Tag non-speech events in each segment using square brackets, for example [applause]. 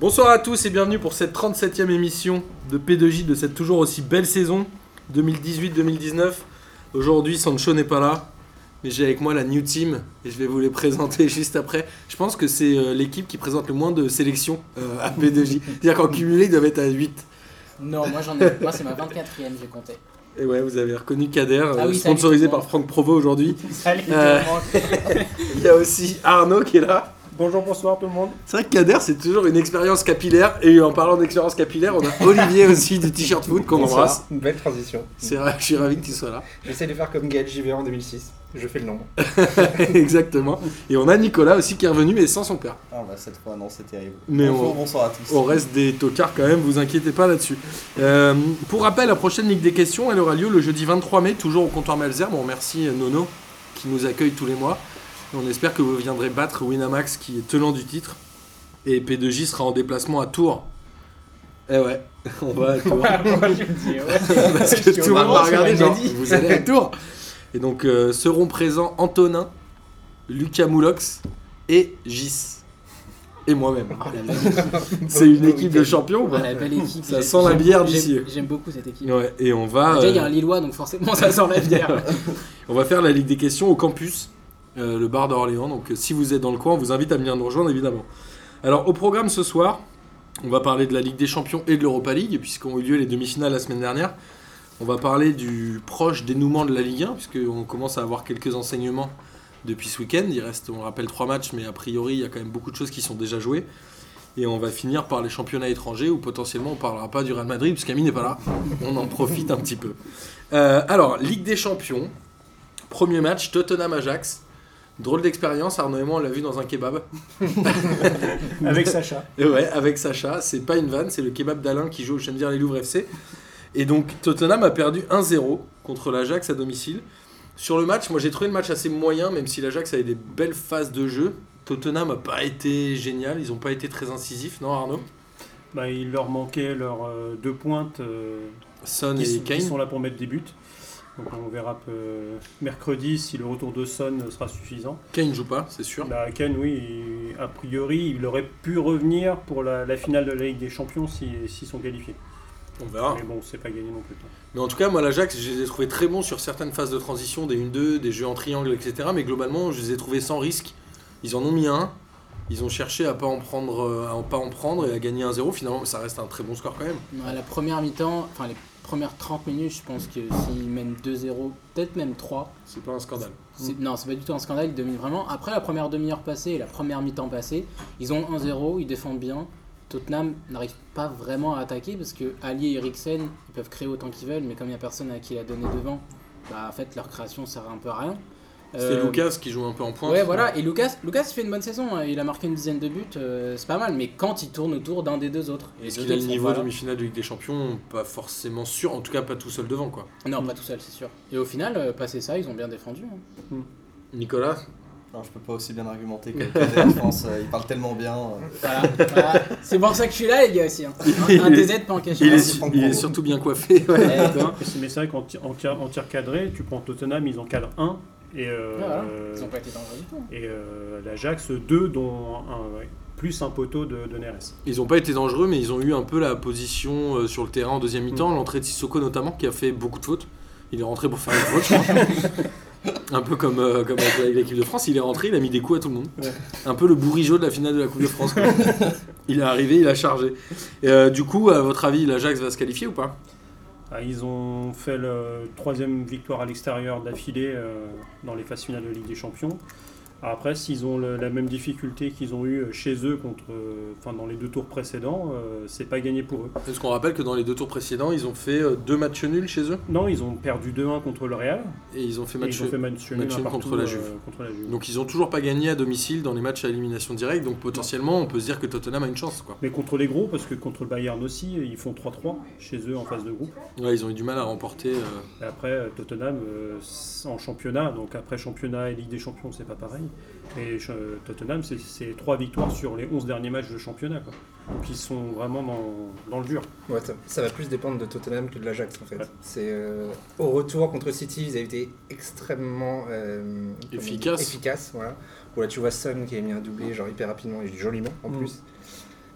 Bonsoir à tous et bienvenue pour cette 37e émission de P2J de cette toujours aussi belle saison 2018-2019. Aujourd'hui, Sancho n'est pas là, mais j'ai avec moi la New Team et je vais vous les [laughs] présenter juste après. Je pense que c'est euh, l'équipe qui présente le moins de sélections euh, à P2J. C'est-à-dire qu'en cumulé, ils doivent être à 8. Non, moi j'en ai. Moi c'est ma 24ème, j'ai compté. Et ouais, vous avez reconnu Kader, euh, Ah oui, salut sponsorisé tout le par monde. Franck Provo aujourd'hui. Salut Euh. Il y a aussi Arnaud qui est là. Bonjour, bonsoir tout le monde. C'est vrai que Kader, c'est toujours une expérience capillaire. Et en parlant d'expérience capillaire, on [laughs] a Olivier aussi du T-shirt Food qu'on Bonsoir. embrasse. Une belle transition. C'est vrai, je suis ravi que tu sois là. J'essaie de faire comme Gaël JV en 2006. Je fais le nombre. [laughs] Exactement. Et on a Nicolas aussi qui est revenu, mais sans son père. Ah bah cette fois non c'est terrible. Mais Bonjour, on- bonsoir à tous. Au reste des tocards quand même, vous inquiétez pas là-dessus. Euh, pour rappel, la prochaine Ligue des questions, elle aura lieu le jeudi 23 mai, toujours au comptoir Malzer. Bon, merci euh, Nono qui nous accueille tous les mois. Et on espère que vous viendrez battre Winamax qui est tenant du titre. Et P2J sera en déplacement à Tours. Eh ouais, [laughs] on va à Tours. Parce que tout le monde m'a regardé genre, vous allez à Tours. Et donc euh, seront présents Antonin, Lucas Moulox et Gis. Et moi-même. [laughs] C'est une équipe de champions. quoi. la belle équipe. Ça J'ai- sent la j'aime- bière j'aime- d'ici. J'aime beaucoup cette équipe. Ouais, et on va, Déjà, il y a euh, un Lillois, donc forcément ça sent [laughs] la bière. on va faire la Ligue des questions au campus, euh, le bar d'Orléans. Donc euh, si vous êtes dans le coin, on vous invite à venir nous rejoindre évidemment. Alors au programme ce soir, on va parler de la Ligue des Champions et de l'Europa League, puisqu'ont eu lieu les demi-finales la semaine dernière. On va parler du proche dénouement de la Ligue 1, puisqu'on commence à avoir quelques enseignements depuis ce week-end. Il reste, on le rappelle, trois matchs, mais a priori, il y a quand même beaucoup de choses qui sont déjà jouées. Et on va finir par les championnats étrangers, où potentiellement on parlera pas du Real Madrid, puisqu'Ami n'est pas là. On en profite un petit peu. Euh, alors, Ligue des Champions, premier match, Tottenham-Ajax. Drôle d'expérience, Arnaud et moi on l'a vu dans un kebab. Avec Sacha. Et ouais, avec Sacha, c'est pas une vanne, c'est le kebab d'Alain qui joue au Chenvière les Louvres FC. Et donc Tottenham a perdu 1-0 contre l'Ajax à domicile. Sur le match, moi j'ai trouvé le match assez moyen, même si l'Ajax avait des belles phases de jeu. Tottenham a pas été génial, ils ont pas été très incisifs, non Arnaud Bah, il leur manquait leurs euh, deux pointes euh, Son qui, et sont, qui Kane. sont là pour mettre des buts. Donc on verra peu- mercredi si le retour de Son euh, sera suffisant. Kane joue pas, c'est sûr. Bah, Kane, oui, il- a priori, il aurait pu revenir pour la, la finale de la Ligue des Champions s'ils s'ils sont qualifiés. On verra. Mais bon, c'est pas gagné non plus. Mais en tout cas, moi, l'Ajax, je les ai trouvés très bons sur certaines phases de transition, des 1-2, des jeux en triangle, etc. Mais globalement, je les ai trouvés sans risque. Ils en ont mis un. Ils ont cherché à pas en prendre, euh, à en pas en prendre et à gagner 1-0. Finalement, ça reste un très bon score quand même. Non, À la première mi-temps, enfin les premières 30 minutes, je pense que s'ils mènent 2-0, peut-être même 3, C'est pas un scandale. c'est- non, c'est pas du tout un scandale, ils dominent vraiment. Après la première demi-heure passée et la première mi-temps passée, ils ont 1-0, ils défendent bien. Tottenham n'arrive pas vraiment à attaquer parce que Ali et Eriksen, ils peuvent créer autant qu'ils veulent, mais comme il n'y a personne à qui la donner devant, bah en fait leur création sert un peu à rien. C'était Euh, Lucas qui joue un peu en pointe. Ouais, voilà. Et Lucas, Lucas il fait une bonne saison. hein. Il a marqué une dizaine de buts. euh, c'est pas mal. Mais quand il tourne autour d'un des deux autres. et Est-ce les qu'il a deux le autres niveau sont pas là. demi-finale de Ligue des Champions Pas forcément sûr. En tout cas, pas tout seul devant, quoi. Non, pas tout seul, c'est sûr. Et au final, euh, passé ça, ils ont bien défendu. hein. Nicolas, Non je peux pas aussi bien [laughs] argumenter que Kader, je pense. euh, il parle tellement bien. euh. Voilà. voilà. C'est pour ça que je suis là, les [laughs] gars, aussi. hein. Un, un DZ pas en cache. il est est, su- il est surtout bien [laughs] coiffé. Mais hein, c'est vrai qu'en ti- en tir, en tir cadré, tu prends Tottenham, ils en cadrent un. Et, euh, Voilà. Ils ont pas été dangereux du tout. hein. et euh, l'Ajax, deux, dont un, ouais, plus un poteau de, de Neres. Ils n'ont pas été dangereux, mais ils ont eu un peu la position euh, sur le terrain en deuxième mi-temps. Mm. L'entrée de Sissoko, notamment, qui a fait beaucoup de fautes. Il est rentré pour faire une faute, je [laughs] crois. un peu comme, euh, comme avec avec l'équipe de France. Il est rentré, il a mis des coups à tout le monde. Un peu le bourrigeau de la finale de la Coupe de France. [laughs] quoi. il est arrivé, il a chargé. Et, euh, du coup, à votre avis, l'Ajax va se qualifier ou pas Ah, ils ont fait la troisième victoire à l'extérieur d'affilée euh, dans les phases finales de Ligue des Champions. Après, s'ils ont le- la même difficulté qu'ils ont eue chez eux contre, euh, enfin, dans les deux tours précédents, euh, c'est pas gagné pour eux. Parce qu'on rappelle que dans les deux tours précédents, ils ont fait euh, deux matchs nuls chez eux. Non, ils ont perdu 2-1 contre le Real Et ils ont fait et match ils ont fait match nul match un nul partout, contre la euh, Juve. contre la Juve. Donc ils ont toujours pas gagné à domicile dans les matchs à élimination directe. Donc potentiellement, on peut se dire que Tottenham a une chance. Quoi. Mais contre les gros, parce que contre le Bayern aussi, ils font 3-3 chez eux en phase de groupe. Ouais, ils ont eu du mal à remporter. euh, Et après, euh, Tottenham euh, en championnat, donc après championnat et Ligue des Champions, c'est pas pareil. Et euh, Tottenham, c'est- c'est trois victoires sur les 11 derniers matchs de championnat. Quoi. Donc ils sont vraiment dans, dans le dur. Ouais, ça, ça va plus dépendre de Tottenham que de l'Ajax en fait. C'est euh, au retour contre City, ils avaient été extrêmement euh, comment on dit, Efficaces. efficaces, voilà. Bon, là, tu vois Son qui a mis un doublé genre hyper rapidement et joliment en Mm. plus.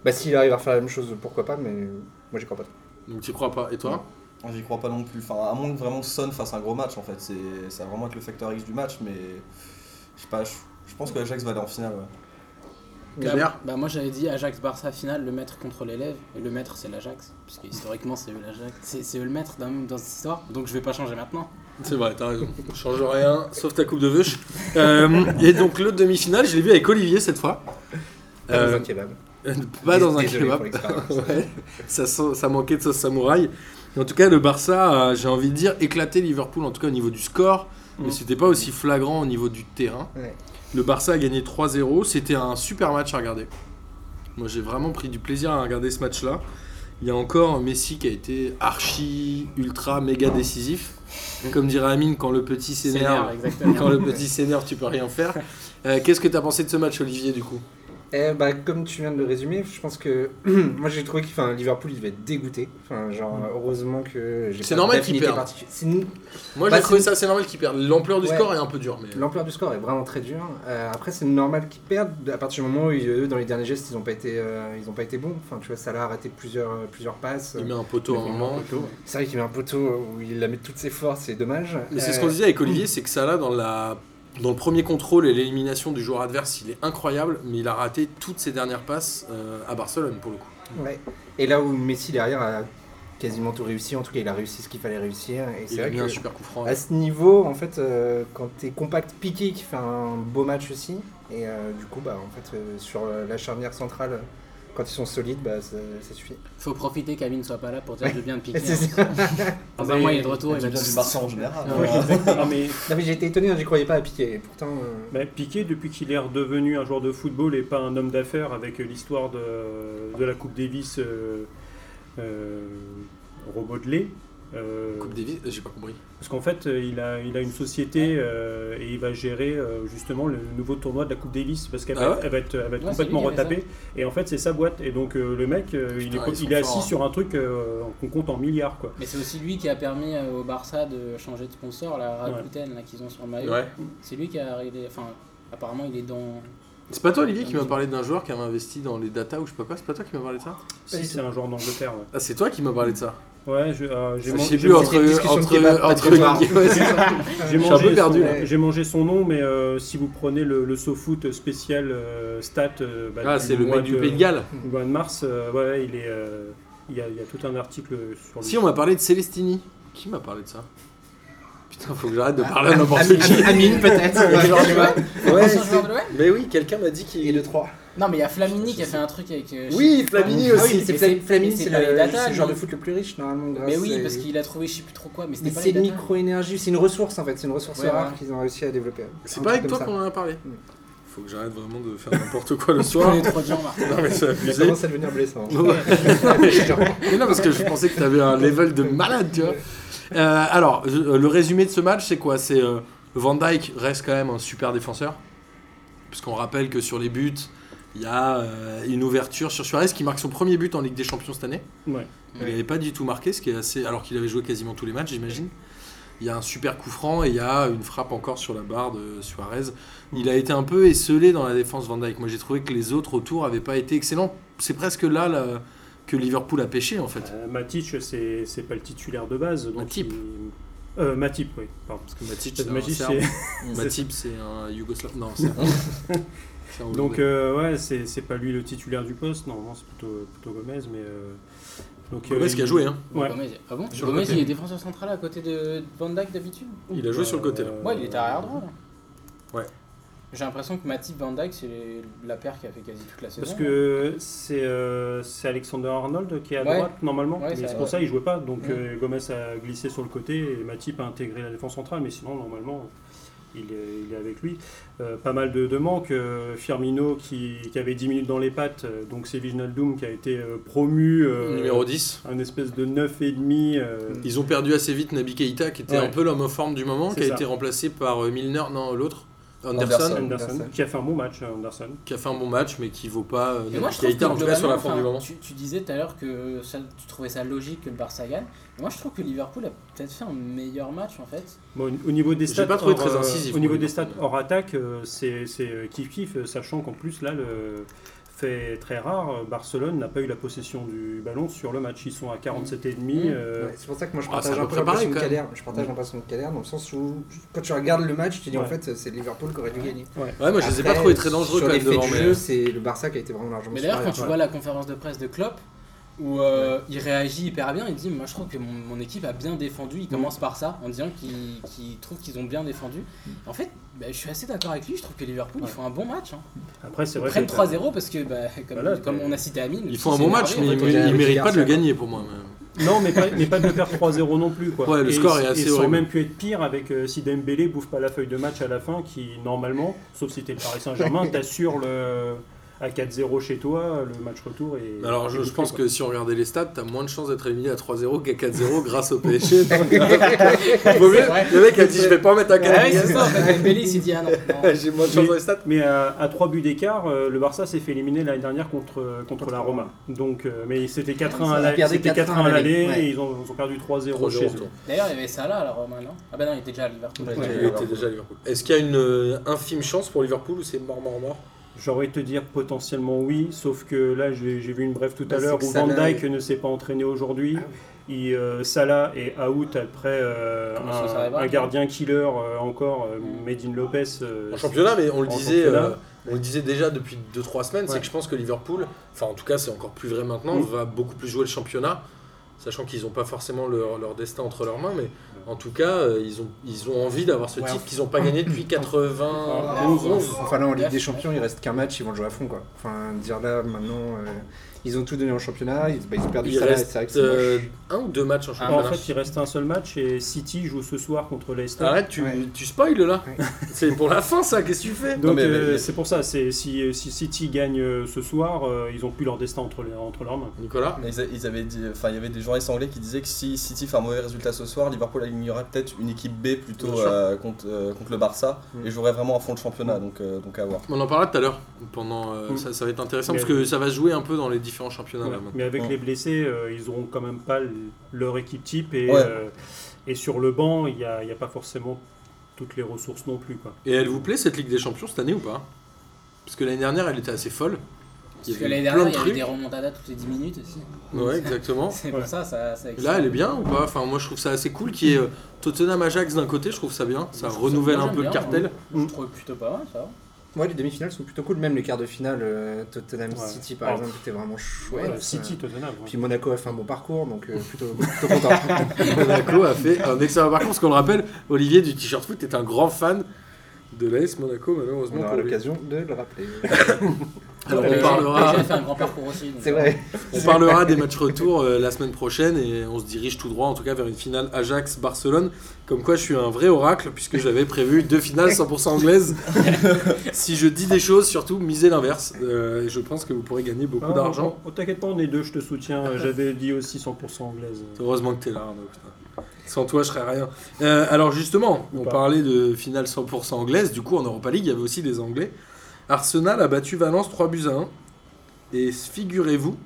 Bah, s'il arrive à faire la même chose, pourquoi pas, mais euh, moi, j'y crois pas. Donc tu crois pas. Et toi J'y crois pas non plus. Enfin, à moins que vraiment Son fasse un gros match en fait. C'est, ça va vraiment être le facteur X du match, mais je sais pas. Je, je pense que l'Ajax va aller en finale. ouais. Bah, Galère bah, moi j'avais dit Ajax Barça finale, le maître contre l'élève, et le maître c'est l'Ajax, parce que historiquement c'est eux l'Ajax, c'est c'est eux le maître dans, dans cette histoire, donc je vais pas changer maintenant. C'est vrai, t'as raison. On change rien, sauf ta coupe de veuche. Euh, et donc l'autre demi-finale, je l'ai vu avec Olivier cette fois. Pas dans Euh, un kebab. pas dans un Désolé pour kebab. l'expérience. Ouais, ça, sent- ça manquait de sauce samouraï. Et en tout cas, le Barça, a, j'ai envie de dire, éclaté Liverpool, en tout cas au niveau du score. Mais Mhm. c'était pas aussi flagrant au niveau du terrain. Mm. Ouais. Le Barça a gagné 3-0. C'était un super match à regarder. Moi, j'ai vraiment pris du plaisir à regarder ce match-là. Il y a encore Messi qui a été archi, ultra, méga décisif. Comme dirait Amine, quand le petit s'énerve, quand exactement. le petit s'énerve, tu peux rien faire. Euh, Qu'est-ce que t'as pensé de ce match, Olivier, du coup Eh bah, comme tu viens de le résumer, je pense que [clears throat] moi j'ai trouvé que enfin, Liverpool il devait être dégoûté. Enfin, genre, heureusement que j'ai Mm. C'est pas normal d'affinité qu'ils perdent. particulière. C'est une- Moi, Bah, j'ai trouvé c'est- ça assez normal qu'ils perdent. L'ampleur du Ouais. score est un peu dure, mais. euh, L'ampleur du score est vraiment très dure. Euh, après, c'est normal qu'ils perdent à partir du moment où eux, dans les derniers gestes, ils n'ont pas été, euh, ils ont pas été bons. Enfin, tu vois, Salah a raté plusieurs, euh, plusieurs passes. Il met un poteau à un moment. C'est vrai qu'il met un poteau où il la met de toutes ses forces, c'est dommage. Mais c'est Euh, ce qu'on disait avec Olivier, c'est que Salah, dans, la... dans le premier contrôle et l'élimination du joueur adverse, il est incroyable, mais il a raté toutes ses dernières passes euh, à Barcelone pour le coup. ouais. Et là où Messi derrière a quasiment tout réussi, en tout cas, il a réussi ce qu'il fallait réussir. Et c'est Il a vrai mis que Ah, un super coup franc. à ce niveau, en fait, euh, quand t'es compact piqué, qui fait un beau match aussi, et euh, du coup, bah, en fait, euh, sur euh, la charnière centrale, quand ils sont solides, bah, ça, ça suffit. Faut profiter qu'Amine soit pas là pour dire que je viens de piquer. C'est hein. ça. Dans un mois il est de retour, il J'aime va bien du dire Barça en général. Oui, hein. [laughs] exactement. Ah, mais Non mais j'ai été étonné, hein, j'y croyais pas à piquer. Et pourtant, euh, Bah, Piqué, depuis qu'il est redevenu un joueur de football et pas un homme d'affaires avec l'histoire de, de la Coupe Davis euh, euh, remodelée, euh, Coupe Davis, euh, j'ai pas compris. parce qu'en fait, euh, il a, il a une société euh, et il va gérer euh, justement le nouveau tournoi de la Coupe Davis parce qu'elle Ah va, ouais elle va être, elle va être Ouais, c'est complètement lui qui avait retapée. Et en fait, c'est sa boîte. Et donc, euh, le mec, euh, il Putain, est, co- ils sont il est assis forts, hein. sur un truc euh, qu'on compte en milliards. Quoi. Mais c'est aussi lui qui a permis euh, au Barça de changer de sponsor, la Rakuten là, qu'ils ont sur le maillot. Ouais. C'est lui qui a arrivé. Enfin, apparemment, il est dans. C'est pas toi, Olivier, qui m'a parlé d'un joueur qui avait investi dans les data ou je sais pas quoi, c'est pas toi qui m'a parlé de ça Si, c'est un joueur d'Angleterre. ouais. Ah, c'est toi qui m'a parlé de ça Ouais, je- euh, j'ai Je mon- sais j'ai plus mon- entre. c'était une discussion de entre, kebab, pas de entre- kebab. Ouais, c'est ça. J'ai Je suis mangé, un peu perdu, son- là. j'ai mangé son nom, mais euh, si vous prenez le, le SoFoot spécial euh, stat, euh, bah, Ah, c'est le mois mec du Pays de Galles. du mois de mars, euh, ouais, il est, euh, il y, a, il y a tout un article sur lui. Si, on m'a parlé de Celestini. Qui m'a parlé de ça Putain, faut que j'arrête de parler à ah, n'importe [laughs] qui. euh, Amine peut-être. genre, tu vois. Ancien c'est- joueur de l'OM Mais oui, quelqu'un m'a dit Et qu'il. le 3. Non, mais il y a Flamini qui a fait un truc avec. euh, Oui, je sais plus quoi. Flamini Ah aussi. oui, c'est Mais Fla- mais Flamini, c'est c'est pas les le, data, c'est le lui. genre de foot le plus riche normalement. Grâce Mais oui, à- parce qu'il a trouvé je sais plus trop quoi, mais Ah, Mais c'était pas c'est les hein. une datas. micro-énergie, c'est une ressource en fait, c'est une ressource Ouais, rare ouais. qu'ils ont réussi à développer. C'est Un pas truc avec toi comme ça. qu'on en a parlé. Mm. Faut que j'arrête vraiment de faire n'importe quoi le Tu soir. [laughs] connais trop de gens, Marc. non mais c'est Ça abusé. commence à devenir blessant. Ouais. [laughs] mais non parce que je pensais que t'avais un level de malade, tu vois. Euh, alors je- euh, le résumé de ce match c'est quoi C'est euh, Van Dyke reste quand même un super défenseur parce qu'on rappelle que sur les buts il y a euh, une ouverture sur Suarez qui marque son premier but en Ligue des Champions cette année. Ouais. Il n'avait pas du tout marqué, ce qui est assez. Alors qu'il avait joué quasiment tous les matchs, j'imagine. Il y a un super coup franc et il y a une frappe encore sur la barre de Suarez. Il a été un peu esselé dans la défense Van Dijk. Moi, j'ai trouvé que les autres autour n'avaient pas été excellents. C'est presque là, là, que Liverpool a pêché, en fait. Euh, Matic, c'est c'est pas le titulaire de base. Donc Matip. il- euh, Matip, oui. Pardon. Parce que Matip, Peut-être c'est un Matip, Serbe. [laughs] c'est- Matip, c'est un Yougoslave. Non, c'est un- c'est un. Donc Hollandais. euh, ouais, c'est c'est pas lui le titulaire du poste. Non, non, c'est plutôt, plutôt Gomez, mais euh, donc Gomez euh, qui a il- joué, hein. Ouais. Gomez- Ah bon Sur le Gomez, côté. il est défenseur central à côté de Van Dyke d'habitude Il a joué sur le côté, là. Euh, Ouais, il était arrière droit. là. Ouais. J'ai l'impression que Matip Van Dyke, c'est les- la paire qui a fait quasi toute la saison. Parce que c'est euh, c'est Alexander Arnold qui est à Ouais. droite normalement, Ouais, mais c'est c'est vrai. pour ça il jouait pas. Donc Ouais. euh, Gomez a glissé sur le côté et Matip a intégré la défense centrale, mais sinon normalement il est, il est avec lui. Euh, pas mal de, de manques. euh, Firmino qui, qui avait 10 minutes dans les pattes, euh, donc c'est Doom qui a été euh, promu. euh, Numéro 10. Un espèce de 9,5. euh, Ils ont perdu assez vite Nabi Keita, qui était Ouais. un peu l'homme en forme du moment, C'est qui a ça. été remplacé par euh, Milner, non, l'autre, Anderson. Anderson. Mm. Anderson, Anderson. qui a fait un bon match, euh, Anderson. qui a fait un bon match mais qui vaut pas euh, Et moi, je qui a trouve été que en tout cas sur la globalement, forme du enfin, moment. Tu, tu disais tout à l'heure que ça- tu trouvais ça logique que le Barça gagne. Moi, je trouve que Liverpool a peut-être fait un meilleur match en fait. Bon, au niveau des J'ai stats, pas trouvé hors, très euh, incisif, au niveau moi, des par stats contre. hors attaque, euh, c'est kiff kiff, sachant qu'en plus là, le fait très rare, euh, Barcelone n'a pas eu la possession du ballon sur le match. Ils sont à 47,5. euh, Ouais, c'est pour ça que moi je Ah, partage ça un peut peu préparer, l'impression de quand Calère. Je partage l'impression de Calère dans le sens où quand tu regardes le match, tu te dis en Ouais. fait c'est Liverpool qui aurait dû gagner. Ouais, moi je les ai pas Après, trouvés très dangereux sur quand les même faits devant. du mais- jeu, c'est le Barça qui a été vraiment largement Mais d'ailleurs, quand supérieur. tu vois la conférence de presse de Klopp, où euh, il réagit hyper bien, il dit Moi je trouve que mon, mon équipe a bien défendu. Mm. Il commence par ça, en disant qu'il qu'il trouve qu'ils ont bien défendu. En fait, bah, je suis assez d'accord avec lui, je trouve que Liverpool, Ouais. ils font un bon match. hein. Après, c'est Ils vrai prennent que- 3-0 parce que, bah, comme, Voilà, comme on a cité Amine, Ils ils font un s'est bon match, mais ils énervé, en fait, mé- ils on- méritent pas de le Garcia. gagner pour moi. mais- Non, mais pas, mais pas de le perdre 3-0 non plus. Quoi. Ouais, le Et score est c- assez et ça aurait horrible. même pu être pire avec euh, si Dembélé bouffe pas la feuille de match à la fin, qui normalement, sauf si t'es le Paris Saint-Germain, t'assures le à 4-0 chez toi le match retour. Et, Alors et je, je bouclé, pense quoi. que si on regardait les stats, t'as moins de chances d'être éliminé à 3-0 qu'à 4-0 grâce au PSG. Donc, vaut mieux- vrai. le mec a dit je vais pas mettre un Ah oui, c'est canapé. ça, en fait. Dembélé, il s'est dit [laughs] Ah non, non. J'ai moins de chances dans les stats. Mais à, à 3 buts d'écart, euh, le Barça s'est fait éliminer l'année dernière contre, euh, contre la Roma. Donc, euh, mais c'était 4-1 à Ils la- perdaient c'était 4-1 à 4-1 à l'aller l'aller, et ils ont, ils ont perdu 3-0 3-0 chez au eux. retour. D'ailleurs, il y avait ça là à la Roma, non Ah bah non, il était déjà à Liverpool. Ouais. Il était déjà à Liverpool. Est-ce qu'il y a une euh, infime chance pour Liverpool ou c'est mort, mort, mort J'aurais te dire potentiellement oui, sauf que là j'ai j'ai vu une brève tout Bah, à c'est l'heure que où Van Salah Dijk est- ne s'est pas entraîné aujourd'hui. Ah Il, euh, Salah est out après euh, Comment ça, ça arrive un, pas, un gardien killer euh, encore, euh, Mm. Medine Lopez. euh, En championnat, mais on le en disait, championnat. euh, on le disait déjà depuis 2-3 semaines, c'est Ouais. que je pense que Liverpool, enfin en tout cas c'est encore plus vrai maintenant, Mm. va beaucoup plus jouer le championnat, sachant qu'ils n'ont pas forcément leur, leur destin entre leurs mains, mais en tout cas euh, ils ont, ils ont envie d'avoir ce Ouais. titre qu'ils n'ont pas gagné [coughs] depuis 91. Ah, onze, onze. Enfin là en Ligue des Champions, il reste qu'un match, ils vont le jouer à fond quoi. Enfin dire là maintenant, euh, ils ont tout donné en championnat, ils, bah, ils ont perdu Il ça là, reste c'est vrai que c'est euh, moche. un ou deux matchs en Ah, en championnat. Ah, fait, il reste un seul match et City joue ce soir contre Leicester. Arrête, tu, Ouais. tu spoil là Ouais. [laughs] C'est pour la fin ça, qu'est-ce que tu fais Donc mais- euh, mais- c'est pour ça, c'est- si, si City gagne euh, ce soir, euh, ils ont plus leur destin entre, les- entre leurs mains. Nicolas Mais Ils, a- ils avaient dit, enfin, il y avait des journalistes anglais qui disaient que si City fait un mauvais résultat ce soir, Liverpool alignera peut-être une équipe B Bien plutôt sûr. euh, contre, euh, contre le Barça Mm. et jouerait vraiment à fond le championnat, donc, euh, donc à voir. on en parlera tout à l'heure, pendant, euh, Mm. ça, ça va être intéressant Mais- parce que ça va se jouer un peu dans les différents championnats. là, Ouais, maintenant. Mais avec Ouais. les blessés, euh, ils auront quand même pas l- leur équipe type et, Ouais. euh, et sur le banc, il n'y a, il y a pas forcément toutes les ressources non plus. Quoi. Et elle vous plaît cette Ligue des Champions cette année ou pas Parce que l'année dernière elle était assez folle. Il y Parce que avait l'année plein dernière, de il y avait trucs. des remontadas toutes les 10 minutes aussi. [laughs] Ouais, exactement. C'est pour Ouais. ça, ça, ça Et Là elle est bien ou pas Enfin moi je trouve ça assez cool qu'il y ait euh, Tottenham Ajax d'un côté, je trouve ça bien. Ça Je trouve ça renouvelle bien, un peu le j'aime bien, cartel. Je trouve plutôt pas mal, ça va. Ouais, les demi-finales sont plutôt cool, même les quarts de finale, euh, Tottenham Ouais. City par Ah. Oh. exemple, était vraiment chouette. Euh, City, Euh, Tottenham. ouais. Puis Monaco a fait un bon parcours, donc euh, [laughs] plutôt, plutôt content. [laughs] Ah, Monaco a fait un excellent parcours. Parce qu'on le rappelle, Olivier du t-shirt foot est un grand fan de l'AS Monaco malheureusement. On aura pour lui. l'occasion de [laughs] le rappeler. Alors Le on PSG- le parlera, PSG a fait un grand parcours aussi. donc, C'est vrai. on parlera des matchs retour euh, la semaine prochaine et on se dirige tout droit en tout cas vers une finale Ajax-Barcelone. Comme quoi je suis un vrai oracle puisque j'avais prévu deux finales 100% anglaises. si je dis des choses, surtout misez l'inverse. Euh, et je pense que vous pourrez gagner beaucoup Ah, d'argent. on- on- T'inquiète pas, on est deux, je te soutiens. Euh, J'avais dit aussi 100% anglaise. Heureusement que t'es là, Arnaud, putain. Sans toi, je serais rien. Euh, alors justement, Ou on pas. parlait de finale 100% anglaise. Du coup, en Europa League, il y avait aussi des Anglais. Arsenal a battu Valence 3 buts à 1. Et figurez-vous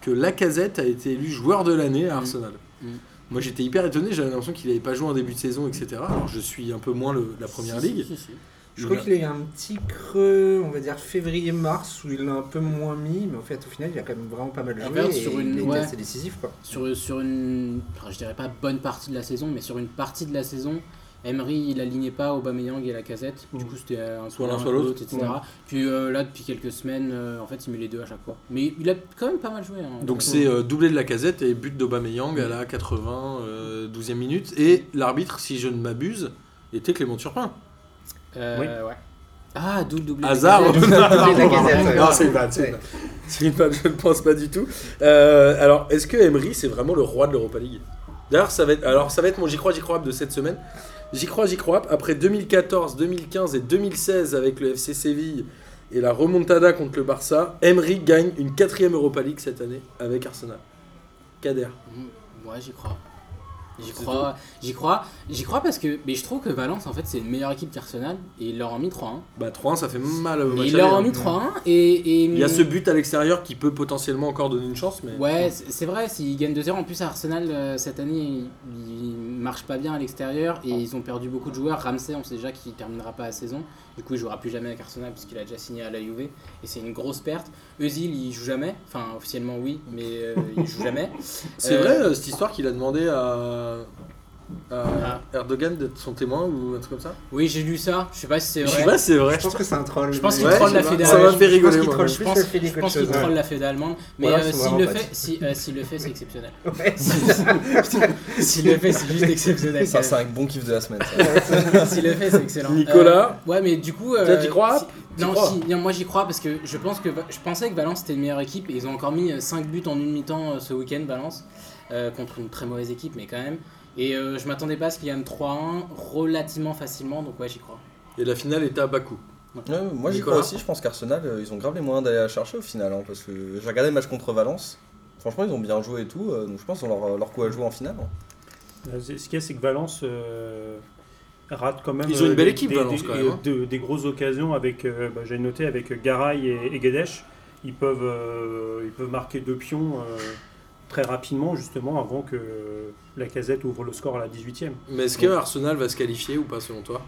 que Lacazette a été élu joueur de l'année à Arsenal. Mhm. Moi, j'étais hyper étonné. J'avais l'impression qu'il n'avait pas joué en début de saison, etc. Alors, je suis un peu moins le- la première Si, ligue. si, si, si. Je crois qu'il a eu un petit creux, on va dire février-mars, où il l'a un peu moins mis, mais en fait, au final, il a quand même vraiment pas mal En joué. fait, et sur une- Il était ouais. assez décisif, quoi. Sur, sur une, enfin, je dirais pas bonne partie de la saison, mais sur une partie de la saison, Emery il alignait pas Aubameyang et la casette. Du Mm. coup c'était euh, un Soit peu l'un, l'un, soit peu l'autre. etc. Puis euh, là depuis quelques semaines, euh, en fait il met les deux à chaque fois. Mais il a quand même pas mal joué. hein. Donc c'est euh, doublé de la casette et but d'Aubameyang à la 80 euh, 12e minute et l'arbitre si je ne m'abuse était Clément Turpin. Euh, Oui. ouais. Ah double double. Hasard double- [laughs] Non, double- doublé de la non, Lacazette, Non, ouais. c'est une vanne, c'est une Ouais. vanne. C'est une vanne, je ne pense pas du tout. Euh, alors, est-ce que Emery, c'est vraiment le roi de l'Europa League D'ailleurs, ça va être, alors ça va être mon j'y crois, j'y crois de cette semaine. J'y crois, j'y crois. Après 2014, 2015 et 2016 avec le FC Séville et la remontada contre le Barça, Emery gagne une quatrième Europa League cette année avec Arsenal. Kader. Mm, Ouais, j'y crois. J'y Ah, C'est crois, j'y crois, j'y crois parce que mais je trouve que Valence en fait c'est une meilleure équipe qu'Arsenal et ils leur ont mis hein. 3-1. Bah 3-1, ça fait mal au Et match ils leur aller, ont hein. mis 3-1 et, et Il y a ce but à l'extérieur qui peut potentiellement encore donner une chance, mais Ouais, c'est c'est vrai, s'ils gagnent 2-0, en plus à Arsenal euh, cette année, ils, ils marche pas bien à l'extérieur et ils ont perdu beaucoup de joueurs. Ramsey, on sait déjà qu'il terminera pas la saison. Du coup, il jouera plus jamais avec Arsenal puisqu'il a déjà signé à la Juve et c'est une grosse perte. Özil, il joue jamais. Enfin, officiellement oui, mais euh, il joue jamais. [laughs] C'est Euh, vrai euh, cette histoire qu'il a demandé à, à Ah. Erdogan d'être son témoin ou un truc comme ça Oui, j'ai lu ça. Je sais pas si c'est Je sais vrai. pas, c'est vrai. Je pense que c'est un troll. Je pense mais- qu'il troll la je- fédération. Ça m'a fait Je pense rigoler. qu'il moi. troll Je plus pense, la fédé je que pense le qu'il chose, troll la fédé allemande, mais Ou alors, euh, ils sont s'il le vraiment fait, si, euh, s'il le fait, [laughs] c'est exceptionnel. ouais. [laughs] S'il le fait, c'est juste exceptionnel. Ça, quand c'est un bon kiff de la semaine. ça. même. [laughs] S'il le fait, c'est excellent. Nicolas Euh, ouais, mais du coup. euh, Toi, t'y crois si- T'y non, crois si, non, moi j'y crois parce que je pense que je pensais que Valence était une meilleure équipe et ils ont encore mis 5 buts en une mi-temps euh, ce week-end, Valence, euh, contre une très mauvaise équipe, mais quand même. Et euh, je m'attendais pas à ce qu'il gagne 3-1 relativement facilement, donc ouais, j'y crois. Et la finale était à Bakou. Ouais, moi j'y Nicolas. crois aussi, je pense qu'Arsenal euh, ils ont grave les moyens d'aller la chercher au final hein, parce que j'ai regardé le match contre Valence, franchement ils ont bien joué et tout, euh, donc je pense qu'ils ont leur, leur coup à jouer en finale. hein. Euh, c'est- Ce qu'il y a, c'est que Valence euh, rate quand même. Ils ont une euh, belle des- équipe, des, Valence, des- quand même, hein. de- des grosses occasions avec, euh, bah, j'ai noté, avec Garay et, et Guedes. Ils peuvent, euh, ils peuvent marquer deux pions euh, très rapidement, justement, avant que euh, la casette ouvre le score à la 18e. Mais est-ce que Arsenal va se qualifier ou pas selon toi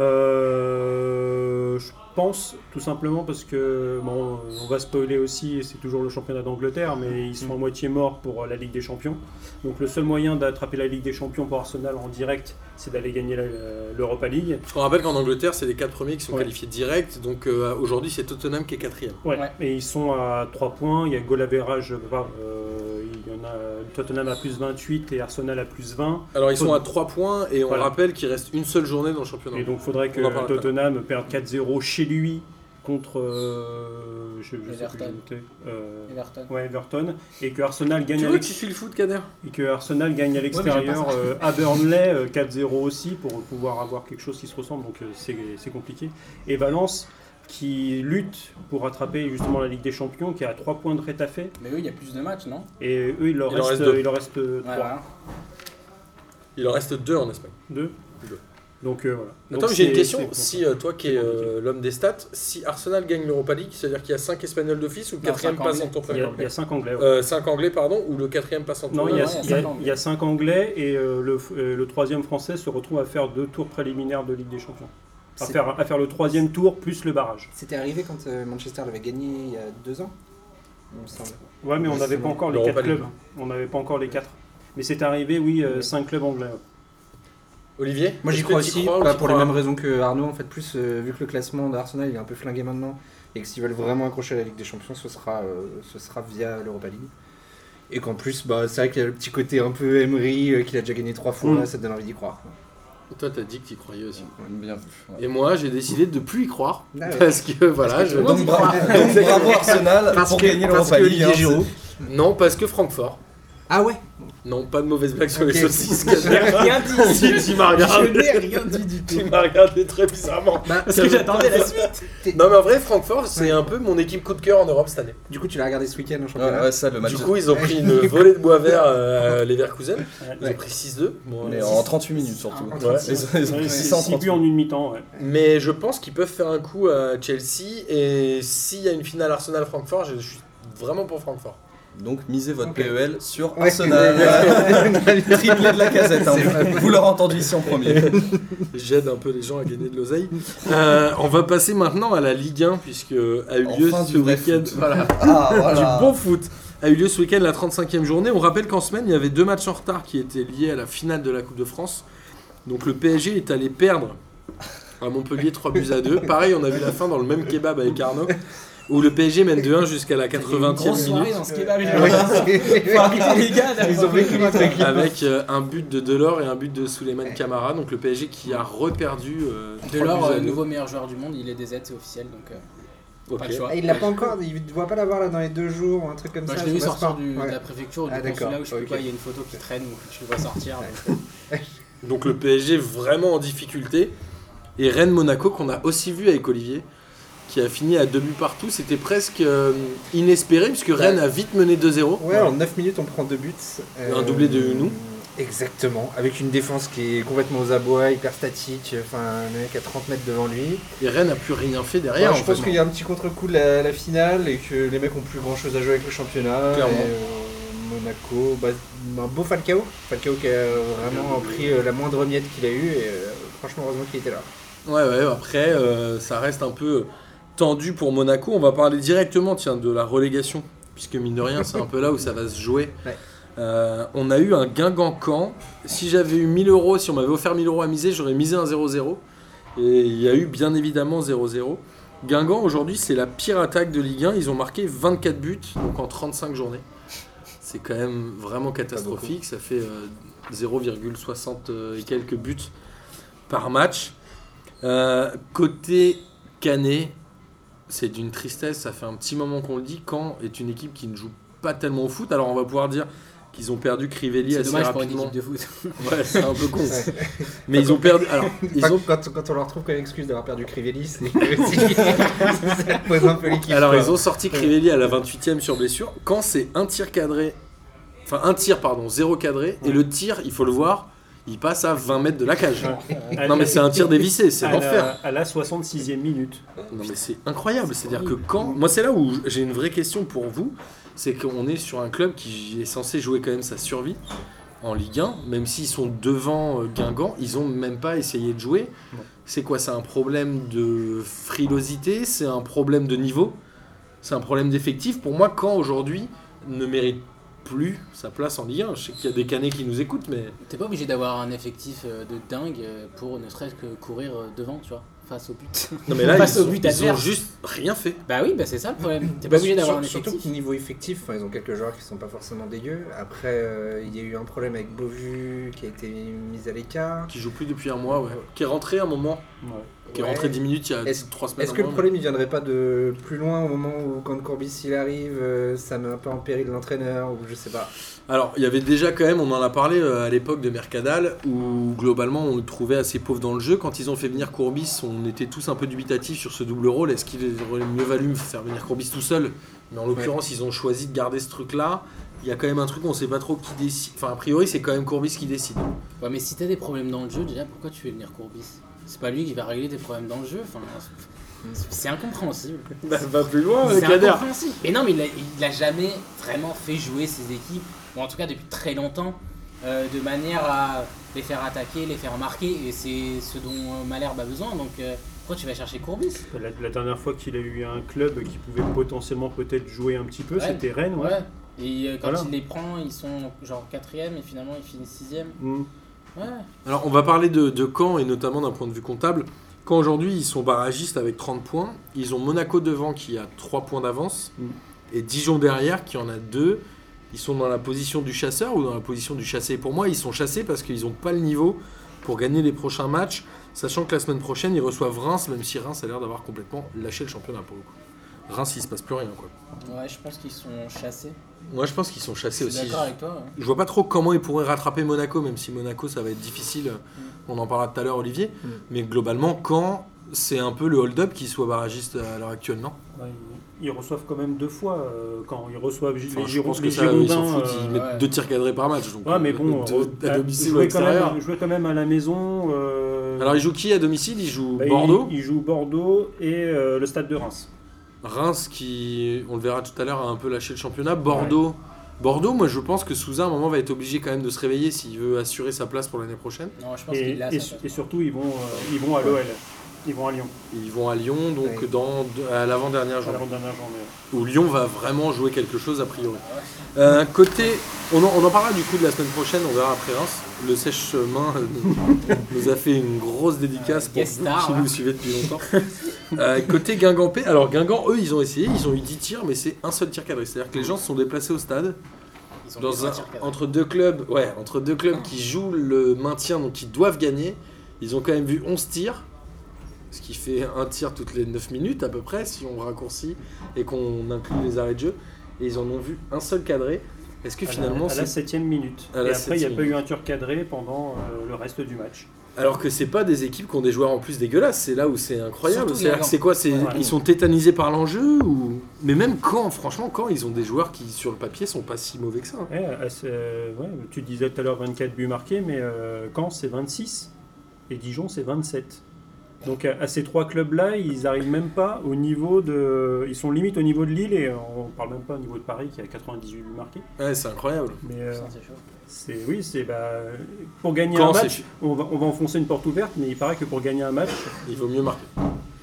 Euh, je pense tout simplement parce que bon, on va spoiler aussi, et c'est toujours le championnat d'Angleterre, mais ils sont Mm. à moitié morts pour euh, la Ligue des Champions. Donc le seul moyen d'attraper la Ligue des Champions pour Arsenal en direct, c'est d'aller gagner la- euh, l'Europa League. Parce qu'on rappelle qu'en Angleterre, c'est les quatre premiers qui sont Ouais. qualifiés direct. Donc euh, aujourd'hui, c'est Tottenham qui est quatrième. Ouais. Ouais. Et ils sont à 3 points. Il y a goal average, euh, euh, il y en a Tottenham à plus 28 et Arsenal à plus 20. Alors ils sont à 3 points et on Voilà. rappelle qu'il reste une seule journée dans le championnat. Et donc, faudrait On en parle que après. Tottenham perde 4-0 chez lui contre. euh, je, je sais plus, Everton. j'ai noté. Euh, Everton. ouais, Everton. Et que Arsenal gagne, tu à vois que l'ex- tu suis le foot, Kader et que Arsenal gagne à l'extérieur euh, à Burnley euh, 4-0 aussi pour pouvoir avoir quelque chose qui se ressemble. Donc, euh, c'est c'est compliqué. Et Valence qui lutte pour rattraper justement la Ligue des Champions, qui est à 3 points de Rétafé. Mais eux, il y a plus de matchs, non hein. Et eux, il leur Il en reste, reste deux. il leur reste euh, 3. Il en reste deux en Espagne. Deux. Deux. Donc, euh, voilà. Attends, Donc, mais j'ai une c'est- question. c'est- Si euh, toi qui es euh, compliqué. l'homme des stats, si Arsenal gagne l'Europa League, c'est-à-dire qu'il y a 5 Espagnols d'office ou le Non, quatrième cinq passe Anglais. en tour Il y a- il y a 5 Anglais. ouais. 5 Euh, Anglais, pardon, ou le quatrième passe en tour Non, il y, Ouais, il y a, a il y a- cinq Anglais. il y a cinq Anglais et euh, le, f- euh, le troisième Français se retrouve à faire deux tours préliminaires de Ligue des Champions. À C'est- faire, à faire le troisième tour plus le barrage. C'était arrivé quand euh, Manchester l'avait gagné il y a deux ans, il me semble. Ouais, mais on Ouais, c'est n'avait pas bon. encore les L'Europa quatre League. clubs. On n'avait pas encore les quatre. Mais c'est arrivé, oui, euh, Ouais. cinq clubs anglais. Olivier Moi j'y est-ce que crois t'y aussi, crois ou pas t'y pour les crois mêmes raisons que Arnaud, en fait, plus euh, vu que le classement d'Arsenal il est un peu flingué maintenant et que s'ils veulent vraiment accrocher à la Ligue des Champions, ce sera, euh, ce sera via l'Europa League. Et qu'en plus, bah, c'est vrai qu'il y a le petit côté un peu Emery euh, qu'il a déjà gagné trois fois, Mm. ça te donne envie d'y croire. Toi, t'as dit que t'y croyais aussi. Bien vu. ouais. Et moi, j'ai décidé de plus y croire. Ah ouais. Parce que voilà, je. tout le monde Donc, y bra- croit. donc, bravo Arsenal Parce pour que- gagner parce l'Europa que League. Olivier hein, c'est- Giroud- Non, parce que Francfort. [laughs] Ah ouais Non, pas de mauvaise blague sur les Ok. saucisses. Kader. [laughs] Rien dit [laughs] Si, tu m'as Je regardé. n'ai rien dit du Tu tout m'as regardé très bizarrement. Bah, Parce que j'attendais la suite Non, mais en vrai, Francfort, c'est un peu mon équipe coup de cœur en Europe cette année. Du coup, tu l'as regardé ce week-end en Ouais, championnat Bah, ouais, ça le match. Du coup, ils ont pris une volée de bois vert euh, à Leverkusen. Ils ont Ouais. pris 6-2. Bon, Mais euh, en 38 minutes surtout. En Ouais, 36. Ils ont, ils ont Ouais, pris c'est ça en six 38 buts en une mi-temps. ouais. Mais je pense qu'ils peuvent faire un coup à Chelsea. Et s'il y a une finale Arsenal-Francfort, je suis vraiment pour Francfort. Donc misez votre Ok. PEL sur Ouais. [laughs] Arsenal. [laughs] Triplé de la casette. [laughs] hein. C'est vrai. Vous l'aurez entendu ici en premier. [laughs] J'aide un peu les gens à gagner de l'oseille. Euh, on va passer maintenant à la Ligue 1, puisque a eu lieu Enfin, ce du vrai week-end. foot. Voilà, [laughs] Ah [laughs] voilà. du bon foot. A eu lieu ce week-end la 35e journée. On rappelle qu'en semaine, il y avait deux matchs en retard qui étaient liés à la finale de la Coupe de France. Donc le PSG est allé perdre à Montpellier 3 buts à 2. Pareil, on a vu la fin dans le même kebab avec Arnaud, où le PSG mène 2-1 jusqu'à la 80e Grosse soirée minute. dans ce kebab [laughs] Ah ouais, c'est- [laughs] les gars Ils ont vécu un truc. Avec euh, un but de Delors et un but de Souleymane Camara, donc le PSG qui a reperdu euh, trois Delors, buts à euh, deux. nouveau meilleur joueur du monde, il est des aides, c'est officiel donc euh, pas Ok. le choix. Ah, Il l'a pas encore, il doit pas l'avoir là dans les deux jours ou un truc comme Moi, ça. je l'ai vu sais pas sortir ce du- soir. de Ouais. la préfecture ou du Ah, d'accord, consulat où je sais plus ok. quoi, il y a une photo qui traîne où je le vois sortir. donc, Donc le PSG vraiment en difficulté. Et Rennes Monaco qu'on a aussi vu avec Olivier, qui a fini à deux buts partout. C'était presque euh, inespéré puisque Rennes a vite mené 2-0. Ouais, en 9 minutes, on prend deux buts. Euh, Un doublé de Hunou. Exactement, avec une défense qui est complètement aux abois, hyper statique. Enfin, le mec à 30 mètres devant lui. Et Rennes a plus rien fait derrière. Ouais, en je pense fait. qu'il y a un petit contre-coup de la, la finale et que les mecs ont plus grand chose à jouer avec le championnat. Clairement. Et, euh, Monaco, bah, un beau Falcao. Falcao qui a vraiment pris euh, la moindre miette qu'il a eue et euh, franchement heureusement qu'il était là. Ouais, ouais, après, euh, ça reste un peu tendu pour Monaco. On va parler directement, tiens, de la relégation, puisque mine de rien, c'est un peu là où ça va se jouer. Ouais. Euh, on a eu un Guingamp-Camp. Si j'avais eu 1000 euros, si on m'avait offert 1000 euros à miser, j'aurais misé un 0-0. Et il y a eu bien évidemment 0-0. Guingamp, aujourd'hui, c'est la pire attaque de Ligue 1. Ils ont marqué 24 buts, donc en 35 journées. C'est quand même vraiment catastrophique. Ça fait euh, 0,60 euh, et quelques buts par match. Euh, côté Canet, c'est d'une tristesse, ça fait un petit moment qu'on le dit. Caen est une équipe qui ne joue pas tellement au foot, alors on va pouvoir dire qu'ils ont perdu Crivelli C'est assez dommage pour une rapidement. équipe de foot. [laughs] Ouais, c'est un peu con. Mais ils ont perdu. Alors, ils Enfin, ont, quand, quand on leur trouve comme excuse d'avoir perdu Crivelli, c'est [laughs] ça pose un peu l'équipe. alors quoi. ils ont sorti Crivelli à la 28ème sur blessure. Quand c'est un tir cadré, enfin un tir, pardon, zéro cadré, et le tir, il faut le voir, il passe à 20 mètres de la cage. À Non, la- mais c'est un tir dévissé, c'est à l'enfer. la, à la 66e minute. Non mais c'est incroyable, c'est-à-dire que quand... Moi c'est là où j'ai une vraie question pour vous, c'est qu'on est sur un club qui est censé jouer quand même sa survie en Ligue 1, même s'ils sont devant euh, Guingamp, ils ont même pas essayé de jouer. Non. C'est quoi C'est un problème de frilosité C'est un problème de niveau C'est un problème d'effectif Pour moi, quand aujourd'hui ne mérite plus sa place en Ligue 1, je sais qu'il y a des canets qui nous écoutent, mais... T'es pas obligé d'avoir un effectif euh, de dingue euh, pour ne serait-ce que courir euh, devant, tu vois, face au but. Non mais là, Face ils, au ont- but ils ont adverse. juste rien fait. Bah oui, bah c'est ça le [laughs] problème. T'es Bah, pas obligé d'avoir un sur- Surtout effectif. que niveau effectif, enfin, ils ont quelques joueurs qui sont pas forcément dégueux. Après, euh, il y a eu un problème avec Beauvu qui a été mis à l'écart. Qui joue plus depuis un mois, ouais. Qui est rentré à un moment Ouais. qui est Ouais. rentré 10 minutes il y a Est-ce- 3 semaines. Est-ce que le avant. problème ne viendrait pas de plus loin au moment où quand Courbis il arrive, euh, ça met un peu en péril l'entraîneur ou je sais pas. Alors, il y avait déjà quand même, on en a parlé euh, à l'époque de Mercadal, où globalement on le trouvait assez pauvre dans le jeu. Quand ils ont fait venir Courbis, on était tous un peu dubitatifs sur ce double rôle. Est-ce qu'il aurait mieux valu me faire venir Courbis tout seul Mais en l'occurrence, ils ont choisi de garder ce truc-là. Il y a quand même un truc, on sait pas trop qui décide. Enfin, a priori, c'est quand même Courbis qui décide. Ouais, mais si t'as des problèmes dans le jeu, déjà pourquoi tu veux venir Courbis C'est pas lui qui va régler tes problèmes dans le jeu. Enfin, c'est- c'est [laughs] incompréhensible. va plus Oh, loin, C'est incompréhensible. Mais non, mais il a, il a jamais vraiment fait jouer ses équipes, ou en tout cas depuis très longtemps, euh, de manière à les faire attaquer, les faire marquer, et c'est ce dont euh, Malherbe a besoin. Donc euh, pourquoi tu vas chercher Courbis La, la dernière fois qu'il a eu un club qui pouvait potentiellement peut-être jouer un petit peu, Ouais. c'était Rennes. Ouais. Ouais. Et euh, quand Voilà. il les prend, ils sont genre quatrième et finalement ils finissent sixième. Mm. Ouais. Alors, on va parler de, de Caen et notamment d'un point de vue comptable. Caen aujourd'hui, ils sont barragistes avec 30 points. Ils ont Monaco devant qui a 3 points d'avance Mm. et Dijon derrière qui en a 2. Ils sont dans la position du chasseur ou dans la position du chassé. Pour moi, ils sont chassés parce qu'ils n'ont pas le niveau pour gagner les prochains matchs, sachant que la semaine prochaine, ils reçoivent Reims, même si Reims a l'air d'avoir complètement lâché le championnat pour le coup. Reims, il se passe plus rien. Quoi. Ouais, je pense qu'ils sont chassés. Moi, je pense qu'ils sont Je chassés suis aussi. d'accord avec toi. ouais. Je vois pas trop comment ils pourraient rattraper Monaco, même si Monaco ça va être difficile. On en parlera tout à l'heure, Olivier. Mm. Mais globalement, quand c'est un peu le hold-up qui soit barragiste à l'heure actuelle, non Ouais, ils ils reçoivent quand même deux fois euh, quand ils reçoivent Gi- Enfin, les, Je Giro- pense que les ça, ils s'en Girondins. foutent. Ils euh, mettent ouais. deux tirs cadrés par match. Donc, ouais, mais euh, bon, deux- euh, à bah, domicile ou à jouer quand, l'extérieur. même, jouer quand même à la maison. euh, Alors, ils jouent qui à domicile Ils jouent bah, ils- Bordeaux, Ils jouent Bordeaux et euh, le stade de Reims. Reims, qui, on le verra tout à l'heure, a un peu lâché le championnat. Bordeaux. Bordeaux, moi je pense que Souza à un moment va être obligé quand même de se réveiller s'il veut assurer sa place pour l'année prochaine. Non, je pense Et, qu'il l'a. et- ça, et ça. surtout, ils vont, euh, ils vont à l'OL. Ils vont à Lyon. Ils vont à Lyon, donc Ouais. dans, à l'avant-dernière À journée. l'avant-dernière journée. où Lyon va vraiment jouer quelque chose a priori. Ah Euh, côté, on en, on en parlera du coup de la semaine prochaine, on verra après Reims. Le sèche-main [laughs] euh, nous a fait une grosse dédicace Euh, pour guest vous star, qui hein. nous suivez depuis longtemps. Euh, côté Guingampé, alors Guingamp, eux, ils ont essayé, ils ont eu 10 tirs, mais c'est un seul tir cadré. C'est-à-dire que les gens se sont déplacés au stade Ils ont dans fait un, sortir Cavani. entre deux clubs, ouais, entre deux clubs qui jouent le maintien, donc qui doivent gagner. Ils ont quand même vu 11 tirs, ce qui fait un tir toutes les 9 minutes à peu près, si on raccourcit et qu'on inclut les arrêts de jeu. Et ils en ont vu un seul cadré. Est-ce que À la- finalement, à la c'est... septième minute. à la et après, il n'y a septième pas eu un tir cadré pendant euh, le reste du match. alors que c'est pas des équipes qui ont des joueurs en plus dégueulasses, c'est là où c'est incroyable. Surtout C'est-à-dire Guingamp. que c'est quoi c'est... Ouais. Ils sont tétanisés par l'enjeu ou... Mais même quand, franchement, quand ils ont des joueurs qui sur le papier sont pas si mauvais que ça. hein. Ouais, assez- euh, ouais, tu disais tout à l'heure 24 buts marqués, mais euh, Caen c'est 26 et Dijon c'est 27. Donc à, à ces trois clubs-là, ils arrivent même pas au niveau de. Ils sont limite au niveau de Lille et on parle même pas au niveau de Paris qui a 98 buts marqués. Ouais, c'est incroyable. Mais euh, Putain, c'est chaud. c'est oui, c'est bah, pour gagner Quand un c'est match, on va, on va enfoncer une porte ouverte, mais il paraît que pour gagner un match, Il vaut mieux [laughs] marquer.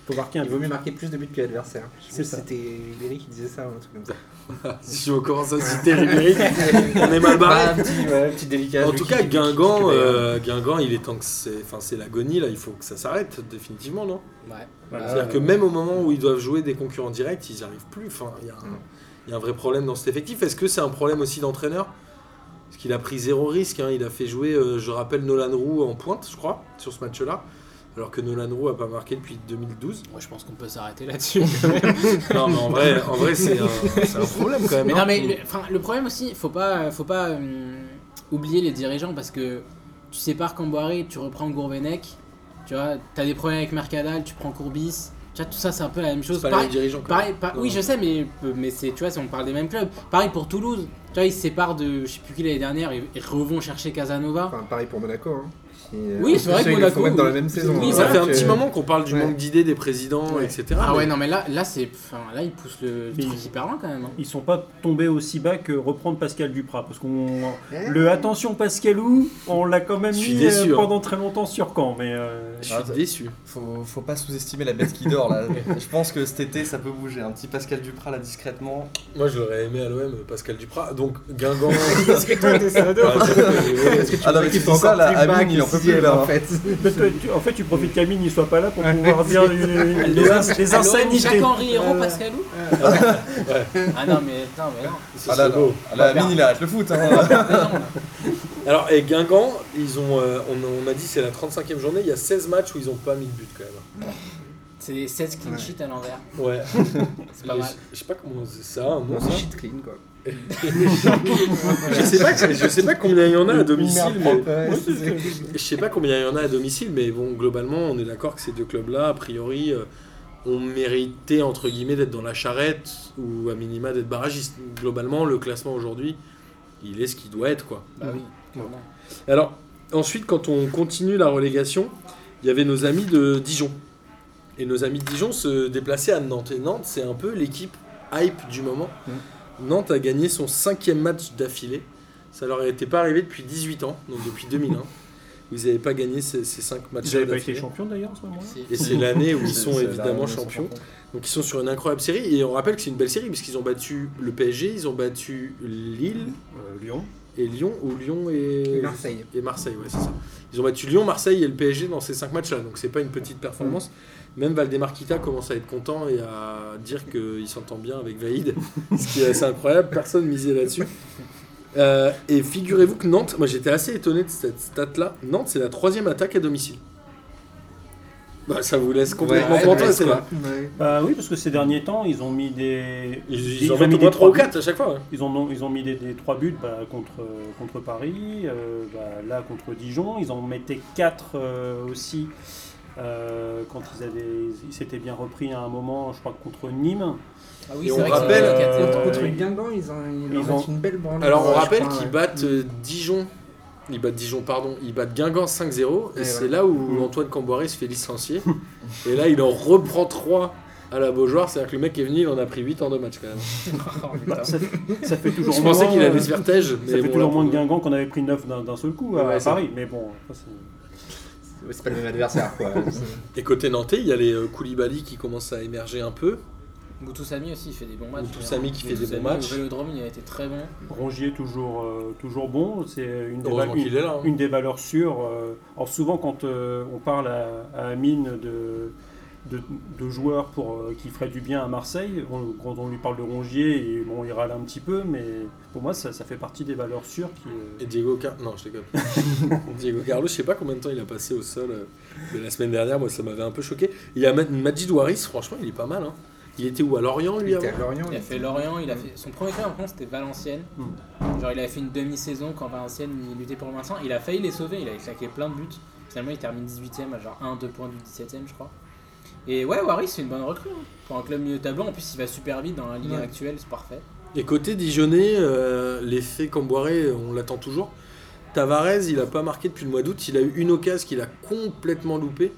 faut marquer un Il vaut but. mieux marquer plus de buts que l'adversaire. Je C'est pense que ça. C'était Ribéry qui disait ça, ou un truc comme ça. Si on commence à citer Ribéry, on est mal barré. Bah, petit, ouais, petit délicat. En vu tout qu'il- cas, vu qu'il- qu'il Guingamp, était, euh, euh, Guingamp, il est temps que c'est, enfin, c'est l'agonie là. Il faut que ça s'arrête définitivement, non Ouais. Voilà. C'est-à-dire Ah, que même au moment où ils doivent jouer des concurrents directs, ils n'y arrivent plus. Enfin, il y, a un- il y a un vrai problème dans cet effectif. Est-ce que c'est un problème aussi d'entraîneur Parce qu'il a pris zéro risque. hein. Il a fait jouer, euh, je rappelle, Nolan Roux en pointe, je crois, sur ce match-là. Alors que Nolan Roux a pas marqué depuis 2012. Moi, je pense qu'on peut [laughs] s'arrêter là-dessus. Non, mais en vrai, en vrai c'est, un, c'est un problème quand même. mais hein. non, mais le, enfin, le problème aussi, faut pas, faut pas hum, oublier les dirigeants parce que tu sépares Camboiré, tu reprends Gourvenec, tu vois, t'as des problèmes avec Mercadal, tu prends Courbis, tu vois, tout ça c'est un peu la même c'est chose. pas les Pareil- dirigeants. quand Pareil, par- Non, oui, non. je sais, mais, euh, mais c'est, tu vois, si on parle des mêmes clubs. Pareil pour Toulouse, tu vois, ils se séparent de, je sais plus qui l'année dernière, ils, ils revont chercher Casanova. Enfin, pareil pour Monaco. Hein, qui, euh, Oui, c'est vrai ils que le Monaco, font mettre dans la oui. même saison. Oui, même. hein, Ça fait un donc, petit euh, moment qu'on parle du ouais. manque d'idées des présidents, Ouais. etc. Ah ouais, mais- non, mais là, là, c'est, enfin, là, ils poussent le, le Mais- truc hyper loin quand même. hein. Ils sont pas tombés aussi bas que reprendre Pascal Duprat parce qu'on Eh. le attention Pascalou, on l'a quand même Je suis mis déçu, euh, hein. pendant très longtemps sur Caen, mais euh, Je suis Ah, ça- déçu. Faut, faut pas sous-estimer la bête qui dort [laughs] là. Je pense que cet été ça peut bouger. Un petit Pascal Duprat là discrètement. Moi, je l'aurais aimé à l'OM, Pascal Duprat. Donc, [laughs] Guingamp. Parce que toi, t'es sado. [laughs] Ah non, mais tu dis ça là, Amine il en peut plus là. en fait. Mais toi, tu- en fait, tu profites qu'Amine ne soit pas là pour pouvoir dire les, les ins- les Alors, insanités. Jacques Henri Hérault, Euh, Pascalou [laughs] Ah non, mais putain, mais non. Ah là, beau. Ah là, Amine il arrête le foot. hein. Alors, et Guingamp, ils ont, euh, on, a- on a dit c'est la 35e journée, il y a 16 matchs où ils n'ont pas mis de but quand même. C'est des 16 clean sheets à l'envers. Ouais. C'est pas mal. Je sais pas comment c'est ça, un nom Non, ça c'est shit clean quoi. [laughs] je, sais pas, je sais pas combien il y en a à domicile, mais. Ouais, c'est- Je sais pas combien il y en a à domicile, mais bon, globalement, on est d'accord que ces deux clubs-là, a priori, euh, ont mérité, entre guillemets, d'être dans la charrette ou à minima d'être barragistes. Globalement, le classement aujourd'hui, il est ce qu'il doit être, quoi. Bah oui, clairement. Alors, ensuite, quand on continue la relégation, il y avait nos amis de Dijon. Et nos amis de Dijon se déplaçaient à Nantes. Et Nantes, c'est un peu l'équipe hype du moment. Nantes a gagné son cinquième match d'affilée. Ça leur était pas arrivé depuis 18 ans, donc depuis 2001. Vous n'avez pas gagné ces, ces cinq matchs Ils n'avaient pas été d'affilée. champions d'ailleurs à ce moment-là. Et c'est l'année où ils sont C'est- c'est la- évidemment ils sont champions. Donc ils sont sur une incroyable série. Et on rappelle que c'est une belle série, puisqu'ils ont battu le PSG, ils ont battu Lille Euh, Lyon. et Lyon, ou Lyon et... Marseille. Et Marseille, ouais, c'est ça. Ils ont battu Lyon, Marseille et le PSG dans ces 5 matchs-là, donc c'est pas une petite performance. Même Valdemarquita commence à être content et à dire qu'il s'entend bien avec Vaïd, [laughs] ce qui est assez incroyable, personne misait là-dessus. Euh, et figurez-vous que Nantes, moi j'étais assez étonné de cette stat-là, Nantes c'est la troisième attaque à domicile. Bah, ça vous laisse complètement Ouais, content, ouais, c'est là. Ouais. Bah oui, parce que ces derniers temps, ils ont mis des. Ils, ils ils en ont mettent mis au moins des 3 ou trois 4 à chaque fois. ouais. Ils en ont, ils ont mis des, des trois buts bah, contre, euh, contre Paris, euh, bah, là contre Dijon. Ils en mettaient quatre euh, aussi euh, quand ils avaient, ils s'étaient bien repris à un moment, je crois contre Nîmes. Ah oui, Et c'est on vrai rappelle, que c'est euh, le quatre- Contre- Contre ils- Guingamp, ils ont ils ils leur ont- mettent une belle branlée. Alors on Ouais, je rappelle crois, qu'ils ouais. Mm. battent euh, Dijon. Ils battent Dijon, pardon. Ils battent Guingamp 5-0. Et, Et c'est ouais. là où Mm. Antoine Camboiré se fait [laughs] licencier. et là, il en reprend 3 à la Beaujoire. C'est-à-dire que le mec est venu, il en a pris 8 en deux matchs quand même. [laughs] Bah, ça, ça fait toujours [laughs] Je pensais moins, qu'il euh, allait se faire tège. Ça fait bon, toujours là, moins de pour- Guingamp qu'on avait pris neuf d'un d'un seul coup à Ouais, c'est Paris. Mais bon, ça, c'est- Ouais, C'est pas le même adversaire [laughs] quoi. Et côté nantais, il y a les euh, Koulibaly qui commencent à émerger un peu. Eh Moutou Samy aussi, il fait des bons matchs. Moutou Samy qui fait Moutou des bons Samy, matchs. Au Vélodrome, il a été très bon. Rongier toujours, euh, toujours bon. C'est une des Heureusement valeurs- ben, une- qu'il est là. hein. une des valeurs sûres. euh, alors souvent quand euh, on parle à, à Amine de, de, de joueurs pour, euh, qui feraient du bien à Marseille, on- quand on lui parle de Rongier, il, bon, il râle un petit peu, mais pour moi ça, ça fait partie des valeurs sûres qui... euh, Et Diego Carlos. Non, je [laughs] déconne. Diego Carlos, je sais pas combien de temps il a passé au sol. euh, mais la semaine dernière, moi, ça m'avait un peu choqué. Il y a Ma- Majid Waris, franchement, il est pas mal. hein. Il était où À Lorient, Il lui, avant était à Lorient. Il a fait Lorient, il a fait son premier club en France c'était Valenciennes. Genre il avait fait une demi-saison quand Valenciennes il luttait pour le maintien, il a failli les sauver, il avait claqué plein de buts. Finalement il termine 18ème à genre 1 2 points du 17ème je crois. Et ouais Waris c'est une bonne recrue hein. pour un club milieu de tableau en plus il va super vite dans la ligue Ouais. actuelle, c'est parfait. Et côté Dijonais, euh, l'effet Camboiré, on l'attend toujours. Tavares, il n'a pas marqué depuis le mois d'août. Il a eu une occasion qu'il a complètement loupée.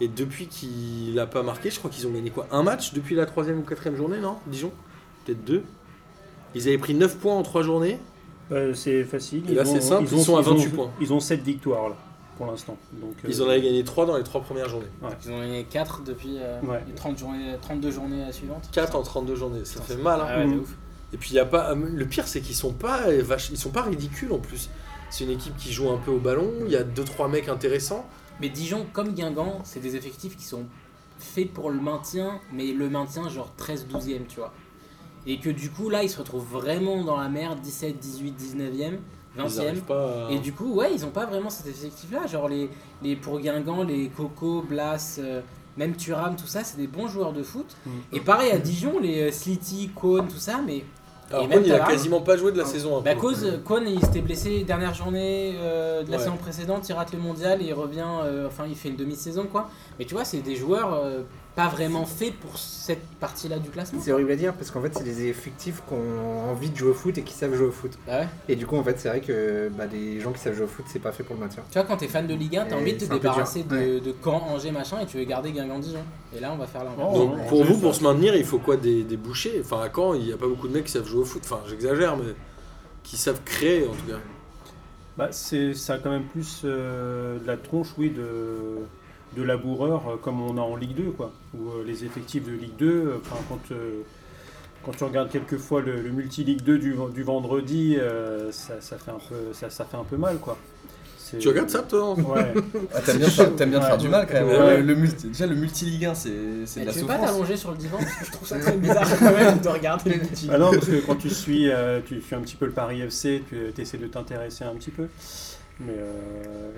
Et depuis qu'il n'a pas marqué, je crois qu'ils ont gagné quoi Un match depuis la troisième ou quatrième journée, non Dijon Peut-être deux. Ils avaient pris 9 points en 3 journées. Euh, c'est facile. Et là, c'est simple, ils sont à 28 points. Ils ont 7 victoires là, pour l'instant. Donc, Ils euh, en avaient gagné 3 dans les 3 premières journées. Ils ont gagné 4 depuis euh, Ouais. les 30 journées, 32 journées suivantes. 4 en 32 journées, ça fait mal. hein. Ah ouais, de Mm. ouf. Et puis il y a pas euh, le pire c'est qu'ils sont pas euh, vache- ils sont pas ridicules en plus. C'est une équipe qui joue un peu au ballon, il y a deux trois mecs intéressants. Mais Dijon, comme Guingamp, c'est des effectifs qui sont faits pour le maintien, mais le maintien genre 13-12e, tu vois. Et que du coup, là, ils se retrouvent vraiment dans la merde, 17, 18, 19e, Ils 20e. arrivent pas à- Et du coup, ouais, ils ont pas vraiment cet effectif-là. Genre, les, les pour Guingamp, les Coco, Blas, euh, même Thuram, tout ça, c'est des bons joueurs de foot. Mm. Et pareil à Dijon, les euh, Slity, Cohn, tout ça, mais Alors et Cohn, même il a Taverne. quasiment pas joué de la saison. hein, bah, à pour le coup. cause, Cohn, il s'était blessé dernière journée euh, de la Ouais. saison précédente, il rate le mondial, il revient, euh, enfin, il fait une demi-saison, quoi. Mais tu vois, c'est des joueurs euh, pas vraiment faits pour cette partie-là du classement. C'est horrible à dire parce qu'en fait, c'est des effectifs qui ont envie de jouer au foot et qui savent jouer au foot. Bah ouais. Et du coup, en fait, c'est vrai que bah, des gens qui savent jouer au foot, c'est pas fait pour le maintien. Tu vois, quand t'es fan de Ligue 1, t'as Et envie de te c'est un peu dur. débarrasser de, de Caen, Angers, machin, et tu veux garder Guingamp-Dijon. Et là, on va faire l'inverse. Oh, Donc ouais, pour ouais, vous ça. pour se maintenir, il faut quoi des, des bouchers Enfin à Caen, il y a pas beaucoup de mecs qui savent jouer au foot. Enfin, j'exagère mais qui savent créer en tout cas. Bah, c'est, ça a quand même plus euh, de la tronche, oui, de, de laboureur euh, comme on a en Ligue 2, quoi. Où euh, les effectifs de Ligue 2, euh, enfin, quand, euh, quand tu regardes quelquefois le, le multi-Ligue 2 du, du vendredi, euh, ça, ça fait un peu, ça, ça fait un peu mal, quoi. C'est- Tu regardes ça toi en- Ouais. Ah, t'aimes bien, faire- t'aimes bien Ouais. faire du mal quand même. Ouais. Le- le multi- déjà, le multi-ligue 1, c'est c'est Mais de la tu veux pas souffrance. t'allonger sur le divan parce que je trouve [laughs] ça très bizarre quand même de regarder le petit. Ah non, parce que quand tu suis, euh, tu suis un petit peu le Paris FC, tu essaies de t'intéresser un petit peu. Mais, euh,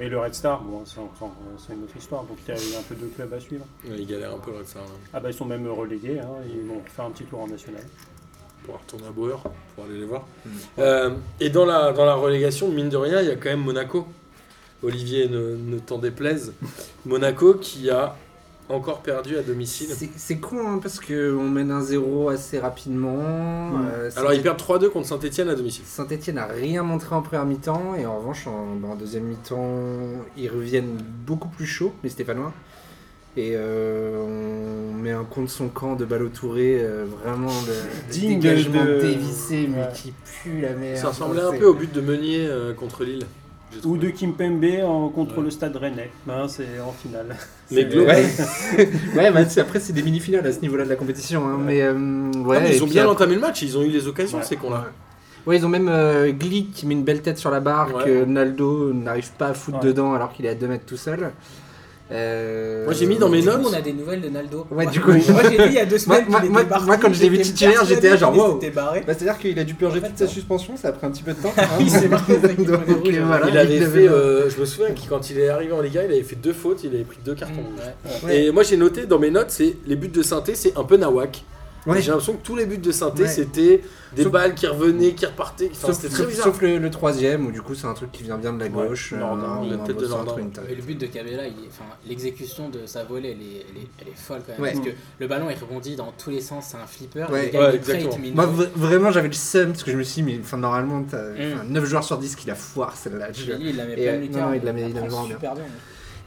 et le Red Star, bon, c'est, encore- c'est une autre histoire. Donc il y a- il y a un peu deux clubs à suivre. Ouais, il galère un peu le Red Star, hein, Ah bah ils sont même relégués, hein, ils vont faire un petit tour en national. pour retourner à Bauer, pour aller les voir. Mm. Euh, et dans la dans la relégation, mine de rien, il y a quand même Monaco. Olivier ne, ne t'en déplaise. Monaco qui a encore perdu à domicile. C'est c'est con hein, parce qu'on mène un 0 assez rapidement. Ouais. euh, Alors ils Saint-Étienne- perdent 3-2 contre Saint-Etienne à domicile. Saint-Etienne n'a rien montré en première mi-temps et en revanche en, en deuxième mi-temps ils reviennent beaucoup plus chaud mais c'était pas loin. Et euh, on met un contre son camp de Balotouré, euh, vraiment [laughs] le, le Digne dégagement de- dévissé mais Ouais. qui pue la merde. Ça ressemblait un C'est- peu au but de Meunier euh, contre Lille. j'ai Ou trouvé. de Kimpembe en, contre Ouais. le Stade Rennais, Hein, c'est en finale. Mais C'est- globalement- Ouais, [laughs] ouais bah, c'est- après c'est des mini-finales à ce niveau-là de la compétition. hein, Mais, euh, ouais, Ah, mais et ils ont puis bien après- entamé le match, ils ont eu les occasions, Ouais. c'est qu'on a. Ouais, ils ont même euh, Glick qui met une belle tête sur la barre Ouais. que Naldo n'arrive pas à foutre Ouais. dedans alors qu'il est à 2 mètres tout seul. Euh, Moi, j'ai mis dans mes Du coup, notes. on a des nouvelles de Naldo. Ouais, du coup. Moi, j'ai dit il y a deux semaines. Moi- qu'il moi- était parti, moi, quand je l'ai vu j'étais titulaire, j'étais là, genre, persuadé wow. qu'il s'était barré. Bah, C'est-à-dire qu'il a dû purger En fait, toute sa non. suspension, ça a pris un petit peu [laughs] de temps. Oui, c'est vrai, c'est vrai qu'il prenait Donc, rouge, euh, ouais. voilà, Il avait devait- fait, euh, je me souviens que quand il est arrivé en Liga, il avait fait deux fautes, il avait pris deux cartons. Mmh, ouais. Ouais. Et moi j'ai noté dans mes notes, c'est les buts de synthé, c'est un peu nawak. Ouais. J'ai l'impression que tous les buts de synthé, Ouais. c'était des Sauf- balles qui revenaient, qui repartaient. Enfin, Sauf, c'était très sauf- bizarre. sauf le, le troisième, où du coup c'est un truc qui vient bien de la Ouais, gauche. Nordin, ou la tête beau de centre, Nordin. une taille. Mais le but de Cabella, il est- enfin, l'exécution de sa volée, elle est, elle est- elle est folle quand même. Ouais. Parce que le ballon, il rebondit dans tous les sens, c'est un flipper. Ouais. le gars, il Ouais, est prêt, il te exactement. met une Moi volée. v- vraiment j'avais le seum parce que je me suis dit, mais enfin, normalement t'as Mm. enfin, 9 joueurs sur 10 qui la foirent celle-là. je- Lui, il la met Et, plein euh, le non, cœur, non, il la met- mais il la met prend vraiment super bien.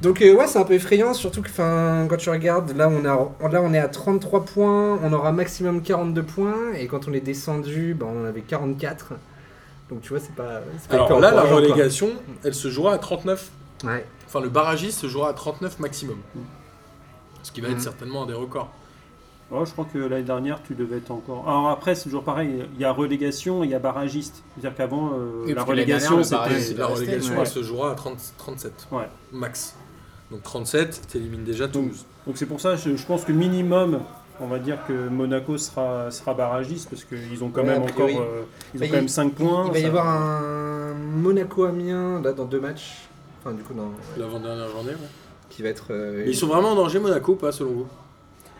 Donc euh, ouais, c'est un peu effrayant, surtout que 'fin, quand tu regardes, là on, a, là on est à 33 points, on aura maximum 42 points, et quand on est descendu, ben, on en avait 44. Donc tu vois, c'est pas... c'est pas Alors hyper là, la encourageant, quoi. relégation, elle se jouera à 39. Ouais. Enfin, le barragiste se jouera à 39 maximum. Ce qui va être Mhm. certainement un des records. Oh, je crois que l'année dernière, tu devais être encore. Alors après, c'est toujours pareil, il y a relégation et il y a barragiste. C'est-à-dire qu'avant, euh, Oui, la parce que l'année relégation, dernière, le Ah, c'était. barrage, Et c'est la pas resté, relégation, ouais. elle se jouera à 30 37 Ouais. max. Donc 37, t'élimines déjà Toulouse. Donc c'est pour ça, je, je pense que minimum, on va dire que Monaco sera, sera barragiste parce qu'ils ont quand Ouais, même a encore. priori. euh, ils Bah, ont il- quand même 5 points. Il va y ça- avoir un Monaco-Amiens, là, dans deux matchs, enfin du coup, dans... L'avant-dernière journée. ouais. qui va être... euh, Mais ils sont vraiment en danger, Monaco, ou pas, selon vous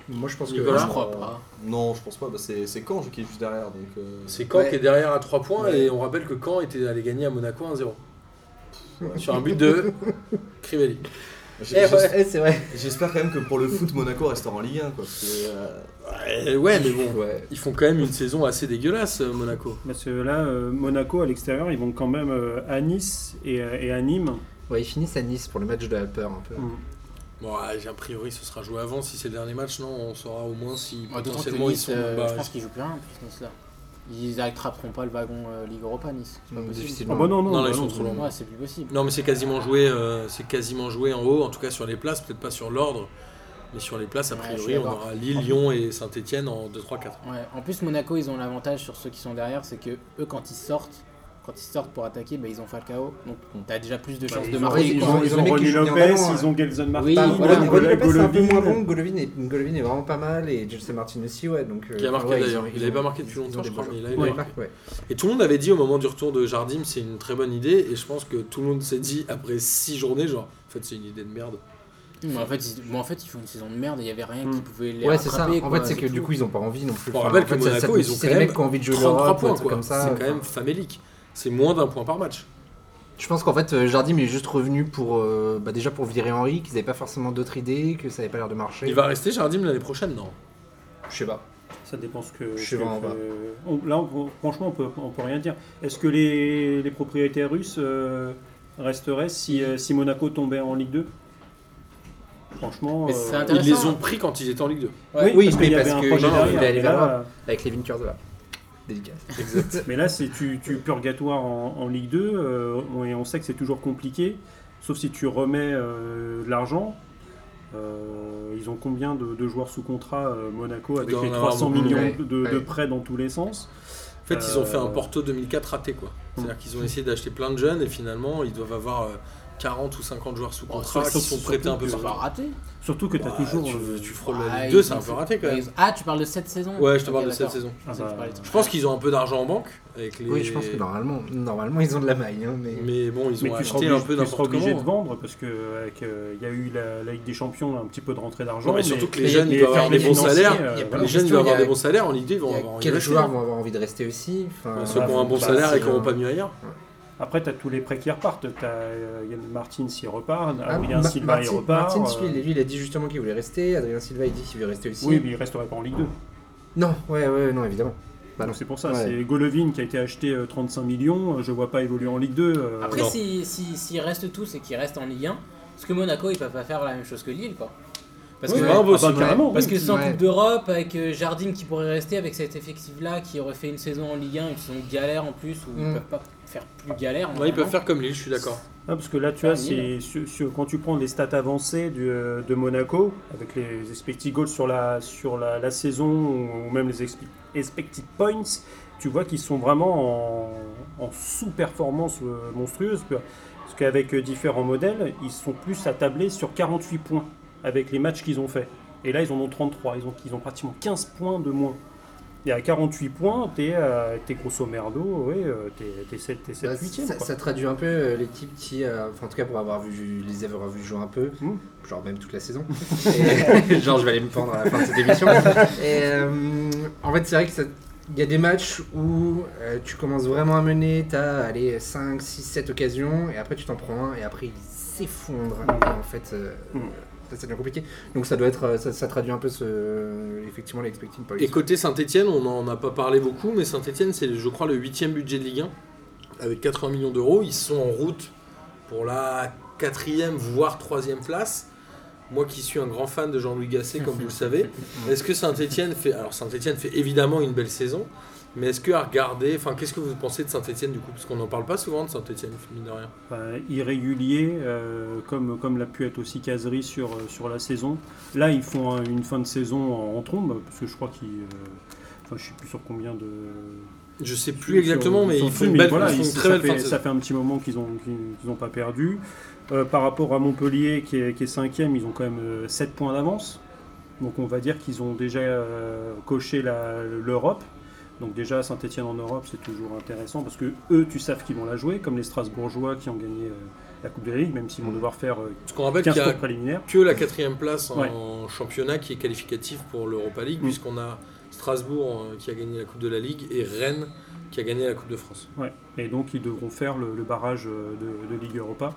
Moi je pense que... Nicolas Je crois pas. Non, je pense pas. Bah, c'est c'est Caen qui est juste derrière. Donc, euh, C'est Caen Ouais. qui est derrière à 3 points Ouais. et on rappelle que Caen était allé gagner à Monaco [laughs] 1-0. Sur un but de Crivelli. j'ai- Eh j'ai- ouais, c'est vrai. J'espère quand même que pour le foot, Monaco restera en Ligue 1. Quoi, parce que, euh, Ouais, ouais, mais bon, Ouais. ils font quand même une saison assez dégueulasse, euh, Monaco. Parce que là, euh, Monaco à l'extérieur, ils vont quand même euh, à Nice et, euh, et à Nîmes. Ouais, ils finissent à Nice pour le match de la peur, un peu. Mm. Bon, ah, a priori, ce sera joué avant. Si c'est le dernier match, non, on saura au moins si Bah, D'autant que potentiellement ils Nice, sont. euh, bah, je pense qu'ils jouent plus rien plus Nice là. Ils attraperont pas le wagon euh, Ligue Europa Nice. C'est pas Mm, possible. difficilement. Ah bah non, non, Non, là, bah ils sont trop loin. Ouais, c'est plus possible. Non, mais c'est quasiment joué, euh, c'est quasiment joué en haut, en tout cas sur les places, peut-être pas sur l'ordre, mais sur les places, a Ouais, je priori, suis on d'accord. aura Lille, Lyon et Saint-Etienne en 2, 3, 4. Ouais. En plus, Monaco, ils ont l'avantage sur ceux qui sont derrière, c'est que eux, quand ils sortent, quand ils sortent pour attaquer, bah, ils ont Falcao. Donc, t'as déjà plus de chances Bah, ils de ont- marquer. Ils quoi. ont, Ils ils ont des ont mecs qui Ronny jouent Lopez, bien, ils ont Gelson Martin, Oui, voilà. ils ont Ronny Golovin Golovin. c'est un peu moins bon, Golovin est, Golovin est vraiment pas mal et Jelson Martin aussi, ouais. Donc, euh, Qui a marqué, ouais, ils d'ailleurs. ont- Il ils avait ont- pas marqué depuis ils ont longtemps, des je crois, bons mais il joueurs. avait Ouais, marqué. ouais. Et tout le monde avait dit au moment du retour de Jardim, c'est une très bonne idée, et je pense que tout le monde s'est dit après 6 journées, genre, en fait, c'est une idée de merde. Mais en, fait, ils, bon, en fait, ils font une saison de merde, il y avait rien qui Hmm. Mm. pouvait les Ouais, c'est ça. rattraper, En quoi, fait, c'est que du tout. coup, ils ont pas envie non plus. On Enfin, rappelle en que fait, ça- ça- Monaco, ils ont quand c'est des mecs même qui ont envie de jouer 33 l'Europe, ou un points, truc quoi. comme ça. c'est quand même famélique. C'est moins d'un point par match. Je pense qu'en fait, euh, Jardim est juste revenu pour euh, bah, déjà pour virer Henri, qu'ils n'avaient pas forcément d'autres idées, que ça n'avait pas l'air de marcher. Il va rester Jardim l'année prochaine, non Je sais pas. Ça dépend ce que. Je ce sais que vraiment pas. euh, on- là, on peut- franchement, on peut, on peut rien dire. Est-ce que les, les propriétaires russes euh, resteraient si, euh, si Monaco tombait en Ligue 2 Franchement. Mais c'est euh, intéressant. Ils les ont pris quand ils étaient en Ligue 2. Oui, Oui, parce mais qu'il y parce avait un que projet non, il derrière. est allé mais vers là, là. Avec les Vinkers de là. Délicat. Mais là, c'est tu, tu purgatoire en, en Ligue 2, euh, on- et on sait que c'est toujours compliqué, sauf si tu remets euh, de l'argent. Euh, ils ont combien de, de joueurs sous contrat euh, Monaco avec doivent les en avoir 300 beaucoup, millions ouais. de, de Ouais. prêts dans tous les sens En fait, ils ont fait un Euh, Porto 2004 raté, quoi. C'est-à-dire qu'ils ont essayé d'acheter plein de jeunes, et finalement, ils doivent avoir euh, 40 ou 50 joueurs sous contrat Sauf- qui sauf- sont prêtés un peu surtout par que ça va rater. Surtout que Bah, tu as toujours. tu, euh, tu frôles la Ah, Ligue ils 2, c'est ont un peu fait- raté quand même. Ah, tu parles de cette saison Ouais, je te Ok, parle de cette d'accord. saison. Ah Je sais que tu bah, parlais de- Je pense qu'ils ont un peu d'argent en banque avec les. Oui, je pense que normalement, normalement, ils ont de la maille. hein, mais... Mais bon, ils mais ont tu acheté seras obligé, un peu tu seras n'importe obligé comment. de vendre parce que avec, euh, il y a eu la, la Ligue des Champions, là, un petit peu de rentrée d'argent. Non, mais surtout que les mais jeunes, ils les doivent avoir des bons financiers, salaires. euh, Il y a plein Les voilà. jeunes, ils question, doivent avoir il y a- des bons salaires. En idée, ils Il vont y a avoir envie Quels d'acheter. joueurs vont avoir envie de rester aussi enfin, Ceux qui ont un bon bah, salaire et c'est qui n'ont un- pas mieux ailleurs. Après, tu as tous les prêts qui repartent. Tu as Martins, il repart. Ah, Adrien Ma- euh, Silva, il Martin- repart. Martins, lui, euh, il- lui, il a dit justement qu'il voulait rester. Adrien Silva, il dit qu'il veut rester aussi. Oui, mais il resterait pas en Ligue 2. Non, ouais, ouais, non, évidemment. Bah non. Donc c'est pour ça, Ouais. c'est Golovin qui a été acheté euh, 35 millions, euh, je vois pas évoluer en Ligue 2. euh, Après, Ah, Non. s'ils si, s'ils restent tous et qu'ils restent en Ligue 1, parce que Monaco, ils peuvent pas faire la même chose que Lille, quoi. Parce Oui, que, bah, ah bah, possible, carrément, oui. parce que sans Ouais. Coupe d'Europe, avec euh, Jardim qui pourrait rester, avec cet effectif-là, qui aurait fait une saison en Ligue 1, une saison galère en plus, où ils Mm. peuvent pas faire plus galère. Hmm. Ouais, ils peuvent normalement. faire comme Lille, je suis d'accord. Ah, parce que là, tu Ah, vois, c'est sur- sur- quand tu prends les stats avancées du, euh, de Monaco, avec les expected goals sur la, sur la, la saison, ou même les expe- expected points, tu vois qu'ils sont vraiment en, en sous-performance euh, monstrueuse. quoi. Parce qu'avec euh, différents modèles, ils sont plus attablés sur 48 points avec les matchs qu'ils ont faits. Et là, ils en ont 33. Ils ont, ils ont pratiquement 15 points de moins. Et à 48 points, t'es euh, t'es grosso merdo, ouais, euh, t'es- t'es 7 Bah, 8 ça, ça traduit un peu euh, l'équipe qui, euh, enfin, en tout cas pour avoir vu les avoir vu jouer un peu, Hmm. Mm. genre même toute [laughs] la saison. Et- genre je vais aller me pendre à la fin de cette émission. Et, euh, en fait c'est vrai que ça- il y a des matchs où euh, tu commences vraiment à mener, t'as allez 5, 6, 7 occasions et après tu t'en prends un et après il s'effondre. Et En fait euh, Mm. Hmm. ça, ça devient compliqué. Donc ça doit être euh, ça, ça traduit un peu ce, effectivement l'expecting points. Et côté Saint-Etienne, on n'en a pas parlé beaucoup, mais Saint-Etienne, c'est, je crois, le huitième budget de Ligue 1, avec 80 millions d'euros. Ils sont en route pour la quatrième, voire troisième place. Moi qui suis un grand fan de Jean-Louis Gasset, comme vous le [laughs] savez, est-ce que Saint-Etienne fait... Alors Saint-Etienne fait évidemment une belle saison, mais est-ce que à regarder... Enfin, qu'est-ce que vous pensez de Saint-Etienne du coup Parce qu'on n'en parle pas souvent de Saint-Etienne, mine de rien. Enfin, euh, irrégulier, euh, comme, comme l'a pu être aussi Casery sur, euh, sur la saison. Là, ils font un- une fin de saison en, en trombe, parce que je crois qu'ils. euh, Enfin, je ne sais plus sur combien de. Je sais plus sur- exactement, sur- mais ils sur le font truc, une, mais belle, voilà, ils font ils- une ça très belle fait- fin de saison. Ça fait un petit moment qu'ils n'ont pas perdu. Euh, par rapport à Montpellier, qui est, qui est cinquième, ils ont quand même 7 points d'avance. Donc, on va dire qu'ils ont déjà euh, coché la- l'Europe. Donc déjà, Saint-Etienne en Europe, c'est toujours intéressant parce que eux, tu savent qu'ils vont la jouer, comme les Strasbourgeois qui ont gagné euh, la Coupe de la Ligue, même Mm. s'ils vont devoir faire euh, Parce qu'on rappelle qu'il 15 y a tours préliminaires. que la quatrième place en championnat qui est qualificatif pour l'Europa League, Mm. puisqu'on a Strasbourg euh, qui a gagné la Coupe de la Ligue et Rennes qui a gagné la Coupe de France. Ouais. Et donc, ils devront faire le, le barrage euh, de, de Ligue Europa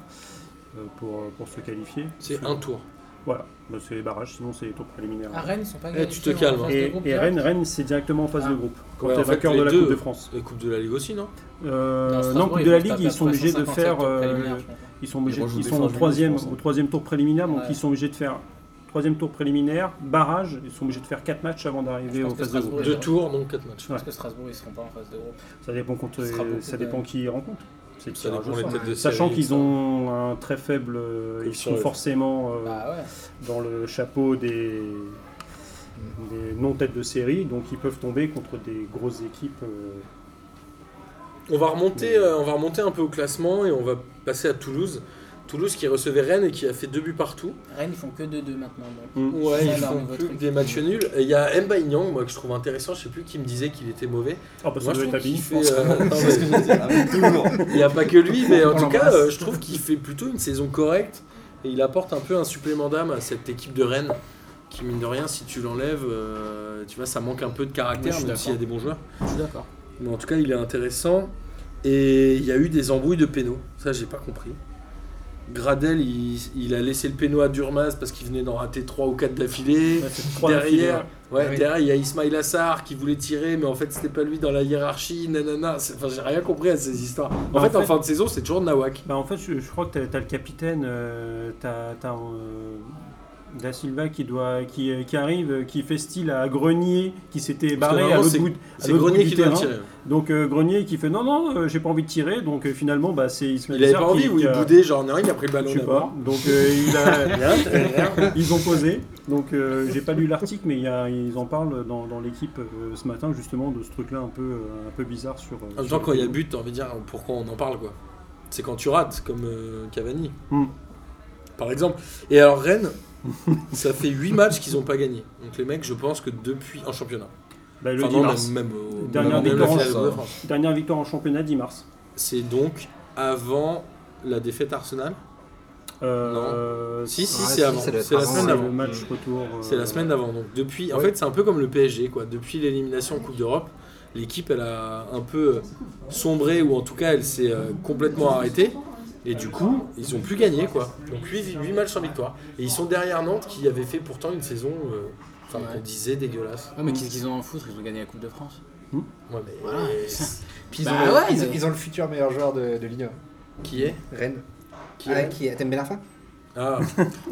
euh, pour, pour se qualifier. C'est Sur- un tour. Voilà, Bah, c'est les barrages, sinon c'est les tours préliminaires. À Ah, Rennes, ils sont pas Eh, tu te hein, qualifiés en calmes, phase de Et, groupe et direct. Rennes, Rennes, c'est directement en phase Ah. de groupe. Quand Ouais, t'es en fait, vainqueur de les la deux- Coupe de France. La Coupe de la Ligue aussi, non Euh, Strasbourg, non, Coupe ils de la vont se Ligue, taper ils sont obligés de 357 faire. tours euh, préliminaires, je pense. hein. ils sont obligés, Ils rejouent ils des sont phases au de troisième, groupe, je pense. au troisième tour préliminaire, donc Ouais. ils sont obligés de faire troisième tour préliminaire, barrage, ils sont obligés de faire quatre matchs avant d'arriver Je pense aux que phases de groupe. Strasbourg, Deux tours, donc quatre matchs. Ouais. Parce que Strasbourg, ils seront pas en phase de groupe. Ça dépend contre, Ce sera beaucoup ça de- dépend qui ils rencontrent. C'est le Ça tirage dépend au les sort. têtes de série, Sachant qu'ils etc. ont un très faible, euh, ils Coefficient sont F. forcément euh, Bah ouais. dans le chapeau des, des non-têtes de série, donc ils peuvent tomber contre des grosses équipes. euh, On va remonter, Mm. euh, on va remonter un peu au classement et on va passer à Toulouse. Toulouse qui recevait Rennes et qui a fait deux buts partout. Rennes, ils font que 2-2 maintenant. donc. Mm. Ouais, C'est ils ça, leur font nouveau plus truc. que des matchs nuls. Et il y a Mba Nyang, moi que je trouve intéressant, je sais plus qui me disait qu'il était mauvais. Ah bah ça moi je doit être trouve qu'il habillé. fait. euh, non, C'est ce que mais [laughs] je veux dire, avec toujours. Il n'y a pas que lui, mais en On tout cas, l'embrasse. euh, je trouve qu'il fait plutôt une saison correcte et il apporte un peu un supplément d'âme à cette équipe de Rennes qui, mine de rien, si tu l'enlèves, euh, tu vois, ça manque un peu de caractère, Oui, je suis même s'il y a des bons joueurs. Je suis d'accord. Mais en tout cas, il est intéressant. Et il y a eu des embrouilles de pénaux. Ça, j'ai pas compris. Gradel, il, il a laissé le péno à Durmaz parce qu'il venait d'en rater 3 ou 4 d'affilée. Ouais, c'est trois d'affilée, Derrière, ouais. ouais, Ah oui. derrière, il y a Ismail Assar qui voulait tirer, mais en fait, c'était pas lui dans la hiérarchie. Nanana, C'est- enfin, j'ai rien compris à ces histoires. En, Bah, en fait, en fait- fin de saison, c'est toujours Nawak. Bah, en fait, je, je crois que tu as, le capitaine, euh, t'as t'as, euh, Da Silva qui, doit, qui, euh, qui arrive, euh, qui fait style à Grenier, qui s'était Parce que barré à normalement, l'autre c'est- bout, de- à C'est l'autre bout Grenier du qui doit le terrain. tirer. Donc euh, Grenier qui fait non, non, euh, j'ai pas envie de tirer. Donc euh, finalement, bah, c'est Ismaël Il avait Sarr pas qui- envie ou qui il a- boudait, genre, non, il a pris le Je ballon sais pas. d'abord. Donc euh, il [laughs] a- ils ont posé. Donc euh, j'ai pas lu l'article, mais il y a- ils en parlent dans, dans l'équipe euh, ce matin justement de ce truc-là un peu, euh, un peu bizarre sur. En même temps, quand il y a but, t'as envie de dire pourquoi on en parle, quoi. C'est quand tu rates, comme euh, Cavani, Hmm. par exemple. Et alors, Rennes, [laughs] ça fait 8 matchs qu'ils n'ont pas gagné. Donc, les mecs, je pense que depuis. en championnat. Bah, le Enfin, 10 non, mars. même, même au- Dernière même la victoire en finale de France. France. Dernière victoire en championnat 10 mars. C'est donc avant la défaite Arsenal. Euh, Si, si, Ah, c'est si, avant. ça doit être C'est la avant, semaine C'est le d'avant. match retour. euh, C'est la semaine d'avant. Donc depuis, en Ouais. fait, c'est un peu comme le PSG, quoi. Depuis l'élimination en Coupe d'Europe, l'équipe, elle a un peu euh, sombré ou en tout cas, elle s'est euh, complètement arrêtée. Et du coup, ils ont plus gagné, quoi. Donc 8, matchs sans victoire. Et ils sont derrière Nantes, qui avait fait pourtant une saison, euh, enfin, Ouais. qu'on disait dégueulasse. Ouais, mais qu'est-ce qu'ils ont en foutre Ils ont gagné la Coupe de France. Ouais, mais Voilà. c'est- Puis ils, Bah ont le, ouais, ils, mais- ils ont le futur meilleur joueur de, de Ligue [laughs] qui est 1, Rennes. Qui ah, est qui est Thème Benarfa Ah,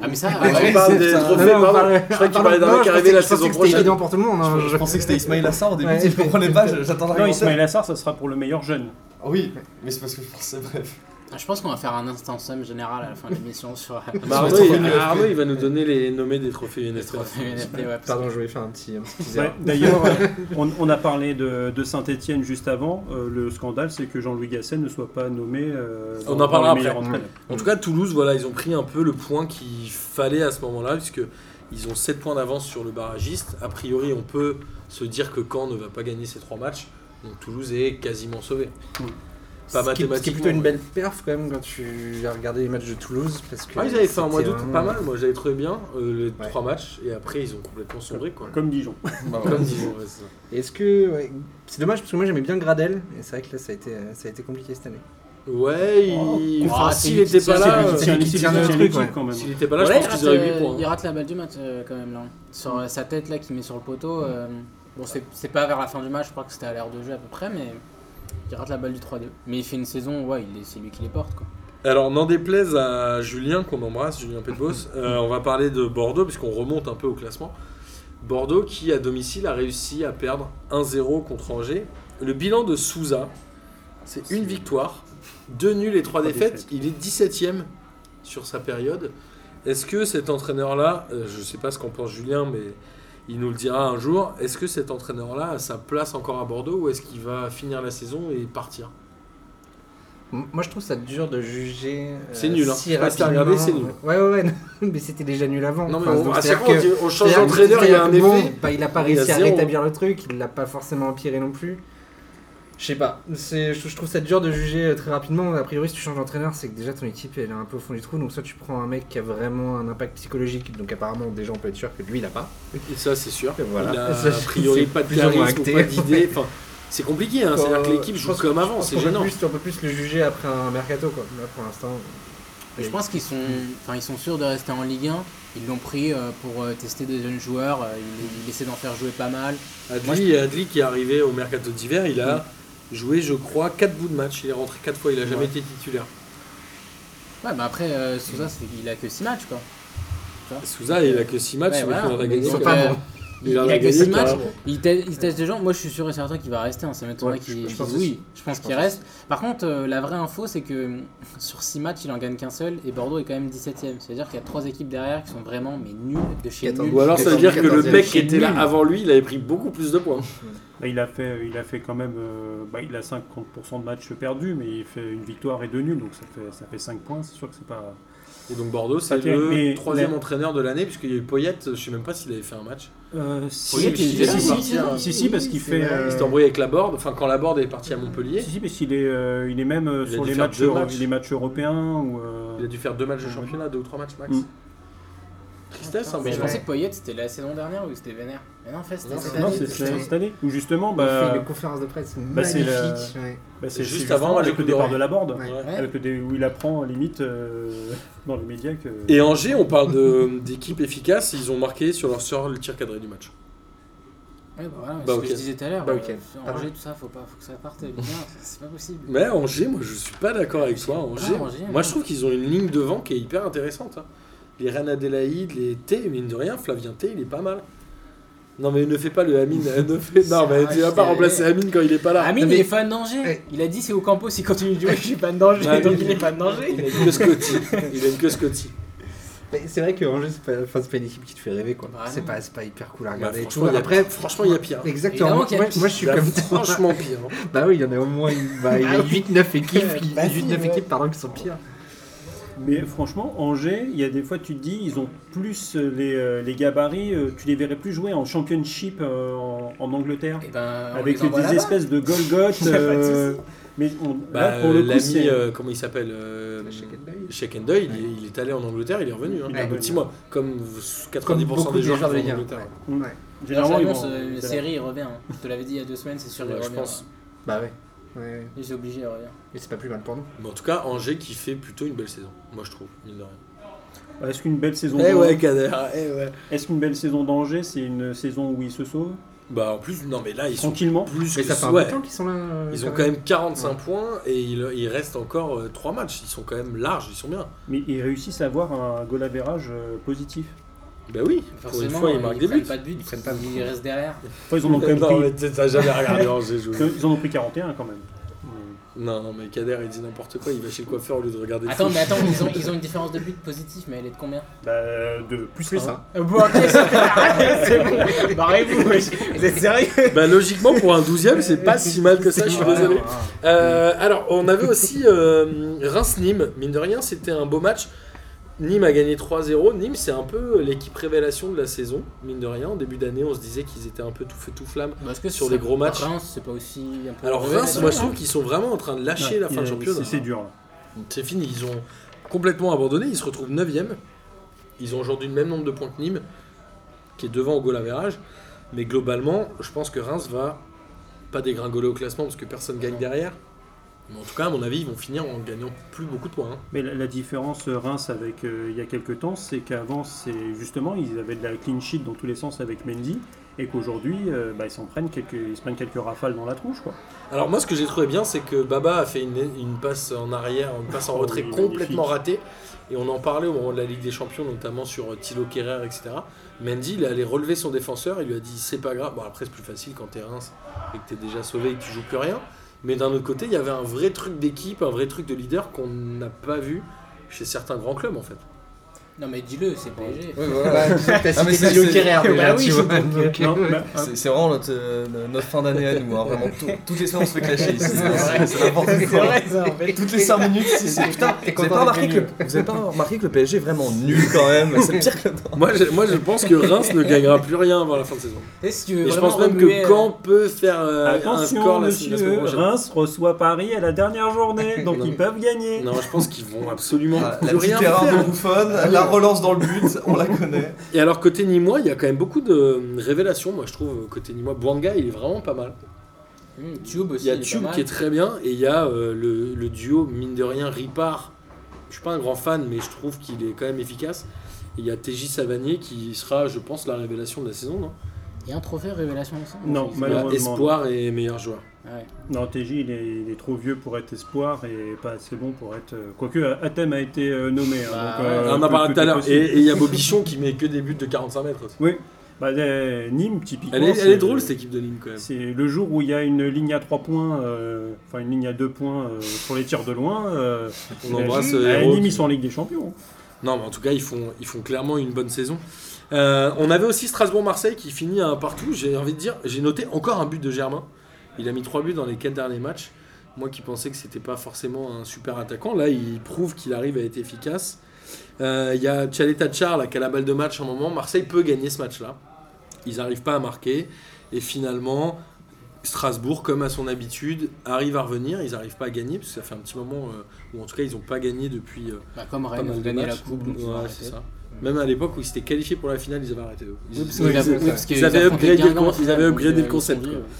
Ah, mais ça, Ah, ouais, tu parles c'est des ça. trophées, Non, non, on pardon. parlait- Je crois que tu parlais d'un Ah, Non, mec je qui arrivait la pensais saison que- je pensais que c'était prochaine. évident pour tout le monde. hein. Je pensais que c'était Ismail Assar au début, [laughs] Ouais. tu sais, je comprenais pas, je- j'attendais Non, un conseil. Ismaël Assar, ça sera pour le meilleur jeune. Ah Oui, mais c'est parce que je pensais, bref. Ah, je pense qu'on va faire un instant somme général à la fin de l'émission sur Bah, Sur les Arnaud, trophées il- UNFP. Arnaud, il va nous donner les nommés des trophées les UNFP. trophées UNFP. Ouais, parce Pardon, je voulais faire un petit, un petit teaser. Ouais, [laughs] D'ailleurs, euh, on, on a parlé de, Saint-Etienne juste avant. Euh, le scandale, c'est que Jean-Louis Gasset ne soit pas nommé. euh, On en dans- dans parlera les meilleurs après. entraîneurs. En tout cas, Toulouse, voilà, ils ont pris un peu le point qu'il fallait à ce moment-là, puisque ils ont 7 points d'avance sur le barragiste. A priori, on peut se dire que Caen ne va pas gagner ses 3 matchs. Donc Toulouse est quasiment sauvé. Pas ce, qui, ce qui est mathématiquement, plutôt une ouais. belle perf quand même quand tu as regardé les matchs de Toulouse. Parce que Ah, ils avaient fait un mois c'était d'août vraiment- pas mal, moi j'avais trouvé bien euh, les Ouais. 3 matchs, et après ils ont complètement sombré. Quoi. Comme Dijon. Bah, Comme Dijon, ouais, c'est ça. Est-ce que. ouais, c'est dommage parce que moi j'aimais bien Gradel et c'est vrai que là ça a été, ça a été compliqué cette année. Ouais, il... Oh, enfin, c'est s'il une n'était petite- pas c'est là, une euh, petite- C'est un Ah, qui équipe- tient le c'est un truc, équipe, ouais. quand même. s'il n'était pas là, je Ouais, pense il qu'ils rate, auraient 8 euh, points. Il rate la balle du match euh, quand même là. Sur euh, sa tête là qui met sur le poteau. euh, bon, c'est c'est pas vers la fin du match, je crois que c'était à l'heure de jeu à peu près, mais il rate la balle du 3-2. Mais il fait une saison, ouais, il est- c'est lui qui les porte quoi. Alors, n'en déplaise à Julien, qu'on embrasse, Julien Petbos, euh, on va parler de Bordeaux, puisqu'on remonte un peu au classement. Bordeaux qui, à domicile, a réussi à perdre 1-0 contre Angers. Le bilan de Souza, c'est une victoire, deux nuls et trois Trois défaites. défaites. Il est 17ème sur sa période. Est-ce que cet entraîneur-là, euh, je ne sais pas ce qu'en pense Julien, mais il nous le dira un jour, est-ce que cet entraîneur-là a sa place encore à Bordeaux ou est-ce qu'il va finir la saison et partir M- Moi, je trouve ça dur de juger. euh, C'est nul, hein. Si Je sais pas si t'as rapidement. regardé, c'est nul. Ouais, ouais, [laughs] ouais. non, mais c'était déjà nul avant. Non, mais Enfin, on, donc, à chaque c'est-à-dire fois, on que- dit- on change c'est-à-dire que- d'entraîneur, il y a un c'est-à-dire que, effet. bon, bah, il a pas Il y a réussi à zéro. rétablir le truc, il l'a pas forcément empiré non plus. Je sais pas. C'est- Je je trouve ça dur de juger euh, très rapidement. A priori, si tu changes d'entraîneur, c'est que déjà ton équipe elle est un peu au fond du trou. Donc, soit tu prends un mec qui a vraiment un impact psychologique. Donc, apparemment, déjà, on peut être sûr que lui, il a pas. Et ça, c'est sûr. Et voilà. Il [laughs] a Ça, a priori c'est pas de plus ou moins charisme, acté. pas d'idée. Enfin, c'est compliqué, hein. c'est-à-dire que Euh, l'équipe je joue pense- comme je avant, pense c'est qu'on peut gênant. plus- on peut plus le juger après un mercato, quoi. Là, pour l'instant. Mais je pense qu'ils sont, enfin, ils sont sûrs de rester en Ligue 1. Ils l'ont pris euh, pour euh, tester des jeunes joueurs. euh, Ils, ils essaient d'en faire jouer pas mal. Moi, Adli, Adli qui est arrivé au mercato d'hiver, il a joué, je crois, 4 bouts de match. Il est rentré 4 fois, il a jamais Ouais. été titulaire. Ouais, mais après, euh, Souza, c'est- il a que 6 matchs, quoi. Souza, il a que 6 matchs, Ouais, mais voilà. il en a Mais gagné. donc, que- pas euh, bon. Il, il en a que gagné 6 que- matchs. Ouais, Il, te- il teste des gens. Moi, je suis sûr et certain qu'il va rester. hein. C'est maintenant Ouais, qu'il je- je qu'il- pense oui. Je pense Je qu'il pense reste. Par contre, euh, la vraie info, c'est que [laughs] hum, sur 6 matchs, il en gagne qu'un seul et Bordeaux est quand même 17ème. C'est-à-dire qu'il y a 3 équipes derrière qui sont vraiment mais nulles de chez Quatorze. nulles. Ou alors ça veut dire que le 14e, mec qui était là nul. avant lui, il avait pris beaucoup plus de points. Bah, il, a fait, il a fait quand même. euh, bah, il a 50% de matchs perdus, mais il fait une victoire et deux nuls, donc ça fait, ça fait 5 points. C'est sûr que c'est pas. Et donc Bordeaux, c'est Ok, le mais- troisième mais- entraîneur de l'année, puisqu'il y a eu Poyette, je sais même pas s'il avait fait un match. Euh, Oui, si, mais il hein. si, était si, là, si, si, quoi. si, si, parce qu'il C'est fait. vrai. euh, Il s'est embrouillé avec la Borde, enfin quand la Borde est partie à Mm. Montpellier, si, si, parce qu'il est, euh, il est même euh, Il a sur dû les faire matchs, deux euro- matchs. les matchs européens. Ou, euh, il a dû faire deux Mm. matchs de championnat, deux ou trois matchs max. Mm. Tristesse, hein, Mais mais je pensais que Poyet, c'était la saison dernière où c'était vénère. Mais non, en fait, c'était Non, cette Non, année. c'est c'est- c'est cette année. Où justement, Il fait bah, une conférence de presse bah, c'est magnifique. la- ouais. bah, c'est Juste juste avant, avant, le avec coup le départ d'oreille. de la Borde. Ouais. Ouais. Avec Ah, le dé- où il apprend limite euh, [laughs] dans les médias que. Et Angers, on parle de- [laughs] d'équipe efficace, ils ont marqué sur leur sort le tir cadré du match. Ouais, bah voilà, Bah, ce ok. que je disais tout à l'heure. Bah, euh, ok. Pas Angers, mal. tout ça, faut, pas, faut que ça parte. Ligue 1, c'est pas possible. Mais Angers, moi je suis pas d'accord avec toi. Angers, Ah, Angers, moi ouais. je trouve qu'ils ont une ligne devant qui est hyper intéressante. hein. Les Reine Adélaïde, les T, mine de rien, Flavien T, il est pas mal. Non mais ne fais pas le Amine. [laughs] euh, ne fais- Non mais tu vas vrai, pas je remplacer Amine quand il est pas là. Amine, Non, mais- il est fan d'Angers. Ouais. Il a dit c'est au Campos, il continue de jouer, [laughs] je suis fan d'Angers. Ouais, donc mais- il est fan d'Angers. Il aime que Scotty. Il aime que Scotty. Mais c'est vrai que Angers, c'est pas, enfin, c'est pas une équipe qui te fait rêver quoi. Bah, c'est non. pas, c'est pas hyper cool à Bah, regarder. et franchement, il y tout. a- Après, franchement, il y a pire. exactement. Évidemment Moi, qu'il y a moi, pire. je suis Bah, [laughs] comme toi. franchement pire. hein. Bah oui, il y en a au moins une- bah, il Ah y a [laughs] 8-9 équipes, qui, Bah, si, 8-9 ouais. équipes pardon, qui sont pires. Mais franchement, Angers, il y a des fois, tu te dis, ils ont plus euh, les, euh, les gabarits, euh, tu les verrais plus jouer en championship euh, en, en Angleterre. Et ben, on avec les envoie des là-bas. espèces de [laughs] Golgoth. euh, mais on- Bah, là, pour le euh, coup, l'ami, c'est. euh, comment il s'appelle euh, Shake and Doyle, il, est- il est allé en Angleterre, il est revenu. Hein, Il il est de revenu. 6 mois. Comme Comme 90% beaucoup des de joueurs qui vont joueurs en de Ligue 1. Angleterre. Mm. Ouais. Généralement, ils J'annonce, vont- euh, une c'est là. série, il revient. hein. Je te l'avais dit il y a deux semaines, c'est sûr, Ouais, il je revient. hein. pense. Bah ouais. Ouais, ouais. Il est obligé, il revient. Et c'est pas plus mal pour nous. Mais en tout cas, Angers qui fait plutôt une belle saison, moi je trouve, mine de rien. Est-ce qu'une belle saison Eh d'Angers, ouais, Kader, eh ouais. est-ce qu'une belle saison d'Angers, c'est une saison où ils se sauvent Bah en plus, non mais là, ils sont tranquillement plus Mais que ça fait un ouais. bout de temps qu'ils sont là. euh, Ils ont quand même 45 points et il, il reste encore 3 matchs. Ils sont quand même larges, ils sont bien. Mais ils réussissent à avoir un goal average euh, positif. Bah oui, pour une Forcément, fois, ils marquent des prennent buts. pas de but, ils, restent derrière. Enfin, ils en ont quand même non, pris- mais t'as- t'as jamais regardé Angers [laughs] jouer. Ils en ont pris 41 quand même. Hum. Non, non, mais Kader, il dit n'importe quoi. Il va chez le coiffeur au lieu de regarder le Attends, foot. mais attends, ils ont, ils ont une différence de but positive, mais elle est de combien Euh, Bah, de plus Plus un. hein. Bon, ok, c'est bon. [laughs] Barrez-vous, wesh. vous êtes sérieux Bah logiquement, pour un 12ème, c'est pas si mal que ça, je suis désolé. Ah, Euh, alors, on avait aussi euh, Reims-Nîmes. Mine de rien, c'était un beau match. Nîmes a gagné 3-0. Nîmes, c'est un peu l'équipe révélation de la saison, mine de rien. En début d'année, on se disait qu'ils étaient un peu tout feu tout flamme. Parce que Sur les gros matchs. Reims, c'est pas aussi un peu. Alors mauvais, Reims, mais moi je non. trouve qu'ils sont vraiment en train de lâcher la Ouais, fin de il- championnat. Ah, c'est- C'est dur là. C'est fini, ils ont complètement abandonné, ils se retrouvent 9ème. Ils ont aujourd'hui le même nombre de points que Nîmes, qui est devant au goal average. Mais globalement, je pense que Reims va pas dégringoler au classement parce que personne gagne derrière. Mais en tout cas, à mon avis, ils vont finir en gagnant plus beaucoup de points. hein. Mais la, la différence euh, Reims avec euh, il y a quelques temps, c'est qu'avant, c'est justement, ils avaient de la clean sheet dans tous les sens avec Mendy, et qu'aujourd'hui, euh, bah, ils s'en prennent quelques, ils se prennent quelques rafales dans la tronche, quoi. Alors moi, ce que j'ai trouvé bien, c'est que Baba a fait une, une passe en arrière, une passe en Oh, retrait oui, complètement ratée. magnifique. Et on en parlait au moment de la Ligue des Champions, notamment sur euh, Thilo Kerrer, etc. Mendy, il est allé relever son défenseur, il lui a dit c'est pas grave. Bon, après, c'est plus facile quand t'es Reims et que t'es déjà sauvé et que tu joues plus rien. Mais d'un autre côté, il y avait un vrai truc d'équipe, un vrai truc de leader qu'on n'a pas vu chez certains grands clubs, en fait. Non, mais dis-le, c'est PSG. Ouais, voilà. Bah, disons que T'as Ah, mais cité c'est- Thilo c'est- Kerrer déjà, Bah oui, tu vois. c'est donc, [laughs] Non, euh, bah, C'est c'est vraiment notre, euh, notre fin d'année à nous, hein, vraiment. tout- toutes les semaines on se fait clasher ici. C'est vrai. c'est n'importe quoi. ça, en fait. Toutes les 5 minutes, c'est- Ah, c'est putain. T'es Vous content avez, pas d'être remarqué que nul. le, vous avez pas remarqué que le PSG est [laughs] vraiment nul quand même. C'est pire que le Moi je, moi, je pense que Reims ne gagnera plus rien avant la fin de saison. Est-ce que tu veux Et je vraiment pense même remuer, que Caen peut faire euh, un score euh, Attention, la, la semaine monsieur, prochaine. Reims reçoit Paris à la dernière [laughs] journée, donc Non, ils mais- peuvent gagner. Non, je pense qu'ils vont absolument Ah, La plus petite [laughs] rien erreur faire. de bouffonne, la relance dans le but, on la connaît. Et alors côté Nîmois, il y a quand même beaucoup de euh, révélations, moi je trouve, euh, côté Nîmois. Bouanga, il est vraiment pas mal. euh, hmm, Tube aussi. Il y a est pas Tube mal. qui est très bien, et il y a euh, le, le duo, mine de rien, Ripard je suis pas un grand fan, mais je trouve qu'il est quand même efficace. Et Il y a TJ Savanier qui sera, je pense, la révélation de la saison, non Il y a un trophée révélation ensemble Non, Ils- malheureusement. Voilà, Espoir et meilleur joueur. Ouais. Non, TJ, il est, il est trop vieux pour être espoir et pas assez bon pour être. euh, Quoique, Athème a été euh, nommé. hein, Bah, donc, ouais. euh, Ah, on en tout- parlait tout tout à est l'heure. possible. Et et il y a Bobichon qui met que des buts de 45 mètres. aussi. Oui. Bah, euh, Nîmes, typiquement. Elle est, elle c'est- euh, est drôle cette équipe de Nîmes quand même. C'est le jour où il y a une ligne à 3 points, euh, enfin une ligne à 2 points euh, pour les tirs de loin. euh, On embrasse euh, euh, Héros Nîmes, qui- ils sont en Ligue des Champions. hein. Non, mais en tout cas, ils font, ils font clairement une bonne saison. Euh, on avait aussi Strasbourg-Marseille qui finit un partout. J'ai envie de dire, j'ai noté encore un but de Germain. Il a mis trois buts dans les quatre derniers matchs. Moi qui pensais que c'était pas forcément un super attaquant, là, il prouve qu'il arrive à être efficace. Euh, Il y a Tchaleta Charles qui a la balle de match à un moment. Marseille peut gagner ce match-là. Ils n'arrivent pas à marquer. Et finalement, Strasbourg, comme à son habitude, arrive à revenir. Ils n'arrivent pas à gagner, parce que ça fait un petit moment, euh, ou en tout cas, ils n'ont pas gagné depuis. euh, Bah, comme pas Rennes, mal ils ont de gagné la matchs. coupe, donc ils ont Ouais, arrêté. c'est ça. Même à l'époque où ils s'étaient qualifiés pour la finale, ils avaient arrêté. eux. Oui, parce Ils- qu'ils ils- avaient- oui, parce qu'ils ils avaient affrontaient upgradé le Guingamp en con- finale, ils avaient donc, upgradé euh, le concept, ils sont quoi. vieux.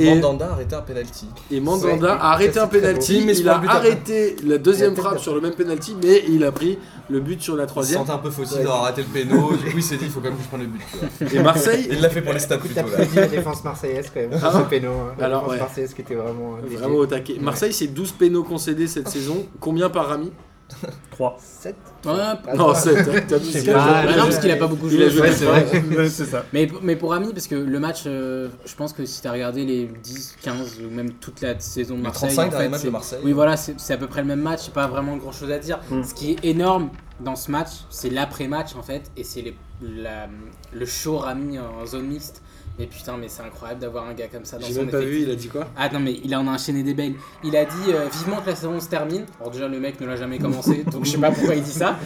Et, Et- Mandanda a arrêté un penalty. Et Mandanda a arrêté Ça, un c'est très penalty, beau. Mais il c'est a pas le but après. arrêté la deuxième Il a frappe peut-être sur le même penalty, mais il a pris le but sur la Il se troisième. sentait un peu fautif Ouais. d'avoir raté le péno, du coup il s'est dit il faut quand même que je prenne le but. tu vois. Et Marseille, [laughs] Et il l'a fait pour les stats Écoute, t'as plutôt là. prédit la défense marseillaise quand même, sur Ah. ce péno. hein. La Alors, défense ouais. marseillaise qui était vraiment. euh, dédiée. vraiment au taquet. Marseille, c'est 12 pénaux concédés cette saison. Combien par Rami [laughs] 3. Sept euh, [laughs] Ouais, Ah, Non, ça. 7. C'est pas- bah ouais, non, ouais. parce qu'il a pas beaucoup Il a joué. joué Ouais, c'est vrai. c'est ça. Mais, mais pour Ami, parce que le match, euh, je pense que si tu as regardé les 10, 15 ou même toute la saison de Les Marseille, 35 en derniers fait, matchs de c'est- Marseille. Oui, voilà, c'est c'est à peu près le même match, c'est pas vraiment grand chose à dire. Mm. Ce qui est énorme dans ce match, c'est l'après-match en fait, et c'est les- la- le show Rami en zone mixte. Mais putain, mais c'est incroyable d'avoir un gars comme ça dans J'ai son même pas effectif. vu, il a dit quoi Ah non, mais il en a enchaîné des belles. Il a dit euh, vivement que la saison se termine. Alors, déjà, le mec ne l'a jamais [laughs] commencé, donc je sais pas pourquoi il dit ça.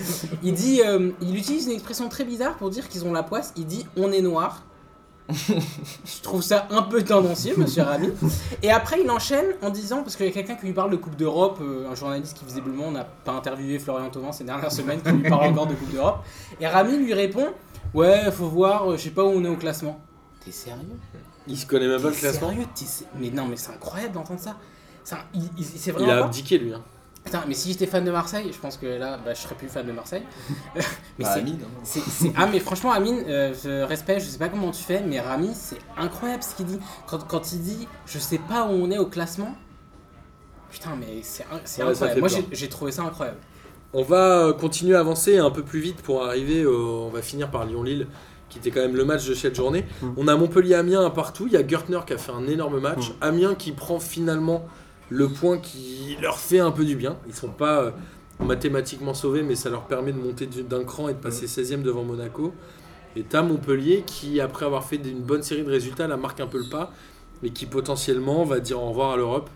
Il dit, euh, il utilise une expression très bizarre pour dire qu'ils ont la poisse. Il dit on est [laughs] noir. je trouve ça un peu tendancieux, monsieur Rami. Et après, il enchaîne en disant, parce qu'il y a quelqu'un qui lui parle de Coupe d'Europe, euh, un journaliste qui visiblement n'a pas interviewé Florian Thauvin ces dernières semaines, qui lui parle [laughs] encore de Coupe d'Europe. Et Rami lui répond Ouais, faut voir, euh, je sais pas où on est au classement. T'es sérieux Il se connaît même pas le T'es classement. sérieux T'es sé- Mais non, mais c'est incroyable d'entendre ça. C'est un- il- il- C'est Il vraiment a pas- abdiqué lui. hein. Putain, mais si j'étais fan de Marseille, je pense que là, bah, je serais plus fan [laughs] de Marseille. [laughs] mais Bah, c'est- Amine, hein. c'est- c'est- Ah, mais franchement, Amine, euh, je- respect, je sais pas comment tu fais, mais Rami, c'est incroyable ce qu'il dit. Quand, quand il dit, je sais pas où on est au classement, putain, mais c'est un- c'est Ouais, ça fait incroyable. Moi, peur. j'ai- j'ai trouvé ça incroyable. On va euh, continuer à avancer un peu plus vite pour arriver. au- on va finir par Lyon-Lille, qui était quand même le match de cette journée. Mm. On a Montpellier-Amiens un partout. Il y a Gertner qui a fait un énorme match. Amiens qui prend finalement le point qui leur fait un peu du bien. Ils sont pas euh, mathématiquement sauvés, mais ça leur permet de monter du- d'un cran et de passer 16e devant Monaco. Et t'as Montpellier qui, après avoir fait une bonne série de résultats, la marque un peu le pas et qui potentiellement va dire au revoir à l'Europe.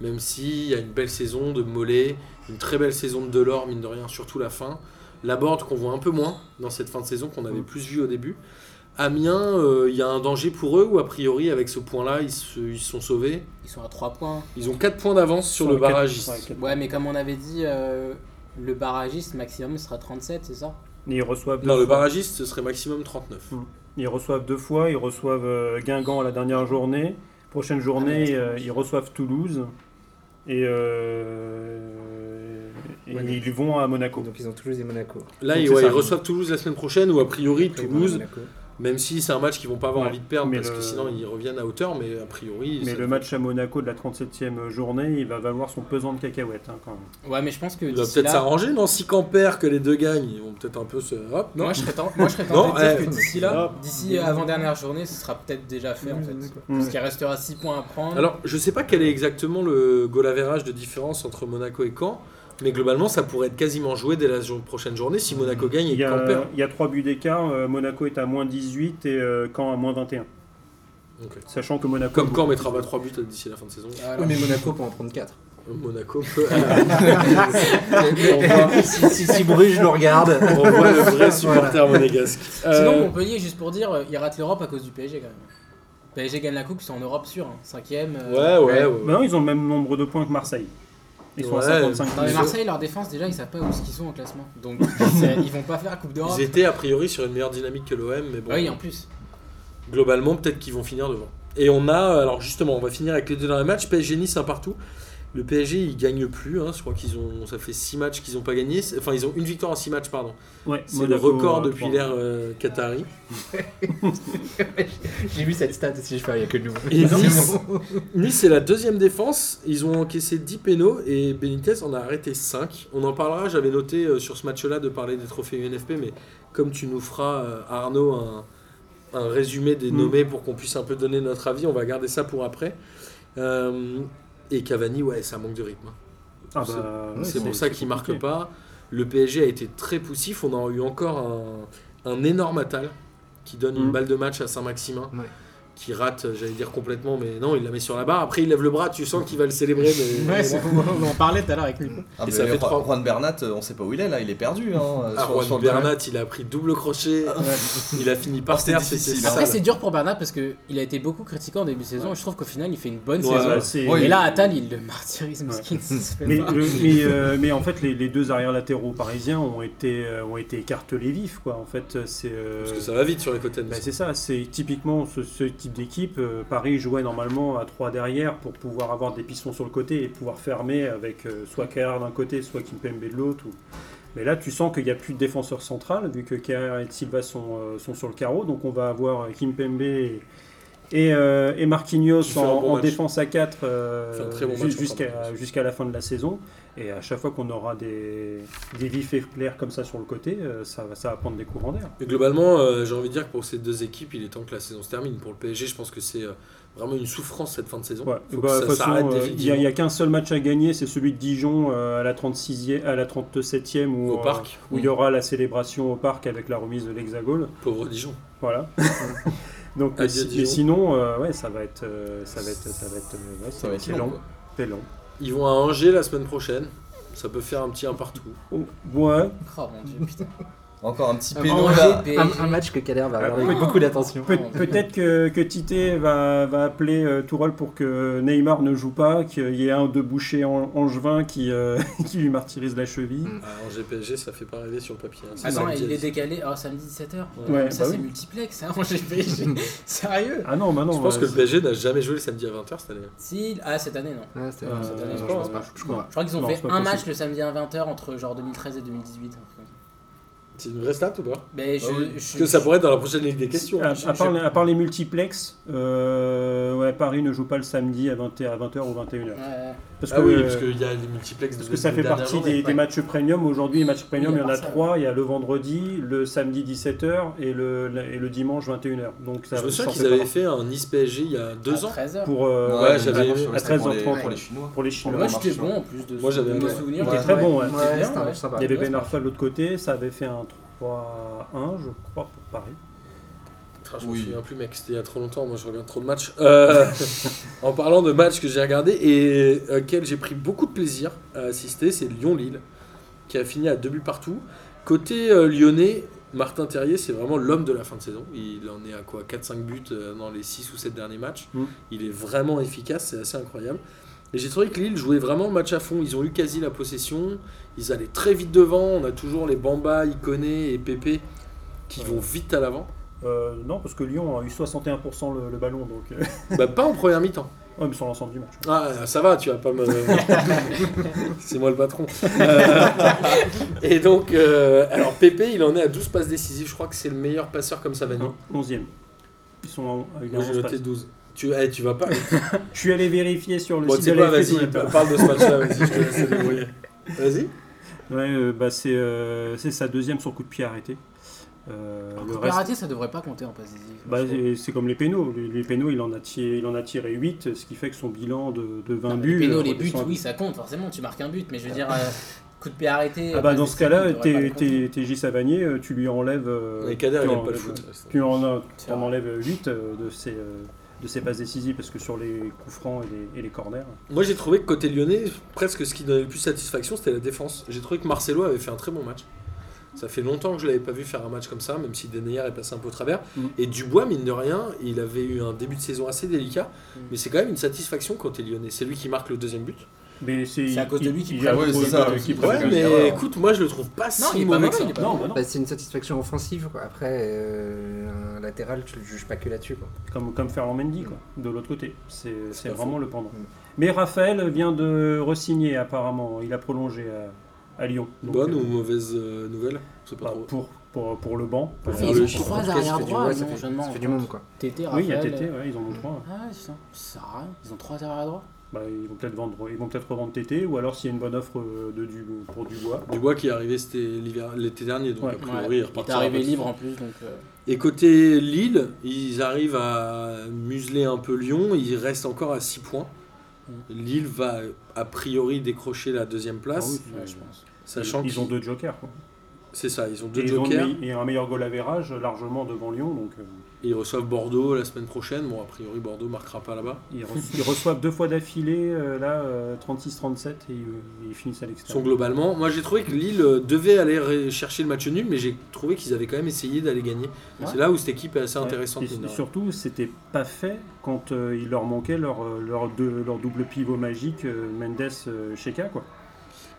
Même s'il y a une belle saison de Mollet, une très belle saison de Delors, mine de rien, surtout la fin. Laborde qu'on voit un peu moins dans cette fin de saison, qu'on Mm. avait plus vu au début. Amiens, euh, il y a un danger pour eux ou a priori avec ce point-là, ils se ils sont sauvés. Ils sont à 3 points. Ils ont 4 points d'avance sur, le quatre- barragiste. ouais, quatre- Ouais, mais comme on avait dit, euh, le barragiste maximum sera 37, c'est ça Et Ils reçoivent, deux Non, le fois. barragiste, ce serait maximum 39. ils reçoivent deux fois. Ils reçoivent euh, Guingamp à la dernière journée. Prochaine journée, Ah, mais- euh, ils reçoivent Toulouse. Et, euh, et Ouais. ils vont à Monaco. Donc ils ont Toulouse et Monaco. Là, Donc ils, c'est ouais, ça. ils reçoivent Toulouse la semaine prochaine ou a priori Après, ils vont à Toulouse, Monaco. même si c'est un match qu'ils vont pas avoir Ouais, envie de perdre mais parce que le- sinon ils reviennent à hauteur, mais a priori. Mais ça- le match à Monaco de la 37e journée, il va valoir son pesant de cacahuètes. hein, quand même. Ouais, mais je pense que. Il va d'ici peut-être là- s'arranger, non Si qu'en perd, que les deux gagnent, ils vont peut-être un peu se. Hop, non Moi je serais tenté, moi, je serais Non, tenté de dire eh, que d'ici là, hop. d'ici avant-dernière journée, ce sera peut-être déjà fait en fait. Parce qu'il restera 6 points à prendre. Alors, je sais pas quel est exactement le goal average de différence entre Monaco et Caen, mais globalement, ça pourrait être quasiment joué dès la jour- prochaine journée si Monaco gagne Il et y, Caen a, perd. il y a trois buts d'écart. euh, Monaco est à moins 18 et euh, Caen à moins 21. Ok. Sachant que Monaco. Comme Caen mettra pas 3 buts d'ici la fin de saison, Voilà. Oui, mais Monaco peut en prendre 4. Monaco peut. [laughs] si, si, si Bruges nous regarde. [laughs] on voit le vrai supporter monégasque. Sinon, Euh, Montpellier, juste pour dire, il rate l'Europe à cause du PSG quand même. PSG gagne la coupe, ils sont en Europe sûre, hein. 5ème. ouais, ouais, ouais. Bah non, ils ont le même nombre de points que Marseille. Ils sont à Ouais. 55 Non, mais points. Marseille, leur défense, déjà, ils savent pas où ils sont au classement. [laughs] Donc, c'est- ils vont pas faire la Coupe d'Europe. Ils étaient a priori sur une meilleure dynamique que l'OM, mais bon. Ah Oui, en plus. euh, globalement, peut-être qu'ils vont finir devant. Et on a, alors justement, on va finir avec les deux derniers matchs, PSG Nice un partout. Le PSG, ils gagnent plus. hein. Je crois qu'ils ont, ça fait 6 matchs qu'ils n'ont pas gagné. C'est- Enfin, ils ont une victoire en 6 matchs, pardon. Ouais, C'est le Monaco, record euh, depuis trois. l'ère euh, Qatari. J'ai vu cette stat aussi, je fais, il n'y a que nous. Et Non, Nice, mais bon. Nice, c'est la deuxième défense. Ils ont encaissé 10 pénaux et Benitez en a arrêté 5. On en parlera. J'avais noté euh, sur ce match-là de parler des trophées UNFP, mais comme tu nous feras, euh, Arnaud, un, un résumé des Mm. nommés pour qu'on puisse un peu donner notre avis, on va garder ça pour après. Euh, et Cavani, ouais, ça manque de rythme. hein. Ah bah, Ouais, c'est pour ça qu'il marque compliqué. pas. Le PSG a été très poussif. On a eu encore un, un énorme atal qui donne une Mm. balle de match à Saint-Maximin. Ouais. Qui rate, j'allais dire complètement, mais non, il la met sur la barre. Après, il lève le bras, tu sens qu'il va le célébrer. mais- Ouais, c'est- on en parlait tout à l'heure avec Nico. Ah, Et mais ça fait Juan- trois. Juan Bernat, euh, on sait pas où il est là, il est perdu. Hein, Ah, sur- Juan sur le terrain. Bernat, il a pris double crochet. il a fini par Ah, c'était terre. difficile, C'était hein. ça. Après, c'est dur pour Bernard parce qu'il a été beaucoup critiqué en début de saison. et Je trouve qu'au final, il fait une bonne Ouais, saison. Ouais, c'est- Ouais, Et il- là, Atal, il le martyrise, [laughs] Ouais. Miskin. ça se fait Mais, pas. le- mais, euh, mais en fait, les, les deux arrières latéraux parisiens ont été, euh, ont été écartelés vifs. Quoi. En fait, c'est. euh, Parce que ça va vite sur les côtés de bah, Nice. c'est ça, c'est typiquement ce, ce type d'équipe. euh, Paris jouait normalement à 3 derrière pour pouvoir avoir des pistons sur le côté et pouvoir fermer avec euh, soit Kerr d'un côté, soit Kimpembe de l'autre. ou- Mais là, tu sens qu'il n'y a plus de défenseur central, vu que Kerr et Silva sont, euh, sont sur le carreau. Donc on va avoir euh, Kimpembe et, et, euh, et Qui Marquinhos fait en, un bon en match. défense à 4 Fait un très bon match encore, jusqu'à Marquinhos. jusqu'à la fin de la saison. Et à chaque fois qu'on aura des, des vifs éclairs comme ça sur le côté, euh, ça, va- ça va prendre des courants d'air. Mais globalement, euh, j'ai envie de dire que pour ces deux équipes, il est temps que la saison se termine. Pour le PSG, je pense que c'est euh, vraiment une souffrance cette fin de saison. Ouais, Faut bah, que de ça toute façon, s'arrête euh, il n'y a, définitivement. il y a qu'un seul match à gagner, c'est celui de Dijon euh, à la 36e, à la 37e où, Au euh, parc, où il y aura la célébration au parc avec la remise de l'Hexagone. pauvre Dijon. Voilà. [laughs] Donc, mais, Adieu, si- mais Dijon. sinon, euh, ouais, ça va être, euh, ça va être, ça va être, euh, ouais, ça va être long, lent, quoi. c'est lent. Ils vont à Angers la semaine prochaine. Ça peut faire un petit un partout. Oh, ouais, Oh mon dieu, putain. Encore un petit Un péno Angers, là. PSG. un, un match que Kader va regarder Ah, avec oui. beaucoup d'attention. Peut- Peut-être que, que Tite va, va appeler euh, Tourelle pour que Neymar ne joue pas, qu'il y ait un ou deux bouchers en, angevins qui, euh, [laughs] qui lui martyrisent la cheville. Mm. À Angers PSG, ça fait pas rêver sur le papier. hein. C'est Attends, ça que Ah il j'ai est dit. décalé. Alors, samedi 17h. Ouais, ça, c'est bah oui. multiplex, hein, en GPG. [laughs] Sérieux Ah non, bah non. Je pense euh, que le PSG n'a jamais joué le samedi à 20h cette année. hein. Si, ah, cette année, non. Ah, c'était- Euh, c'était- non, je je pense pense pas. je crois. Je crois qu'ils ont Non, fait c'est pas un possible. match le samedi à 20h entre genre 2013 et 2018. un truc comme ça. C'est une vraie stat ou pas Mais je, Ah oui. je- Parce que ça pourrait être dans la prochaine Ligue des questions. À, à part, les- à part les multiplex, euh, ouais, Paris ne joue pas le samedi à 20h, à 20h ou 21h. Ouais. Parce Ah oui, euh, parce qu'il y a les multiplex de parce que ça fait de- partie journée, des, ouais. des matchs premium. Aujourd'hui, les matchs premium, Oui, il y en à a part ça, trois. Il y a le vendredi, le samedi 17h et le, et le dimanche 21h. Donc ça Je me souviens ça qu'ils fait avaient pas fait un Nice PSG il y a deux À ans. 13h. pour, euh, Ouais, mais j'avais- par contre, sur à le stade pour 13h30, les- pour ouais. les Chinois. pour les Chinois. Moi, marche, j'étais ouais. bon en plus de, Moi, j'avais de adoré. mes souvenirs. Il était très bon. ouais. C'est Ouais, bien, c'était un ouais. match sympa. Il y avait Ben Arfa de l'autre côté. Ça avait fait un 3-1, je crois, pour Paris. Putain, je me Oui. souviens plus, mec, c'était il y a trop longtemps. Moi, je regarde trop de matchs. Euh, [laughs] en parlant de matchs que j'ai regardés et euh, auxquels j'ai pris beaucoup de plaisir à assister, c'est Lyon-Lille, qui a fini à deux buts partout. Côté euh, lyonnais, Martin Terrier, c'est vraiment l'homme de la fin de saison. Il en est à quoi 4-5 buts euh, dans les 6 ou 7 derniers matchs. Mm. Il est vraiment efficace, c'est assez incroyable. Et j'ai trouvé que Lille jouait vraiment match à fond. Ils ont eu quasi la possession. Ils allaient très vite devant. On a toujours les Bamba, Iconé et Pépé qui Ouais. vont vite à l'avant. Euh, non, parce que Lyon a eu 61% le, le ballon, donc euh, [laughs] Bah, pas en première mi-temps. ouais, mais sur l'ensemble du match. Ah, ça va, tu vas pas me. C'est moi le patron. Euh, et donc, euh, alors Pépé, il en est à 12 passes décisives. Je crois que c'est le meilleur passeur comme ça, Vanny. 11e. Hein, Ils sont à, à une Moi, j'ai avance noté 12. Tu, eh, tu vas pas. Je suis allé vérifier sur le Bon, tu site sais de quoi, la vas-y, bah. FFI. parle de ce match-là, vas-y, je te laisse te [laughs] débrouiller. Vas-y. Ouais, euh, bah, c'est euh, c'est sa deuxième sur coup de pied arrêté. Euh, Par le contre, reste- Verratti, ça devrait pas compter en passe décisive. bah, c'est- c'est comme les pénaux. Les, les pénaux, il en, a tiré, il en a tiré 8, ce qui fait que son bilan de, de 20 Non, mais buts. Ah, Les pénaux, euh, les buts, redescend à oui, ça compte, forcément, tu marques un but, mais je veux dire, euh, coup de pied arrêté. euh, Ah bah, passe dans ce décisive, cas-là, il devrait pas t'es- les compter. t'es t'es J Savanier, euh, tu lui enlèves. euh, Mais Kader, tu il en- aime pas le foot. Tu en, as- C'est t'en vrai. enlèves 8 de ses, euh, de ses passes décisives, parce que sur les coups francs et les, et les corners. Moi, j'ai trouvé que côté lyonnais, presque ce qui donnait le plus satisfaction, c'était la défense. J'ai trouvé que Marcelo avait fait un très bon match. Ça fait longtemps que je l'avais pas vu faire un match comme ça, même si Denayer est passé un peu au travers. Mm. Et Dubois, mine de rien, il avait eu un début de saison assez délicat, Mm. mais c'est quand même une satisfaction quand t'es lyonnais. C'est lui qui marque le deuxième but. Mais c'est C'est à cause de lui il- qu'il il y a prend. Ouais, trop c'est de ça. trucs qui Ouais, prennent. Ouais, Parce que- mais écoute, moi je le trouve pas Non, si il est pas mauvais mauvais, que ça. il est pas Non, mauvais. bah non. Bah, c'est une satisfaction offensive. Quoi. Après, euh, un latéral, tu le juges pas que là-dessus. quoi. comme, comme Ferland Mendy, Mm. quoi, de l'autre côté. C'est c'est pas vraiment le pendant. Mm. Mais Raphaël vient de re-signer, apparemment. Il a prolongé à, à Lyon. Donc, Bonne euh, ou mauvaise euh, nouvelle Je sais pas bah, trop. pour, pour, pour le banc. Pour Euh, faire Ils le ont chiffre. trois Ça fait du- arrière droits, ouais, ils ça ont fait- je me demande, ça fait du monde, quoi. Tété, oui, il y a Raphaël, Tété, euh, ouais, ils en ont trois. Ah, putain, ça sert à rien. Ils ont trois arrière droits. Bah, ils vont peut-être vendre, ils vont peut-être revendre Tété, ou alors s'il y a une bonne offre euh, de du, pour Dubois. Dubois qui est arrivé c'était l'hiver- l'été dernier, donc Ouais. a priori il Il est repartira arrivé pas tout libre de en suite. plus, donc. [laughs] euh, Et côté Lille, ils arrivent à museler un peu Lyon, ils restent encore à 6 points. Mm. Lille va a priori décrocher la deuxième place, Ah oui, ouais, euh, je pense. sachant ils, ils ont qu'ils- deux jokers. quoi. C'est ça, ils ont Et deux ils ont jokers. une meille- et un meilleur goal avérage largement devant Lyon, donc euh, Ils reçoivent Bordeaux la semaine prochaine. Bon, a priori, Bordeaux marquera pas là-bas. ils, re- ils reçoivent deux fois d'affilée, euh, là, euh, 36-37, et ils, ils finissent à Ils sont l'extérieur. globalement. Moi, j'ai trouvé que Lille euh, devait aller ré- chercher le match nul, mais j'ai trouvé qu'ils avaient quand même essayé d'aller gagner. Ouais. C'est là où cette équipe est assez Ouais. intéressante. Et mine de rien. surtout, c'était pas fait quand euh, il leur manquait leur, euh, leur, deux- leur double pivot magique euh, Mendes-Sheka. quoi.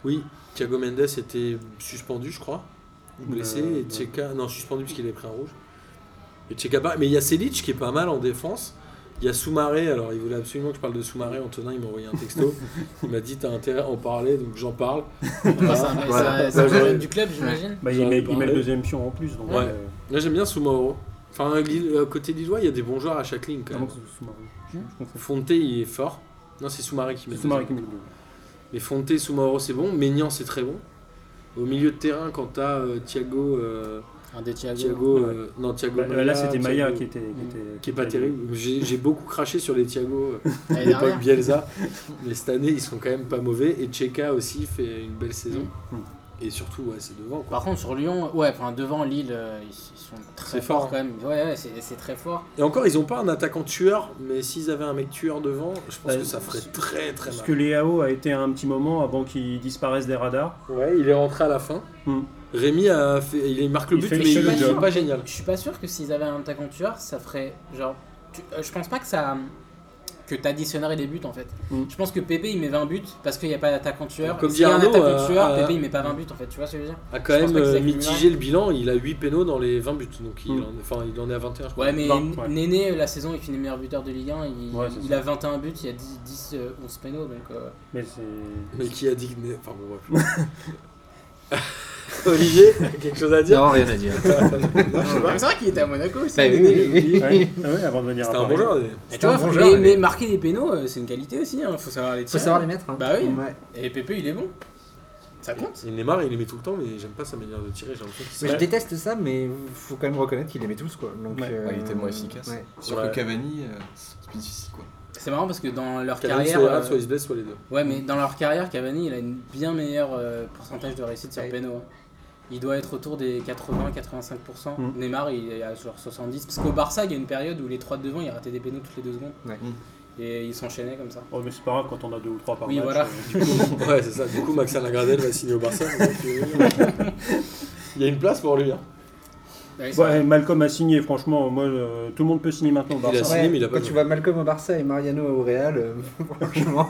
Oui, Thiago Mendes était suspendu, je crois, ou blessé. Euh, et Tcheka, non, suspendu parce qu'il avait pris un rouge. Et Tcheka, pareil. mais il y a Selic qui est pas mal en défense. Il y a Soumaré, alors il voulait absolument que je parle de Soumaré. Antonin, il m'a envoyé un [laughs] texto. il m'a dit T'as intérêt à en parler, donc j'en parle. Ouais, c'est un- c'est un- Voilà. C'est un Ouais. jeune du club, j'imagine. Bah, J'en il, ai met, il met parlé. le deuxième pion en plus. Donc, euh, Ouais. Là, j'aime bien Soumaro. Enfin, Lille- euh, côté Lillois, il y a des bons joueurs à chaque ligne quand Ah même. non, c'est Soumaré. Je- je confonds. Fonte, il est fort. Non, c'est Soumaré qui met C'est le Soumaré deuxième. qui met le double. Mais Fonte, Soumaro, c'est bon. Maignan, c'est très bon. Au milieu de terrain, quand t'as euh, Thiago. euh, Un des Thiago. Thiago. euh, non, Thiago. Bah, Maia, là, c'était Maya Thiago- qui était. Qui, Mm. était, Qui est pas terrible. J'ai j'ai beaucoup craché sur les Thiago euh, L'année à l'époque dernière. Bielsa. Mais cette année, ils sont quand même pas mauvais. Et Cheka aussi fait une belle saison. Mm. Et surtout, ouais, c'est devant. Quoi. Par contre, sur Lyon, ouais, enfin devant Lille, euh, ils, ils sont C'est très fort, forts hein. quand même. Ouais, ouais, c'est c'est très fort. Et encore, ils ont pas un attaquant tueur. Mais s'ils avaient un mec tueur devant, je pense Bah, que ça ferait très très Parce mal. que Léao a été un petit moment avant qu'il disparaisse des radars. Ouais, il est rentré à la fin. Hmm. Rémi a fait, il marque le Il but, fait mais le seul il job. est pas génial. Je suis pas sûr que s'ils avaient un attaquant tueur, ça ferait genre. tu- euh, je pense pas que ça. Que t'additionnerais les buts en fait. Mm. Je pense que Pépé il met 20 buts parce qu'il n'y a pas d'attaquant tueur. Comme S'il y a un dit Arnaud, attaquant euh, tueur, euh, Pépé il met pas 20 buts en fait, tu vois ce que je veux dire A quand Je pense même pas euh, que c'est mitigé le bilan. Il a 8 pénaux dans les 20 buts, donc il, Hmm. en, enfin, il en est à 21. je crois. Ouais, mais Non, ouais. Néné, euh, la saison, il finit meilleur buteur de Ligue 1. Il, Ouais, c'est il ça. a 21 buts, il y a 10, 10 euh, 11 pénaux. Donc, euh, Mais [laughs] c'est. Mais qui a dit que- Enfin bon, bref. [laughs] Olivier, quelque chose à dire Non, rien à dire. c'est vrai qu'il était à Monaco aussi. Bah oui, Néné. oui, oui. Ouais, ah ouais, avant de venir à C'était un Paris. bon joueur. mais- Mais, C'était un tu vois, bon mais- joueur, mais mais- marquer des pénaux, euh, c'est une qualité aussi. Hein. Faut savoir les Faut tirer. savoir les mettre. Hein. Bah oui. Ouais. Et Pépé, il est bon. Ça compte. Il Neymar, il les met tout le temps, mais j'aime pas sa manière de tirer. J'ai l'impression que Mais c'est- Je déteste ça, mais faut quand même reconnaître qu'il les met tous quoi. Donc, Ouais. euh, Ouais, il est tellement efficace. ouais. Sur Ouais. que Cavani, euh, c'est plus difficile quoi. C'est marrant parce que dans leur Cavani, carrière. soit, euh, soit il se blesse, soit les deux. Ouais, mais dans leur carrière, Cavani, il a une bien meilleure euh, pourcentage de réussite sur Ouais. pénaux. hein. Il doit être autour des 80-85%. Mm. Neymar, il est à genre 70. Parce qu'au Barça, il y a une période où les trois de devant, ils rataient des pénaux toutes les deux secondes. Ouais. Et ils s'enchaînaient comme ça. Oh, mais c'est pas grave quand on a deux ou trois par Oui, match. voilà. euh, ouais, c'est ça. Du coup, Maxime Lagradel va signer au Barça. donc, euh, Il y a une place pour lui. hein. Ouais, Bah, c'est Ouais, Malcolm a signé, franchement, moi, euh, tout le monde peut signer maintenant au Il a Barça. signé. mais il a pas quand joué. tu vois Malcolm au Barça et Mariano au Real, euh, [laughs] franchement,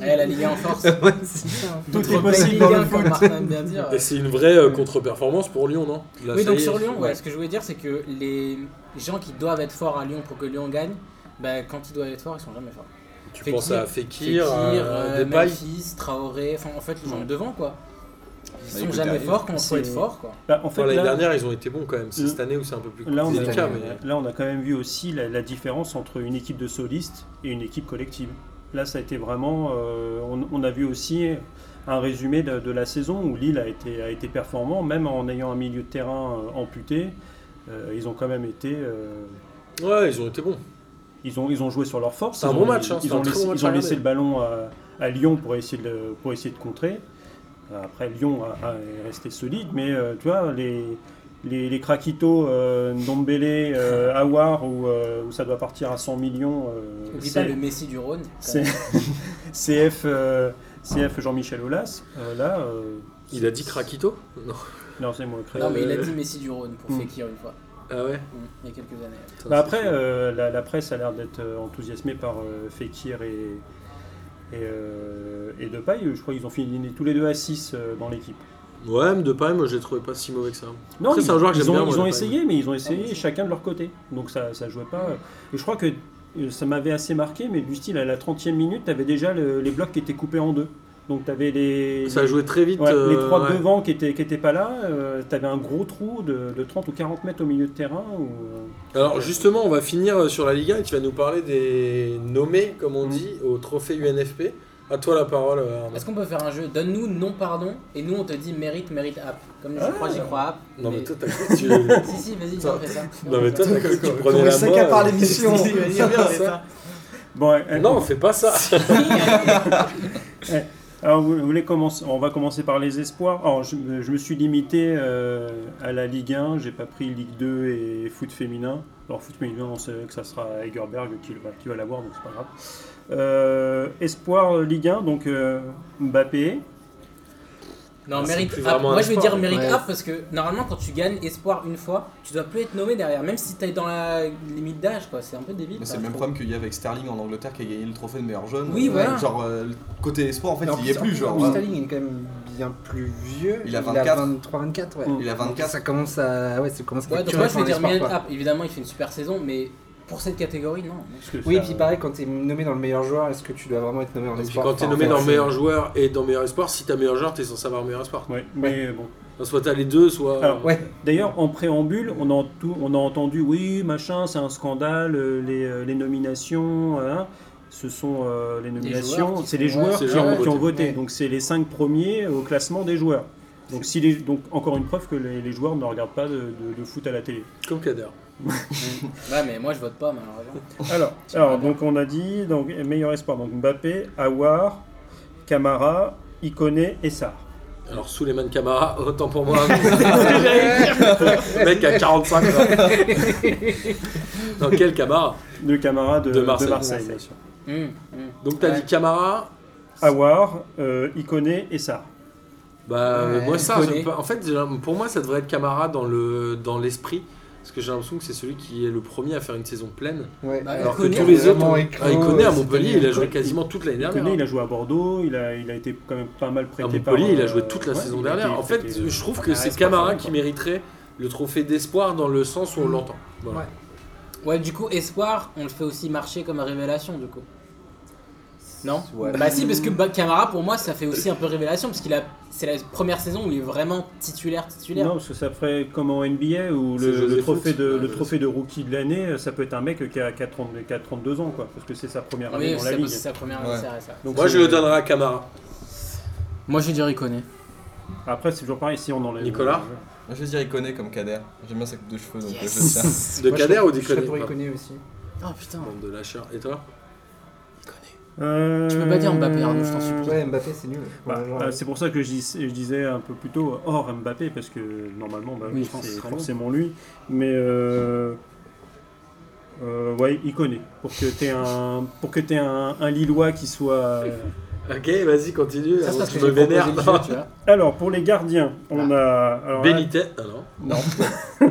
Eh, la Ligue 1 en force. [laughs] ouais, c'est ça. Tout Notre est belle [laughs] possible Ligue dans le 1, comme foot. Martin aime bien dire. Et c'est une vraie euh, contre-performance pour Lyon, non Là, Oui, ça donc y est, sur Lyon, ouais, ouais. ce que je voulais dire, c'est que les gens qui doivent être forts à Lyon pour que Lyon gagne, bah, quand ils doivent être forts, ils sont jamais forts. Tu Fekir, penses à Fekir, euh, euh, Depay. Memphis, Traoré, enfin, en fait, les gens de devant, quoi. Ils Bah, sont écoute, jamais arrive. forts quand on faut C'est- être fort, quoi. Bah, en Enfin, fait, l'année là, dernière, ils ont été bons quand même. C'est Mm. cette année où c'est un peu plus là, on a, délicat. euh, mais- là, on a quand même vu aussi la, la différence entre une équipe de solistes et une équipe collective. Là, ça a été vraiment. euh, on, on a vu aussi un résumé de, de la saison où Lille a été, a été performant, même en ayant un milieu de terrain euh, amputé. euh, ils ont quand même été. euh, Ouais, ils ont été bons. Ils ont, ils ont joué sur leur force. C'est un ils bon ont- match, hein, c'est Ils un ont, très laissé, bon match ils ont à laissé regarder. le ballon à, à Lyon pour essayer de, le- pour essayer de contrer. Après, Lyon a, a- est resté solide, mais euh, tu vois, les, les, les Krakito, euh, Ndombele, [laughs] euh, Awar, où, euh, où ça doit partir à 100 millions. euh, N'oublie c'est- pas le Messi du Rhône. quand c'est- [laughs] même. CF, euh, CF Jean-Michel Aulas, euh, là. euh, Il a dit Krakito Non. Non, c'est moi. Cra- Non, mais il a euh, dit Messi du Rhône pour hmm. Fekir une fois, Ah ouais hmm, il y a quelques années. Putain, Bah c'est après, chaud. euh, la, la presse a l'air d'être euh, enthousiasmée par euh, Fekir et, Et, euh, et Depay, je crois qu'ils ont fini tous les deux à 6 dans l'équipe. Ouais, mais Depay, moi, je l'ai trouvé pas si mauvais que ça. Non, Après, ils, c'est un joueur que ils j'aime ont, bien, moi, ils ont Depay. Ah, essayé, mais ils ont essayé chacun de leur côté. Donc ça, ça jouait pas. Et je crois que euh, ça m'avait assez marqué, mais du style à la 30e minute, t'avais déjà le- les blocs qui étaient coupés en deux. Donc t'avais les, Ça a joué très vite. ouais, les euh, trois ouais. devant qui étaient, qui étaient pas là. euh, t'avais un gros trou de, de 30 ou 40 mètres au milieu de terrain. euh. où, Alors justement, on va finir euh, sur la Liga et tu vas nous parler des nommés, comme on dit, au trophée UNFP. À toi la parole, euh, Arnaud. Est-ce qu'on peut faire un jeu Donne-nous non pardon et nous on te dit mérite, mérite app. Comme Ah. je crois, j'y crois app. Non mais mais- toi [laughs] t'as cru que tu... Si, si, vas-y, Ça- on fait ça. Non mais toi t'as cru que tu prenais Pour la le main. sac à part euh, l'émission. si, vas-y, viens, ça. euh. Bon, [laughs] euh, Non, on fait pas ça. Alors, vous, vous voulez commencer On va commencer par les espoirs. Alors, je, me- je me suis limité euh, à la Ligue 1. J'ai pas pris Ligue 2 et foot féminin. Alors, foot féminin, on sait que ça sera Egerberg qui, le va- qui va l'avoir, donc c'est pas grave. Euh, espoir euh, Ligue 1, donc euh, Mbappé. [laughs] Non, C'est mérite plus app. vraiment un Moi je vais espoir. dire mérite Ouais. app parce que normalement quand tu gagnes espoir une fois, tu dois plus être nommé derrière, même si t'es dans la limite d'âge quoi. C'est un peu débile. Mais quoi, c'est le je même trouve. problème qu'il y a avec Sterling en Angleterre qui a gagné le trophée de meilleur jeune. Oui, Euh, voilà. Genre, euh, le côté espoir, en fait, Mais en il y est en plus. Genre, en plus, hein. Sterling il est quand même bien plus vieux. Il a 24. 23, 24, ouais. Mm. il a Donc 24. Ça commence à. Ouais, ça commence à Ouais, donc capturer moi je son vais dire Ah. espoir, mérite quoi. app. Évidemment, il fait une super saison, mais pour cette catégorie, non. parce que Oui, ça- et puis pareil, quand t'es nommé dans le meilleur joueur, est-ce que tu dois vraiment être nommé en Et puis espoir quand t'es Enfin, nommé en fait, dans c'est- meilleur joueur et dans meilleur espoir, si t'as meilleur joueur, t'es censé avoir meilleur espoir. Ouais, mais bon. Enfin, Soit t'as les deux, soit. Alors, Ouais, D'ailleurs, en préambule, on a, tout- on a entendu oui, machin, c'est un scandale, euh, les, euh, les nominations, hein, ce sont euh, les joueurs nominations, qui c'est sont- les ouais, joueurs c'est qui, les joueurs ont, qui ont qui ont voté. voté. Ouais. Donc, c'est les cinq premiers au classement des joueurs. Donc, si les- donc encore une preuve que les, les joueurs ne regardent pas de, de- de foot à la télé. euh, Comme Kader. Ouais, mais moi je vote pas malheureusement. Alors, [laughs] alors donc on a dit donc, meilleur espoir donc Mbappé, Awar, Camara, Ikoné et Sarr. Alors Souleymane Camara, [laughs] autant pour moi. [laughs] Mec à 45 quoi. Dans quel Camara De Camara de, De de Marseille. Marseille, De Marseille. bien sûr. Hum, hum. Donc t'as Ouais. dit Camara, Awar, euh, Ikoné et Sarr. Bah Ouais, moi ça, Koné. je- en fait j'ai l'im- pour moi ça devrait être Camara dans le dans l'esprit parce que j'ai l'impression que c'est celui qui est le premier à faire une saison pleine. ouais. Bah, Alors que Koné, tous les autres, vraiment ont- éclos, Ah, il connaît à euh, Montpellier, c'était- il a joué quasiment toute l'année dernière. hein. Koné, il a joué à Bordeaux, il a, il a été quand même pas mal à prêté par. Montpellier, il a euh, joué toute la ouais, saison il a été- euh, dernière. En fait, c'était- je trouve que c'est c'est pas Camara faux, qui quoi. mériterait le trophée d'espoir dans le sens où on l'entend. Voilà. Ouais. Ouais, du coup, espoir, on le fait aussi marcher comme révélation, du coup. Non Ouais. Bah si, parce que Ba- Camara, pour moi, ça fait aussi un peu révélation, parce qu'il a, c'est la première saison où il est vraiment titulaire, titulaire. Non, parce que ça ferait comme en NBA où C'est le, le José trophée, Foot. de, Ouais, le je trophée de rookie de l'année, euh, ça peut être un mec qui a, qui a 30 qui a 32 ans, quoi, parce que c'est sa première année oui, dans ça, la c'est ligue. sa première Ouais. c'est vrai, ça. Donc Moi c'est- je le donnerai à Camara. Moi, je dirais Koné. Après, c'est toujours pareil, si on enlève. Nicolas Moi, je vais dire, il connaît comme Kader. J'aime bien sa coupe de cheveux, donc euh, je le [laughs] tiens. Yes De Moi, je Kader serais- ou je serais pour d'Ikoné Pardon. Iconé aussi. Oh putain, Bande de lâcheurs. Et toi Euh, Tu peux pas dire Mbappé, Arnaud, je t'en supplie. Ouais, Mbappé, c'est nul. bah, Ouais, genre, euh, c'est pour ça que je, dis- je disais un peu plus tôt hors Mbappé, parce que normalement, bah, Oui, je pense que ce c'est sera lui. forcément lui. Mais euh, euh, ouais, il connaît. Pour que tu un, pour que t'aies un, un Lillois qui soit. Ok, vas-y, continue. ça, c'est avant parce que je que me j'ai proposé vénère. le jeu, tu vois. Alors, pour les gardiens, on a. alors [laughs] là- Benitez. Ah non. Non,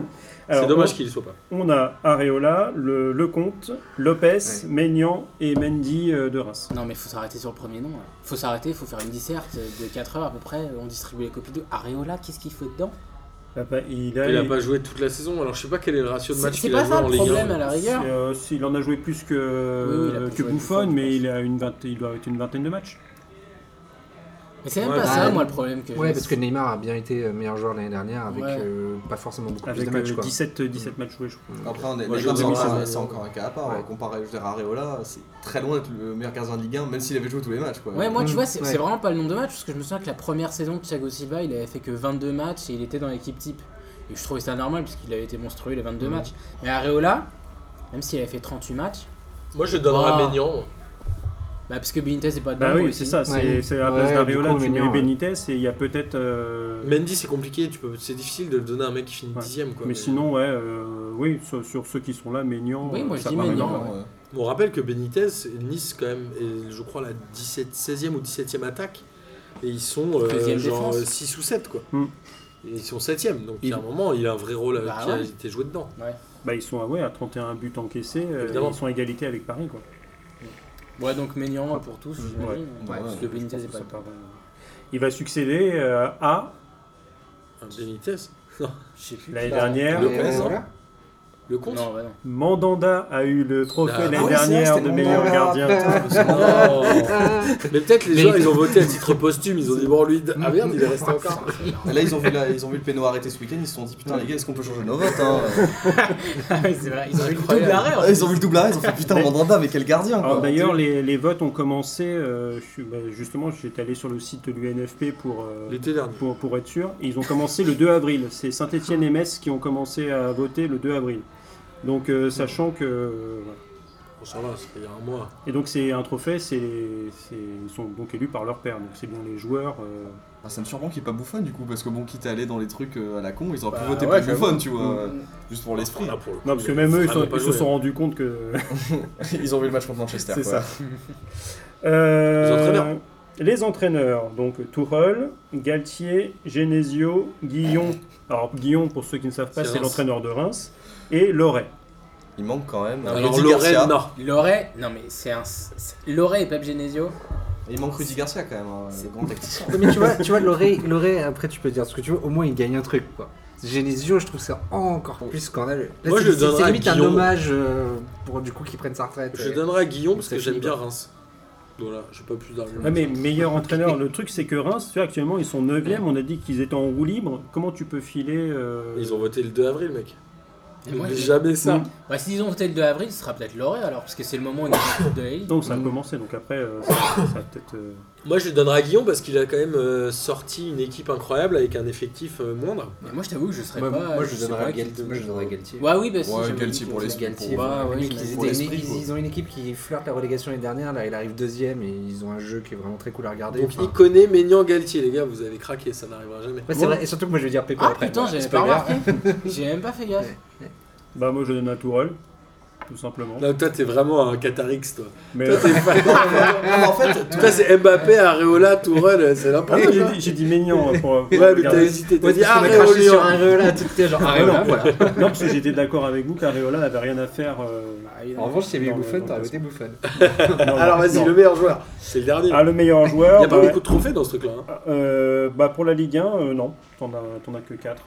alors, C'est dommage qu'il y soit pas. On a Areola, le Lecomte, Lopez, Maignan et Mendy euh, de Reims. Non mais faut s'arrêter sur le premier nom. là. Faut s'arrêter, faut faire une disserte de 4 heures à peu près. On distribue les copies de Areola, qu'est-ce qu'il faut dedans Il a pas- il a- Il a il- pas joué toute la saison, alors je sais pas quel est le ratio de C'est match c'est qu'il a pas joué ça en le Ligue problème 1. à la rigueur. c'est, euh, s'il en a joué plus que, Oui, oui, il a pas que joué Buffon, Buffon, mais je il, a une vingt- il doit être une vingtaine de matchs. Mais c'est même Ouais, pas bah, ça ouais. moi le problème que Ouais, j'ai. parce que Neymar a bien été euh, meilleur joueur l'année dernière avec Ouais. euh, pas forcément beaucoup Avec plus de euh, matchs. Quoi. 17, 17 matchs joués, je crois. après, on est, Moi, les je gars, c'est dis encore- Messi. c'est encore un cas à part. Ouais. hein. Comparé je dirais, à Areola, c'est très loin d'être le meilleur gardien de Ligue 1, même s'il avait joué tous les matchs. Quoi. Ouais, moi tu Mm, vois, c'est ouais. c'est vraiment pas le nombre de matchs parce que je me souviens que la première saison de Thiago Silva, il avait fait que 22 matchs et il était dans l'équipe type. Et je trouvais ça normal parce qu'il avait été monstrueux les 22 matchs. Mais Areola, même s'il avait fait 38 matchs, Moi je donnerais à Ah. Maignan. moi. bah parce que Benitez est pas dedans. Bah moi oui, aussi. c'est ça. Ah, Ouais. C'est, c'est à la Ouais, place du d'Areola, coup, tu mets Maignan, ouais. Benitez et il y a peut-être. euh, Mendy c'est compliqué, tu peux, c'est difficile de le donner à un mec qui finit Ouais. dixième quoi. mais sinon, ouais, euh, oui, sur, sur ceux qui sont là, Maignan. Oui, moi, euh, je ça dis paraît Maignan, normal. Vraiment, euh, on rappelle que Benitez, Nice quand même, est, je crois la 17, 16e ou 17e attaque et ils sont euh, 13e genre défense. 6 ou 7 quoi. Hmm. Et ils sont 7e donc il... Il- à un moment il a un vrai rôle euh, Bah qui a ouais. été joué dedans. Bah, ils sont à, ouais, à 31 buts encaissés. euh, Évidemment. ils sont à égalité avec Paris, quoi. Ouais, donc Ménian pour tous, j'imagine. Ouais, Parce que Je pense Benitez est que pas ça le part, euh, Il va succéder euh, à Un Hein, Benitez. Je sais plus. l'année qui. dernière. Mais, Lopez, euh, hein. voilà. Le compte Non, bah non. Mandanda a eu le Ah, trophée ah l'année ouais, c'est vrai, dernière c'était de meilleur Mandanda. [laughs] gardien. Non. Mais peut-être les gens, ils ont voté à titre posthume, ils ont dit bon, lui, ah merde, il est resté encore. [laughs] Et là, ils ont, vu la- ils ont vu le péno arrêter ce week-end, ils se sont dit putain, les gars, est-ce qu'on peut changer nos votes [laughs] hein [laughs] Ah oui, c'est vrai, ils ont eu le Incroyable. double arrêt. en Ah, Ils ont vu le double arrêt, ils ont fait putain, Mandanda, mais quel gardien Alors quoi. Ah, d'ailleurs, les, les votes ont commencé. euh, je suis- bah, justement, j'étais allé sur le site de l'UNFP pour, euh, L'été dernier. pour, pour être sûr. Et ils ont commencé le 2 avril. C'est Saint-Etienne et Metz qui ont commencé à voter le 2 avril. Donc, euh, sachant que. euh, voilà. Bon, ça va, c'était il y a un mois. Et donc, c'est un trophée, c'est, c'est- ils sont donc élus par leur père. Donc, c'est bien les joueurs. euh, Ah, ça me surprend qu'il est pas bouffon du coup, parce que bon, quitte à aller dans les trucs euh, à la con, ils auraient Bah, pu voter ouais, pour j'avoue. Mm. bouffon, tu vois, euh, juste pour l'esprit. Là, pour le coup, Non, parce que il- même eux, ils, ah, sont- pas ils se joué. sont rendus compte que. Ils ont vu le match contre Manchester. [laughs] C'est quoi. ça. [laughs] Euh, Les entraîneurs. les entraîneurs, donc Tourelle, Galtier, Genesio, Guillon. Alors Guillon, pour ceux qui ne savent pas, C'est c'est Reims. l'entraîneur de Reims. Et Loret. Il manque quand même. un Alors, Rudy Garcia. Lorraine, non. Loret, non mais c'est un. c'est- Loret et Pep Genesio. Il manque Rudy Garcia quand même, hein, le grand tacticien. Ouais, mais tu vois, tu vois Loré, Loré, après tu peux dire ce que tu veux, au moins il gagne un truc quoi. Genesio, je trouve ça encore plus scandaleux. Là, Moi, c'est- je c'est- donnerais c'est limite un Guillaume. hommage euh, pour du coup qu'il prenne sa retraite. Je euh. donnerai à Guillaume parce C'est que j'aime fini, bien bah. Reims. Voilà, j'ai pas plus d'arguments. Ouais, Ah, mais meilleur entraîneur. Le truc, c'est que Reims, tu vois, actuellement, ils sont 9e. On a dit qu'ils étaient en roue libre. Comment tu peux filer. euh, Ils ont voté le 2 avril, mec. Et moi, Mais je- jamais ça. Mm. Bah, s'ils ont voté le 2 avril, ce sera peut-être Loret alors, parce que c'est le moment où on est en Coupe de la Ligue. Donc ça a commencé. Donc après, euh, ça, ça va peut-être. euh, Moi, je le donnerai à Guillaume parce qu'il a quand même euh, sorti une équipe incroyable avec un effectif euh, moindre. Mais moi, je t'avoue que je serais Moi, pas. moi, je sais donnerais pas à qui- Galtier. Moi, je donnerais à Galtier. Ouais, oui, bah si. Ouais, j'avais Galtier dit pour que- Ah, les- Galtier, pour- ouais, ouais, mais je qu'ils l'ai- étaient- pour l'esprit, ils- quoi. ils ont une équipe qui flirte la relégation les dernières, là il arrive deuxième et ils ont un jeu qui est vraiment très cool à regarder. Donc, enfin. il connaît Ménian Galtier, les gars, vous avez craqué, ça n'arrivera jamais. Ouais, c'est vrai, et surtout que moi je vais dire Pepe Ah après. putain, voilà, j'avais c'est pas grave. remarqué. [laughs] J'ai même pas fait gaffe. Bah, moi, je donne à Tourelle. Tout simplement. Là, toi, t'es vraiment un Catarix, toi. Mais, Toi, euh, t'es fan. Non, mais en fait, Toi, c'est Mbappé, Areola, Tourelle, c'est n'importe Ah, j'ai quoi. dit- j'ai dit Maignan euh, pour. Ouais, pour mais t'as regarder. hésité, t'as Ouais, dit parce qu'on a craché sur Areola. Areola, tout était genre Areola, voilà. Non, parce que j'étais d'accord avec vous qu'Areola n'avait rien à faire. euh, Bah, En revanche, si t'avais eu Dans le- Bouffon, dans t'aurais le- voté Bouffon. non, [laughs] Alors, vas-y, non. le meilleur joueur. C'est le dernier. Ah, le meilleur Il joueur n'y a pas bah, beaucoup de trophées dans ce truc-là. hein. euh, bah, Pour la Ligue 1, euh, non. T'en as, t'en as que euh, 4.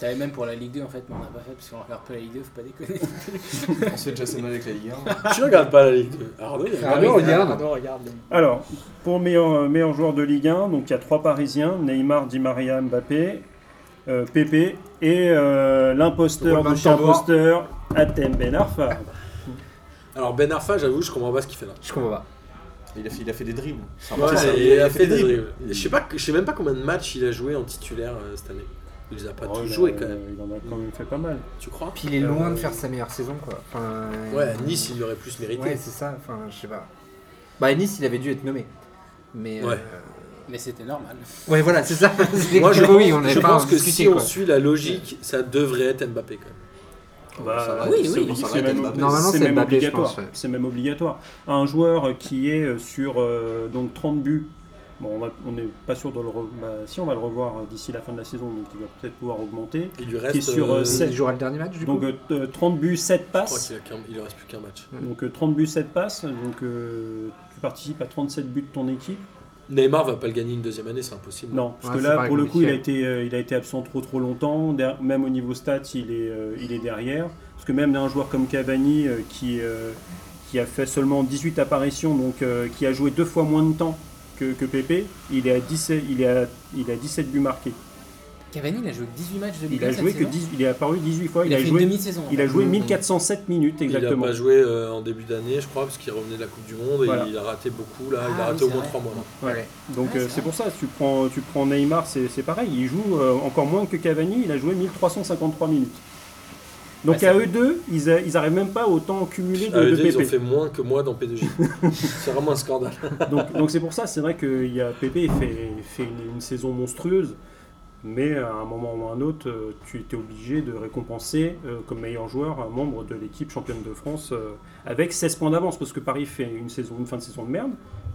T'avais même pour la Ligue 2 en fait, mais on l'a pas fait parce qu'on regarde pas la Ligue 2, faut pas déconner. [laughs] on se fait déjà assez mal avec la Ligue 1. Tu regardes pas la Ligue 2. Arnaud, il y a- Ah, oui, on regarde. Pardon, regarde. Alors, pour meilleur, euh, meilleur joueur de Ligue 1, donc il y a 3 Parisiens Neymar, Di Maria, Mbappé, euh, Pépé et euh, l'imposteur Romain de chez Chabot. imposteur, Atem Ben Arfa. Alors, Ben Arfa, j'avoue, je comprends pas ce qu'il fait là. Je comprends pas. Il a fait, il a fait des dribbles. C'est Ouais, important, ça. il a fait des dribbles. Je sais pas, je sais même pas combien de matchs il a joué en titulaire euh, cette année. Il les a pas Oh, tous il a- joués quand même, Il en a quand même fait pas mal. tu crois Puis il est loin Euh, de faire sa meilleure saison, quoi. Enfin, Ouais, à Nice, il aurait plus mérité. Ouais, c'est ça, enfin, je sais pas. Bah, à Nice, il avait dû être nommé. Mais. euh, Ouais. Mais c'était normal. ouais, voilà, [laughs] c'est ça. [laughs] C'est Moi, je, que oui, on je n'avait pas pense en que discuté, si on quoi. suit la logique, ça devrait être Mbappé quand même. Bah, Ça va, oui, c'est oui, bon, oui, ça C'est va, même, Mbappé. Normalement, c'est c'est même Mbappé, je obligatoire. pense, ouais. C'est même obligatoire. Un joueur qui est euh, sur euh, donc 30 buts. Bon, on va- on n'est pas sûr de le revoir. si on va le revoir euh, d'ici la fin de la saison, donc il va peut-être pouvoir augmenter. Il lui reste. sur, euh, je sept- Il jouera le dernier match, du Donc coup. euh, t- euh, 30 buts, 7 crois passes. qu'il a qu'un- il lui reste plus qu'un match. Donc euh, 30 buts, 7 passes. Donc euh, tu participes à 37 buts de ton équipe. Neymar va pas le gagner une deuxième année, c'est impossible. Non, parce Ouais, que ça là, paraît pour le coup, il a, compliqué. été, euh, il a été absent trop trop longtemps. Der- Même au niveau stats, il est, euh, il est derrière. Parce que même un joueur comme Cavani, euh, qui, euh, qui a fait seulement 18 apparitions, donc euh, qui a joué deux fois moins de temps que, que Pépé, il est, à 17, il, est à, il est à 17 buts marqués. Cavani, il a joué que 18 matchs de Ligue Il a, 1 cette joué que saison. 10 il est apparu 18 fois. Il, a, fait une joué, demi-saison. il a joué Mm. 1407 minutes Il exactement. a pas joué euh, en début d'année, je crois, parce qu'il revenait de la Coupe du Monde et Voilà. il a raté beaucoup là. il Ah, a oui, raté c'est au moins vrai. trois mois. là. Ouais. Donc Ouais, euh, c'est c'est pour ça, tu prends, tu prends Neymar, c'est c'est pareil, il joue euh, encore moins que Cavani, il a joué 1353 minutes. Donc Ouais, à c'est- eux deux, ils, a- ils arrivent même pas au temps cumulé de, Ah, de les deux, ils ont Pépé. fait moins que moi dans [laughs] P2J. c'est vraiment un scandale. Donc donc c'est pour ça, c'est vrai que il y a Pépé fait, fait une, une saison monstrueuse, mais euh, à un moment ou à un autre, euh, tu étais obligé de récompenser euh, comme meilleur joueur un membre de l'équipe championne de France euh, avec 16 points d'avance, parce que Paris fait une, saison, une fin de saison de merde,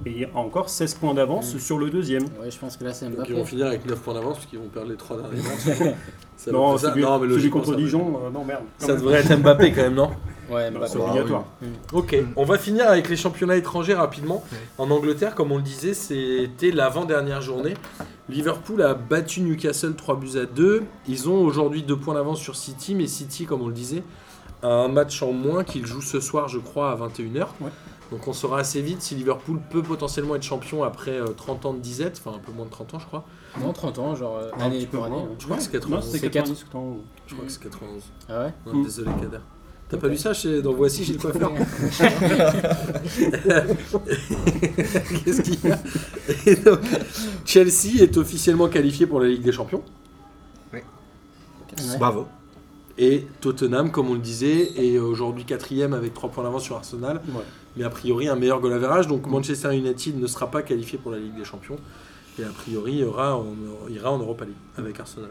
Et il y a encore 16 points d'avance Mm. sur le deuxième. Ouais, je pense que là, c'est Donc Mbappé. ils vont finir avec 9 points d'avance parce qu'ils vont perdre les 3 derniers matchs. [laughs] Ça va Non, faire ça. celui, Non, mais celui logiquement, contre ça va- Dijon, euh, non merde. Quand Ça même. devrait être Mbappé quand même, non Ouais, Non, Mbappé. c'est obligatoire. Ok, on va finir avec les championnats étrangers rapidement. Ouais. En Angleterre, comme on le disait, c'était l'avant-dernière journée. Liverpool a battu Newcastle 3 buts à 2. Ils ont aujourd'hui 2 points d'avance sur City, mais City, comme on le disait, a un match en moins qu'il joue ce soir, je crois, à 21h. Ouais. Donc on saura assez vite si Liverpool peut potentiellement être champion après euh, 30 ans de disette, enfin un peu moins de 30 ans, je crois. Non, 30 ans, genre euh, Un année petit peu pour moins, année. ouais. Je crois que c'est Non, 91. c'est C'est 90 ans. Je crois que c'est 91. Ah ouais Non, Mm. Désolé, Kader. T'as pas vu ça chez... dans Voici chez le coiffeur [laughs] Qu'est-ce qu'il y a Et donc, Chelsea est officiellement qualifié pour la Ligue des Champions. Ouais. Bravo. Et Tottenham, comme on le disait, est aujourd'hui quatrième avec 3 points d'avance sur Arsenal. Ouais. Mais a priori, un meilleur goal average. Donc Manchester United ne sera pas qualifié pour la Ligue des Champions. Et a priori, il ira en, ira en Europa League avec Arsenal.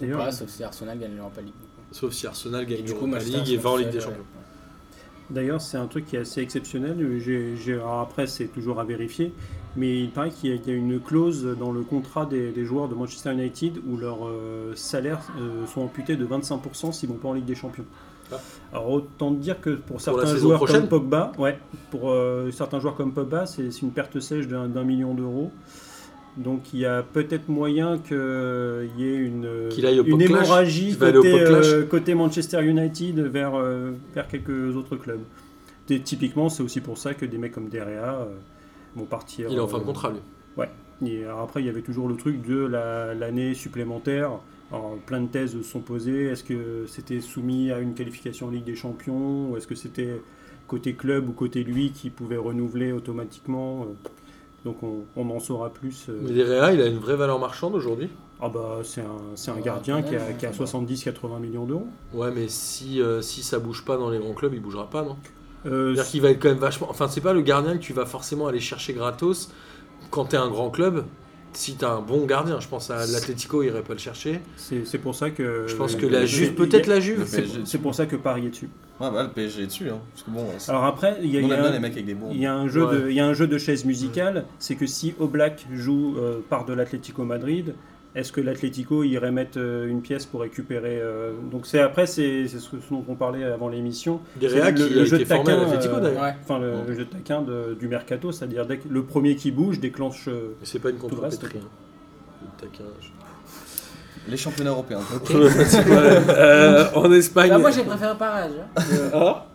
D'ailleurs, Ouais, sauf si Arsenal gagne l'Europa League. Sauf si Arsenal gagne Et du coup, l'Europa Manchester League et va en Ligue des seul, Champions. ouais. D'ailleurs, c'est un truc qui est assez exceptionnel. J'ai- j'ai- alors après, c'est toujours à vérifier. Mais il paraît qu'il y, a- il y a une clause dans le contrat des, des joueurs de Manchester United où leurs euh, salaires euh, sont amputés de 25% s'ils vont pas en Ligue des Champions. Ah. Alors autant te dire que pour la certains saison joueurs prochaine comme Pogba, ouais, pour euh, certains joueurs comme Pogba, c'est c'est une perte sèche d'un d'un million d'euros. Donc il y a peut-être moyen qu'il y ait une, Qu'il aille au une Pop Clash. hémorragie Il va aller au côté, Pop Clash. euh, côté Manchester United vers, euh, vers quelques autres clubs. Et typiquement, c'est aussi pour ça que des mecs comme Derea euh, vont partir. Il est en fin de euh, contrat, lui. et alors après, il y avait toujours le truc de la- l'année supplémentaire. Alors, plein de thèses sont posées. Est-ce que c'était soumis à une qualification en Ligue des Champions Ou est-ce que c'était côté club ou côté lui qui pouvait renouveler automatiquement Euh, Donc on, on en saura plus. euh. Mais Derrea, il a une vraie valeur marchande aujourd'hui. Ah bah c'est un, c'est un Ouais, gardien qui a, ouais, qui a ouais. 70-80 millions d'euros. Ouais, mais si, euh, si ça bouge pas dans les grands clubs, il bougera pas, non Euh, C'est-à-dire qu'il va être quand même vachement. Enfin, c'est pas le gardien que tu vas forcément aller chercher gratos quand t'es un grand club. Si t'as un bon gardien, je pense à l'Atlético, il irait pas le chercher. c'est c'est pour ça que... Je pense le que la PSG, Juve, peut-être la Le Juve. PSG dessus. C'est pour ça que Paris est dessus. Ouais, bah, le PSG est dessus, hein. Parce que bon, c'est- Alors après, il y a, on il aime y a bien un- les mecs avec des bons. Il y a un jeu, Ouais. de, il y a un jeu de chaise musicale, c'est que si Oblak joue euh, par de l'Atlético Madrid, est-ce que l'Atlético irait mettre euh, une pièce pour récupérer euh, Donc c'est après, c'est c'est ce que- ce dont on parlait avant l'émission. Guerrea C'est qui le- le a jeu été de formé à taquin, l'Atlético euh, d'ailleurs. Ouais. Enfin, le, Bon. le jeu de taquin de- du mercato, c'est-à-dire dès que le premier qui bouge déclenche. euh, Mais c'est pas une le reste, contre-pétrie. hein. Le taquin, je- Les championnats européens. Euh, en Espagne. Bah, moi, j'ai préféré Parage. hein. Ah.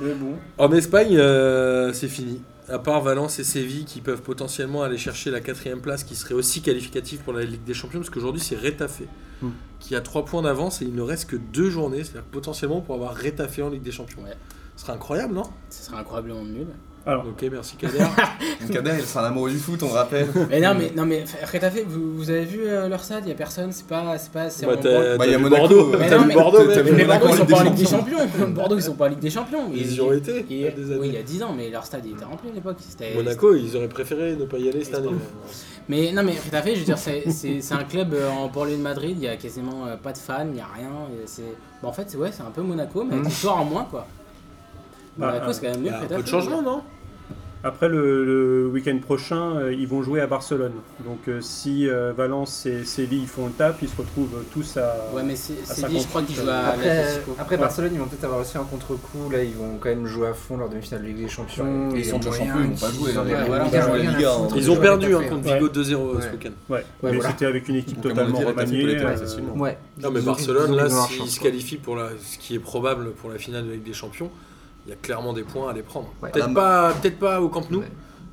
Mais bon. En Espagne, euh, c'est fini. À part Valence et Séville qui peuvent potentiellement aller chercher la quatrième place qui serait aussi qualificative pour la Ligue des Champions, parce qu'aujourd'hui c'est Rétafé Hmm. qui a 3 points d'avance et il ne reste que 2 journées, c'est-à-dire que potentiellement pour avoir Rétafé en Ligue des Champions. Ouais. Ce serait incroyable, non Ce serait incroyablement nul. Alors, Ok, merci Kader. Donc Kader, il sera un amoureux du foot, on rappelle. Mais non, mais, non, mais Retafe, vous, vous avez vu euh, leur stade Il n'y a personne, c'est pas. C'est pas c'est Bah, en t'as- branle. t'as Bah, il y a vu Monaco, Bordeaux, euh, t'as t'as vu vu Bordeaux, Monaco, mec. t'as Mais Monaco Bordeaux, ils en sont pas Ligue en des Ligue des Champions. Bordeaux, ils sont pas en Ligue des Champions. Ils y ont été. il y a des années. oui, il y a 10 ans, mais leur stade il était rempli à l'époque. C'était- Monaco, ils auraient préféré ne pas y aller cette année. Mais non, mais Retafe, je veux dire, c'est- c'est c'est un club euh, en banlieue de Madrid, il y a quasiment euh, pas de fans, il n'y a rien. et c'est- bah, en fait, c'est- ouais, c'est un peu Monaco, mais avec une victoire en moins, quoi. Bah, Monaco, c'est quand même Il y mieux a que un peu de Retafe. changement, non après le, le week-end prochain, euh, ils vont jouer à Barcelone. Donc euh, si euh, Valence et Séville font le tap, ils se retrouvent tous à. Ouais, mais c'est ça c'est dit, je crois qu'ils jouent à Après, euh, l'Atlético. après Ouais. Barcelone, ils vont peut-être avoir aussi un contre-coup. Là, ils vont quand même jouer à fond leur demi-finale de Ligue des Champions. Ils sont déjà champions, ils vont pas jouer. hein. Ils ont Ils rien vont à pas jouer foutre. la Liga. hein. Ils Ils ont Ouais. perdu hein, Ouais. contre Ouais. Vigo 2-0 ce Ouais. week-end. Ouais, mais voilà. c'était avec une équipe Donc, à mon totalement avis, elle a tapé tous les remaniée. têtes, euh, facilement. Ouais. Non mais Ils ont- ils Barcelone ont hein, là, eu leur s'ils chance, se quoi. qualifient pour la, ce qui est probable pour la finale de Ligue des Champions, il y a clairement des points à les prendre. Ouais. Peut-être Ah, pas, peut-être pas au Camp Nou, Ouais.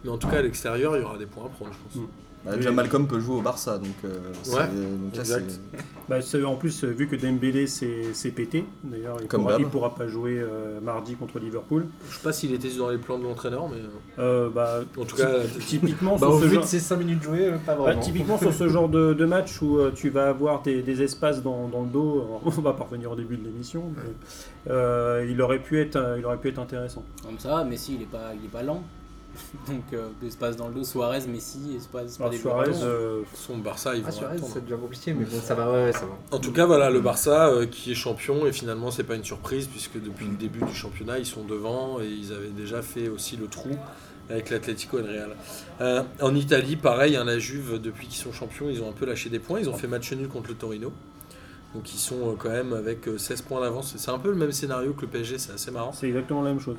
mais en tout cas à l'extérieur, il y aura des points à prendre, je pense. Mm. Bah, déjà, Malcolm peut jouer au Barça, donc. euh, c'est- Ouais, donc là, exact. c'est- Bah, c'est- en plus, euh, vu que Dembélé s'est s'est pété, d'ailleurs, il ne Comme pourra, d'hab. il pourra pas jouer euh, mardi contre Liverpool. Je sais pas s'il était dans les plans de l'entraîneur, mais euh, Euh, bah, en tout cas, [laughs] typiquement, Bah, sur au ce vu de genre, ces 5 minutes jouées, euh, pas bah, typiquement sur ce genre de, de match où euh, tu vas avoir des, des espaces dans, dans le dos, [laughs] alors, on va parvenir au début de l'émission, mais, euh, il, aurait pu être, euh, il aurait pu être intéressant. Comme ça, Messi, il est pas, il est pas lent. [laughs] Donc, euh, espace dans le dos, Suarez, Messi, espace c'est pas Alors, des joueurs Suarez, lents. euh, son Barça, ils Ah, vont Suarez, attendre. c'est déjà compliqué, mais bon, ça va, ouais, ouais, ça va. En tout cas, voilà, le Barça euh, qui est champion, et finalement, c'est pas une surprise, puisque depuis le début du championnat, ils sont devant, et ils avaient déjà fait aussi le trou avec l'Atlético et le Real. Euh, en Italie, pareil, hein, la Juve, depuis qu'ils sont champions, ils ont un peu lâché des points. Ils ont fait match nul contre le Torino. Donc ils sont euh, quand même avec euh, 16 points d'avance. C'est un peu le même scénario que le PSG, c'est assez marrant. C'est exactement la même chose.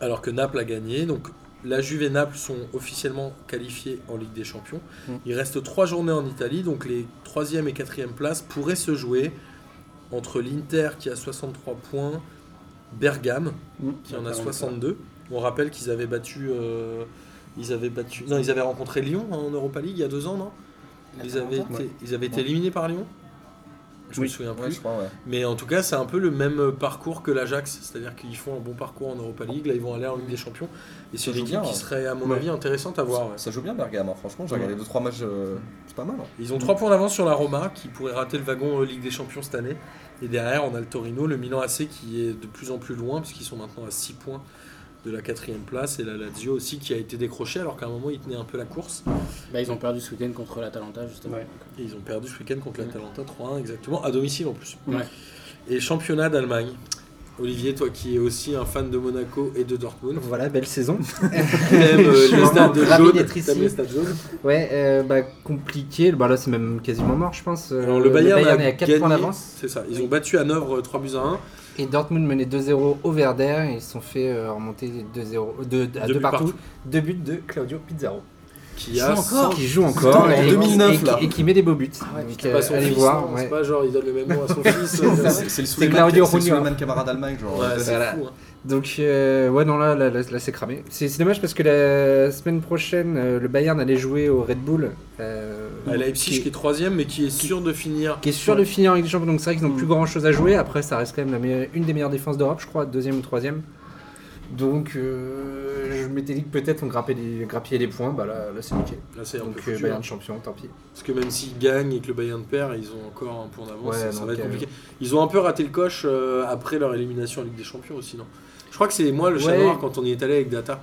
Alors que Naples a gagné. Donc la Juve et Naples sont officiellement qualifiés en Ligue des Champions. Mm. Il reste trois journées en Italie. Donc les 3e et 4e places pourraient se jouer entre l'Inter qui a 63 points, Bergame qui en a 62. On rappelle qu'ils avaient battu. euh, ils avaient battu. Non, ils avaient rencontré Lyon hein, en Europa League il y a deux ans, non ils avaient, été, Ouais. ils avaient été Ouais. éliminés par Lyon Je Oui. me souviens plus. Ouais, je crois, ouais. Mais en tout cas, c'est un peu le même parcours que l'Ajax. C'est-à-dire qu'ils font un bon parcours en Europa League. Là, ils vont aller en Ligue des Champions. Et c'est Ça une joue équipe bien, qui hein. serait, à mon Ouais. avis, intéressante à voir. ouais. Ça joue bien Bergame, hein. franchement, j'ai Ouais. regardé 2-3 matchs, euh, c'est pas mal. hein. Ils ont trois points d'avance sur la Roma, qui pourrait rater le wagon euh, Ligue des Champions cette année. Et derrière, on a le Torino, le Milan AC qui est de plus en plus loin, puisqu'ils sont maintenant à 6 points de la quatrième place. Et la Lazio aussi qui a été décrochée, alors qu'à un moment, ils tenaient un peu la course. Bah, ils ont perdu ce week-end contre l'Atalanta, justement. Ouais. Et ils ont perdu ce week-end contre l'Atalanta 3-1 exactement, à domicile en plus. Ouais. Et championnat d'Allemagne. Olivier, toi qui es aussi un fan de Monaco et de Dortmund, Voilà, belle [laughs] saison. [laughs] t'aimes Je euh, suis les vraiment stades ravi jaunes. d'être ici. T'aimes les stades jaunes. Ouais, euh, bah compliqué. Bah là, c'est même quasiment mort, je pense. Euh, Alors, le Bayern, est à a 4 gagné, points d'avance. C'est ça, ils ont battu à Hanovre 3 buts à 1. Et Dortmund menait 2-0 au Verder. Et ils se sont fait euh, remonter 2-0 deux- à 2 buts partout. Deux buts de Claudio Pizarro. Qui a cent- Qui joue Putain, encore. en et, 2009, et qui- là. et qui met des beaux buts. Donc, Ah Putain, euh, pas son allez fils, voir. non, ouais. c'est pas genre il donne le même nom à [laughs] son fils. euh, C'est- ouais, C'est le Claudio Souleymane c'est le Rugno, hein. Souleymane Camara d'Allemagne, genre. c'est Voilà. fou. hein. Donc euh, ouais non là là, là, là, c'est cramé. C'est c'est dommage parce que la semaine prochaine euh, le Bayern allait jouer au Red Bull. euh, À Leipzig qui est 3 mais qui est sûr de finir. qui est sûr de finir en Ligue des Champions, donc c'est vrai qu'ils n'ont Mm. plus grand chose à jouer. Après, ça reste quand même la meilleure- une des meilleures défenses d'Europe, je crois, deuxième ou troisième. Donc, euh, je m'étais dit que peut-être on grappait des, grappillait des points, bah là, là c'est nickel. Là, c'est un Donc, peu euh, foutu, hein. Bayern champion, tant pis. Parce que même s'ils gagnent et que le Bayern perd, ils ont encore un point d'avance. Ouais, ça, ça donc, va être euh, compliqué. Ils ont un peu raté le coche euh, après leur élimination en Ligue des Champions aussi, non Je crois que c'est moi le chat Ouais. noir quand on y est allé avec Data.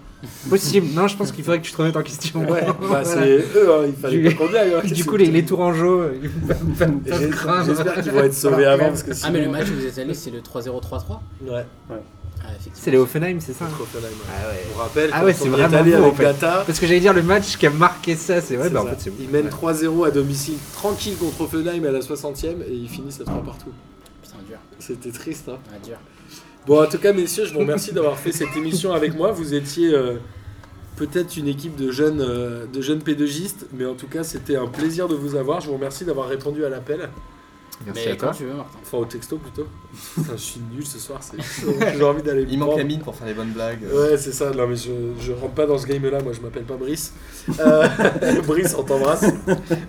Possible, non, je pense qu'il faudrait que tu te remettes en question. [laughs] Ouais, bah Voilà. c'est eux, hein, il fallait Du- pas qu'on y aille. hein. [laughs] Du C'est- coup, les, les Tourangeaux, euh, ils vont pas- pas- Et pas j'ai- craindre. J'espère qu'ils vont être sauvés Alors, avant parce que Ah, mais le sinon... match où vous êtes allé, c'est le 3-0-3-3 Ouais, Ah, effectivement. C'est les Hoffenheim, c'est ça contre Hoffenheim, ouais. Ah ouais. On rappelle, Ah quand ouais, c'est on y est vraiment allé beau, en avec fait. Data, Parce que j'allais dire le match qui a marqué ça, c'est ouais, c'est bah en ça. fait c'est bon. ils mènent Ouais. 3-0 à domicile, tranquille contre Hoffenheim à la 60e et ils finissent à 3 partout. Putain, dur. C'était triste, hein. Ah, dur. Bon, en tout cas, messieurs, je vous remercie d'avoir fait cette émission avec moi. Vous étiez euh, peut-être une équipe de jeunes, euh, de jeunes pédagogistes, mais en tout cas, c'était un plaisir de vous avoir. Je vous remercie d'avoir répondu à l'appel, Merci mais à toi. quand tu veux, Martin. enfin au texto plutôt. Putain, je suis nul ce soir, c'est chaud. J'ai envie d'aller. Il me manque pendre. la mine pour faire les bonnes blagues. Ouais, c'est ça. Non, mais je, je rentre pas dans ce game-là. Moi, je m'appelle pas Brice. Euh, [laughs] Brice, on t'embrasse. [laughs]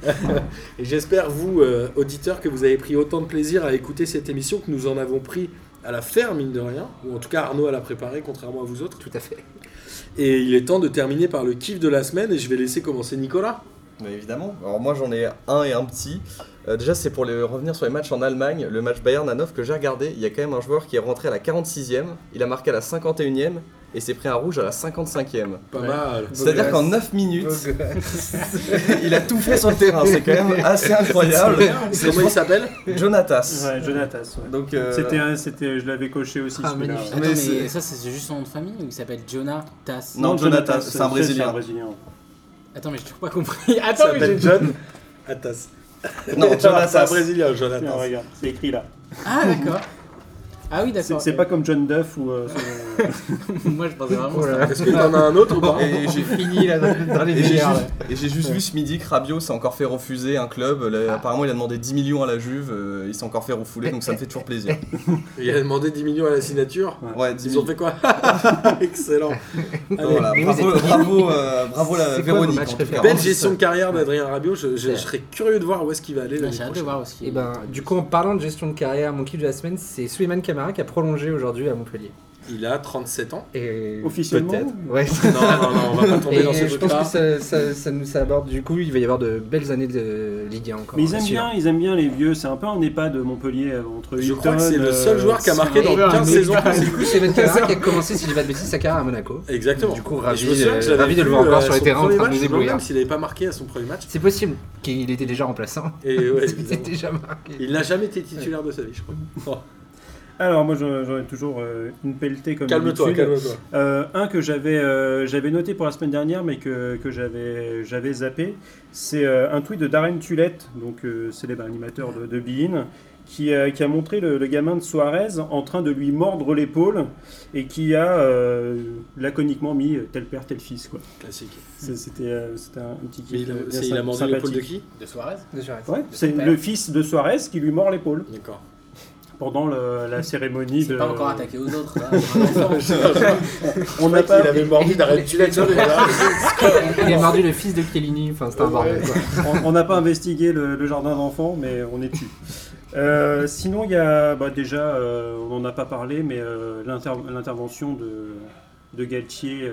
Et j'espère, vous, euh, auditeurs, que vous avez pris autant de plaisir à écouter cette émission que nous en avons pris à la faire, mine de rien. Ou en tout cas, Arnaud à la préparer, contrairement à vous autres. Tout à fait. Et il est temps de terminer par le kiff de la semaine. Et je vais laisser commencer Nicolas. Mais évidemment. Alors moi j'en ai un et un petit. Euh, déjà c'est pour les- revenir sur les matchs en Allemagne, le match Bayern à 9 que j'ai regardé, il y a quand même un joueur qui est rentré à la 46e, il a marqué à la 51e et s'est pris un rouge à la 55e. Pas Ouais. mal. C'est-à-dire gosse. qu'en 9 minutes, Beau [laughs] il a tout fait sur le terrain, c'est quand [laughs] même assez incroyable. Comment il [laughs] s'appelle Ah Jonatas. Ouais, Jonatas. ouais. Donc euh, C'était, un- c'était, je l'avais coché aussi. Ah, celui-là. magnifique. Attends, Mais mais c'est- ça, c'est juste son nom de famille ou il s'appelle Jonah Tass Non, Jonatas, c'est un Brésilien. Attends, mais je trouve pas compris. [laughs] Ah, Il Attends, mais s'appelle j'ai- John Atas. Non, [laughs] C'est un Jonatas. brésilien, Tiens, Jonathan. regarde, c'est écrit là. Ah, d'accord. Ah oui, C'est, d'accord. c'est pas comme John Duff ou. euh, [laughs] son- [laughs] Moi, je pensais vraiment. là ça. là. Est-ce que t'en as un autre ou pas Et j'ai Fini là dans dans les Et j'ai milliards. juste, et j'ai juste vu ce midi que Rabiot s'est encore fait refuser un club. Là, Ah. Apparemment, il a demandé 10 millions à la Juve. euh, il s'est encore fait refouler, donc ça me fait [laughs] toujours plaisir. Il a demandé 10 millions à la signature. Ouais, 10 Ils ont millions. fait quoi Excellent. Donc Allez. voilà, Mais vous bravo, êtes- bravo, euh, bravo la C'est quoi Véronique. vos matchs en tout cas. préférés Belle gestion de carrière d'Adrien Rabiot. Je, je- je serais curieux de voir où est-ce qu'il va aller. J'ai l'année hâte de prochaine. voir aussi. Et ben, du coup, en parlant de gestion de carrière, mon kiff de la semaine, c'est Suleiman Camara qui a prolongé aujourd'hui à Montpellier. Il a 37 ans. Et Officiellement peut-être. Ouais. Non, non, non, on va pas tomber Et dans ces je pense que trucs-là. ça, ça- ça nous aborde. Du coup, il va y avoir de belles années de Ligue 1 encore. Mais ils c'est aiment sûr. bien, ils aiment bien les vieux. C'est un peu un EHPAD de Montpellier euh, entre Je crois que Hilton, c'est le seul euh, joueur qui a marqué dans Ouais, 15 mais- saisons. hein. Du coup, Suleiman Camara qui a commencé, si je dis pas de bêtises, sa carrière à Monaco. Exactement. Du coup, Et ravi, je me souviens que euh, je l'avais ravi de le vu, voir encore euh, sur les son terrains en premier train de match. nous Je me demande éblouir. même s'il n'avait pas marqué à son premier match. C'est possible qu'il était déjà remplaçant. [laughs] Et ouais, Il était évidemment. déjà marqué. il n'a jamais été titulaire de sa vie, je crois. Alors moi j'en j'en ai toujours euh, une pelletée comme Calme-toi, d'habitude. calme-toi. Euh, un que j'avais euh, j'avais noté pour la semaine dernière, mais que, que j'avais j'avais zappé, c'est euh, un tweet de Darren Tulette, donc euh, célèbre animateur de, de Bein, qui, euh, qui a montré le, le gamin de Suarez en train de lui mordre l'épaule et qui a euh, laconiquement mis euh, tel père, tel fils. Quoi. Classique. C'est- C'était euh, c'était un un petit Mais kiff. il a, euh, bien c'est- il a symp- mordu l'épaule de sympathique. qui De Suarez Ouais, c'est son père. le fils de Suarez qui lui mord l'épaule D'accord. pendant [laughs] le- la cérémonie de. C'est pas encore attaqué aux autres. ça, c'est un enfant. On n'a pas, avait mordu d'arrêt tu Il a mordu le fils de Kellini, enfin c'était un bordel quoi. on on n'a pas investigué le, le jardin d'enfants, mais on est dessus. Euh, sinon, il y a bah, déjà, euh, on n'en a pas parlé, mais euh, l'inter- l'intervention de, de Galtier euh,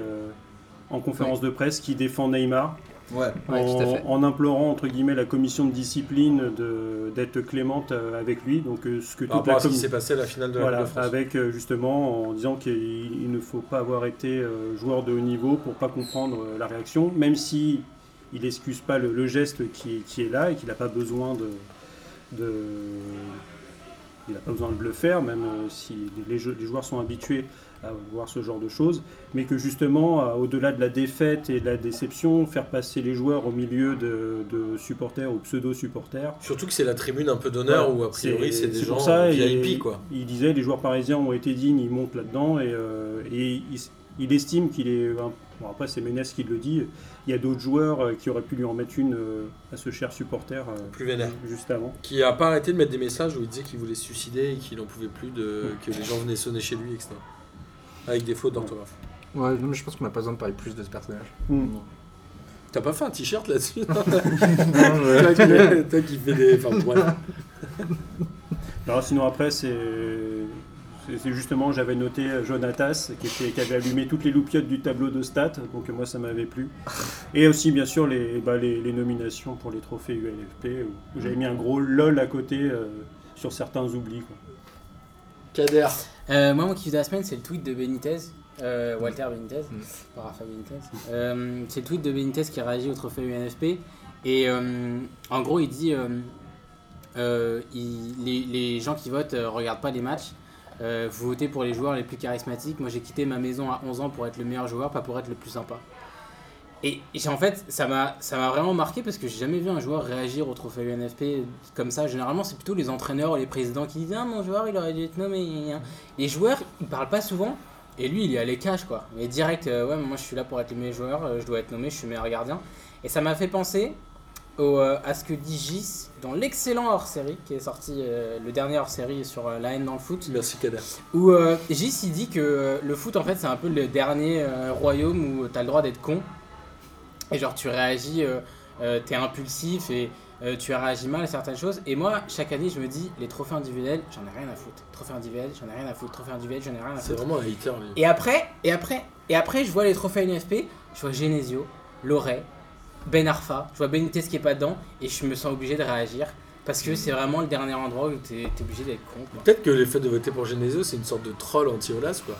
en conférence de presse qui défend Neymar Ouais. Ouais, tout à en, fait. en implorant entre guillemets la commission de discipline de- d'être clémente euh, avec lui. Donc, euh, ce que Par toute rapport la [laughs] à ce qui commu- s'est passé à la finale de la voilà, Coupe de France. avec euh, justement en disant qu'il il ne faut pas avoir été euh, joueur de haut niveau pour pas comprendre euh, la réaction, même si il excuse pas le, le geste qui, qui est là et qu'il n'a pas besoin de, de il n'a pas besoin de le faire, même euh, si les, jeux- les joueurs sont habitués à voir ce genre de choses, mais que justement, euh, au-delà de la défaite et de la déception, faire passer les joueurs au milieu de, de supporters ou pseudo-supporters, Surtout que c'est la tribune un peu d'honneur voilà. où a priori c'est des c'est gens pour ça, VIP il, quoi. Il disait les joueurs parisiens ont été dignes, ils montent là-dedans et, euh, et il, s- il estime qu'il est. un- Bon, après, c'est Ménès qui le dit. Il y a d'autres joueurs euh, qui auraient pu lui en mettre une euh, à ce cher supporter euh, Plus vénère. juste avant. Qui a pas arrêté de mettre des messages où il disait qu'il voulait se suicider et qu'il n'en pouvait plus de que les gens venaient sonner chez lui, etc. Avec des fautes d'orthographe. Ouais, non, mais je pense qu'on a pas besoin de parler plus de ce personnage. T'as pas fait un t-shirt là-dessus [laughs] Non, mais- Toi qui- toi qui fais des. Enfin bref. Alors, sinon, après, c'est. c'est- C'est justement, j'avais noté euh, Jonatas qui, était- qui avait allumé toutes les loupiottes du tableau de stats, donc euh, moi ça m'avait plu. Et aussi, bien sûr, les, bah, les, les nominations pour les trophées ULFP, où, où j'avais mis un gros lol à côté euh, sur certains oublis. quoi. Kader. Euh, moi, mon kiff de la semaine, c'est le tweet de Benitez, euh, Walter Benitez, par Rafa Benitez. Euh, c'est le tweet de Benitez qui réagit au trophée UNFP. Et euh, en gros, il dit euh, euh, il- les, les gens qui votent euh, regardent pas les matchs. Euh, vous votez pour les joueurs les plus charismatiques. Moi, j'ai quitté ma maison à 11 ans pour être le meilleur joueur, pas pour être le plus sympa. Et, et en fait, ça m'a ça m'a vraiment marqué parce que j'ai jamais vu un joueur réagir au trophée UNFP comme ça. Généralement, c'est plutôt les entraîneurs ou les présidents qui disent Ah, mon joueur, il aurait dû être nommé. Les joueurs, ils parlent pas souvent. Et lui, il est à l'écage, quoi. Mais direct, euh, ouais, moi je suis là pour être le meilleur joueur, euh, je dois être nommé, je suis meilleur gardien. Et ça m'a fait penser au, euh, à ce que dit Gis dans l'excellent hors série qui est sorti, euh, le dernier hors série sur euh, la haine dans le foot Merci Kader. où euh, Gis il dit que euh, le foot en fait c'est un peu le dernier euh, royaume où t'as le droit d'être con et genre tu réagis euh, euh, t'es impulsif et euh, tu réagis mal à certaines choses et moi chaque année je me dis les trophées individuels j'en ai rien à foutre trophées individuels j'en ai rien à foutre trophées individuels j'en ai rien à C'est foutre vraiment un hater lui. et après, et après, et après, je vois les trophées NFP, je vois Genesio, Loret, Ben Arfa, je vois Benitez qui est pas dedans, et je me sens obligé de réagir. Parce que c'est vraiment le dernier endroit où t'es t'es obligé d'être con. quoi. Peut-être que le fait de voter pour Genesio, c'est une sorte de troll anti-Olas, quoi.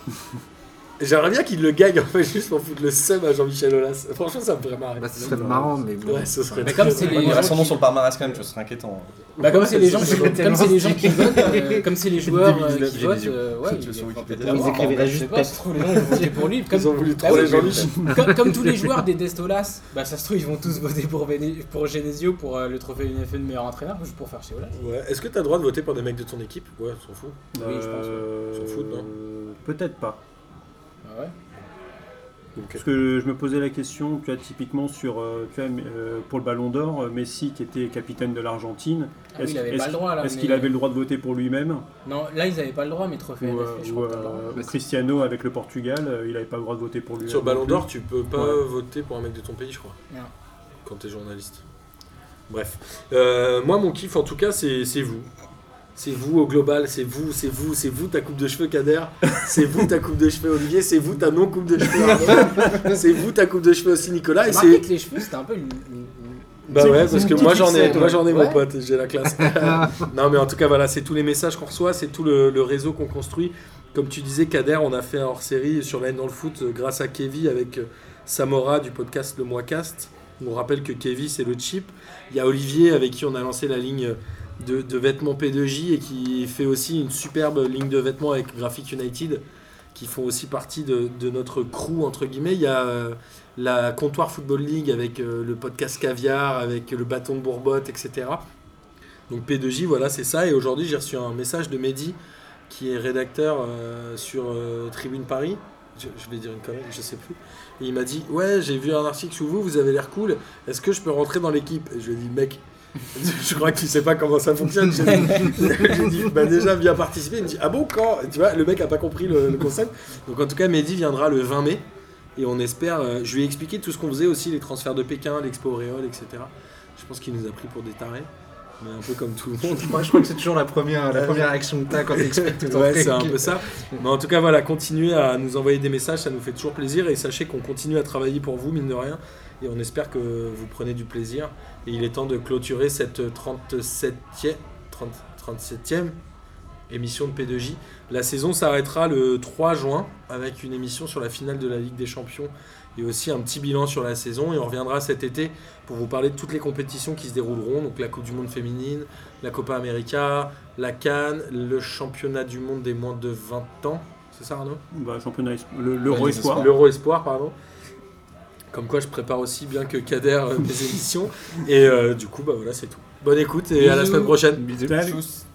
J'aimerais bien qu'il le gagne, en fait, juste pour foutre le seum à Jean-Michel Olas. Franchement, ça me ferait marrer. Bah, ce serait marrant, mais bon. Ouais, ce serait Mais très comme c'est drôle. les- On verra son nom sur le palmarès quand même, ce serait inquiétant. Bah, comme c'est les gens, C'est qui- comme c'est les gens qui votent, euh, comme c'est les joueurs euh, qui 2019, votent, Genesio. euh, ouais, Tu il vas sur est Wikipédia. complètement Vous mort. écrivirez Je sais juste pas, ça se trouve, les gens ils vont voter pour lui. Comme, Ils ont voulu Bah oui, troller mais- Jean-Michel. comme, [laughs] comme tous les joueurs des Destolas, bah ça se trouve ils vont tous voter pour, Bene- pour Genesio pour euh, le trophée UNFP de meilleur entraîneur, juste pour faire chez Ola. Ouais. Est-ce que t'as le droit de voter pour des mecs de ton équipe Ouais, on s'en fout. Oui, je pense, ouais. Euh, S'en foutent, non Peut-être pas. Ah Ouais. Donc, Parce que je me posais la question, tu as typiquement sur, euh, tu vois, mais, euh, pour le Ballon d'Or, euh, Messi qui était capitaine de l'Argentine, Ah oui, il avait pas le droit là. est-ce mais- qu'il avait le droit de voter pour lui-même Non, là ils avaient pas le droit, mais trophée NFP, Ou, euh, je ou, crois que t'as le droit. euh, ou Cristiano avec le Portugal, euh, il n'avait pas le droit de voter pour lui-même. Sur Ballon non d'Or, tu peux pas Ouais. voter pour un mec de ton pays, je crois. Non. Quand t'es journaliste. Bref. Euh, moi, mon kiff, en tout cas, c'est c'est vous. C'est vous au global, c'est vous, c'est vous, c'est vous ta coupe de cheveux, Kader. C'est vous ta coupe de cheveux, Olivier. C'est vous ta non-coupe de cheveux. Arnaud. c'est vous ta coupe de cheveux aussi, Nicolas. Et J'ai remarqué Ah, c'est. que les cheveux c'était un peu une- une- une- Bah C'est- ouais, c'est parce une que petite moi j'en ai, fixette, moi j'en ai mon Ouais. pote, j'ai la [laughs] classe. non mais en tout cas voilà, c'est tous les messages qu'on reçoit, c'est tout le, le réseau qu'on construit. Comme tu disais, Kader, on a fait un hors-série sur la haine dans le foot euh, grâce à Kevin avec euh, Samora du podcast Le Mois Cast. On rappelle que Kevin c'est le chip. Il y a Olivier avec qui on a lancé la ligne euh, de, de vêtements P2J et qui fait aussi une superbe ligne de vêtements avec Graphic United qui font aussi partie de, de notre crew entre guillemets. Il y a euh, la Comptoir Football League avec euh, le podcast Caviar, avec le bâton de Bourbotte, etc. Donc P2J, voilà, c'est ça. Et aujourd'hui, j'ai reçu un message de Mehdi qui est rédacteur euh, sur euh, Tribune Paris. Je, je vais dire une connerie, je sais plus. Et il m'a dit Ouais, j'ai vu un article sur vous, vous avez l'air cool. Est-ce que je peux rentrer dans l'équipe Et je lui ai dit Mec, [laughs] je crois que tu sais pas comment ça fonctionne. J'ai dit, [laughs] j'ai dit, Bah, déjà, viens participer. Il me dit Ah bon, quand Tu vois, le mec a pas compris le, le concept. Donc, en tout cas, Mehdi viendra le 20 mai. Et on espère. euh, je lui ai expliqué tout ce qu'on faisait aussi les transferts de Pékin, l'expo Auréole, etc. Je pense qu'il nous a pris pour des tarés. Mais un peu comme tout le monde. Moi, je crois que c'est toujours la première, la première action de tas quand t'expliques [laughs] tout en Euh, Ouais, c'est un peu ça. Mais en tout cas, voilà, continuez à nous envoyer des messages, ça nous fait toujours plaisir. Et sachez qu'on continue à travailler pour vous, mine de rien. Et on espère que vous prenez du plaisir. Et il est temps de clôturer cette 37e, 30 37e émission de P2J. La saison s'arrêtera le 3 juin avec une émission sur la finale de la Ligue des Champions et aussi un petit bilan sur la saison. Et on reviendra cet été pour vous parler de toutes les compétitions qui se dérouleront. Donc la Coupe du Monde féminine, la Copa América, la Cannes, le championnat du monde des moins de 20 ans. C'est ça Arnaud Bah, championnat, es- le- l'Euro Ouais, Espoir. L'Euro Espoir, pardon. Comme quoi je prépare aussi bien que Kader euh, mes émissions. Et euh, du coup, bah voilà, c'est tout. Bonne écoute et à la Bisous. semaine prochaine. Salut. Tchuss.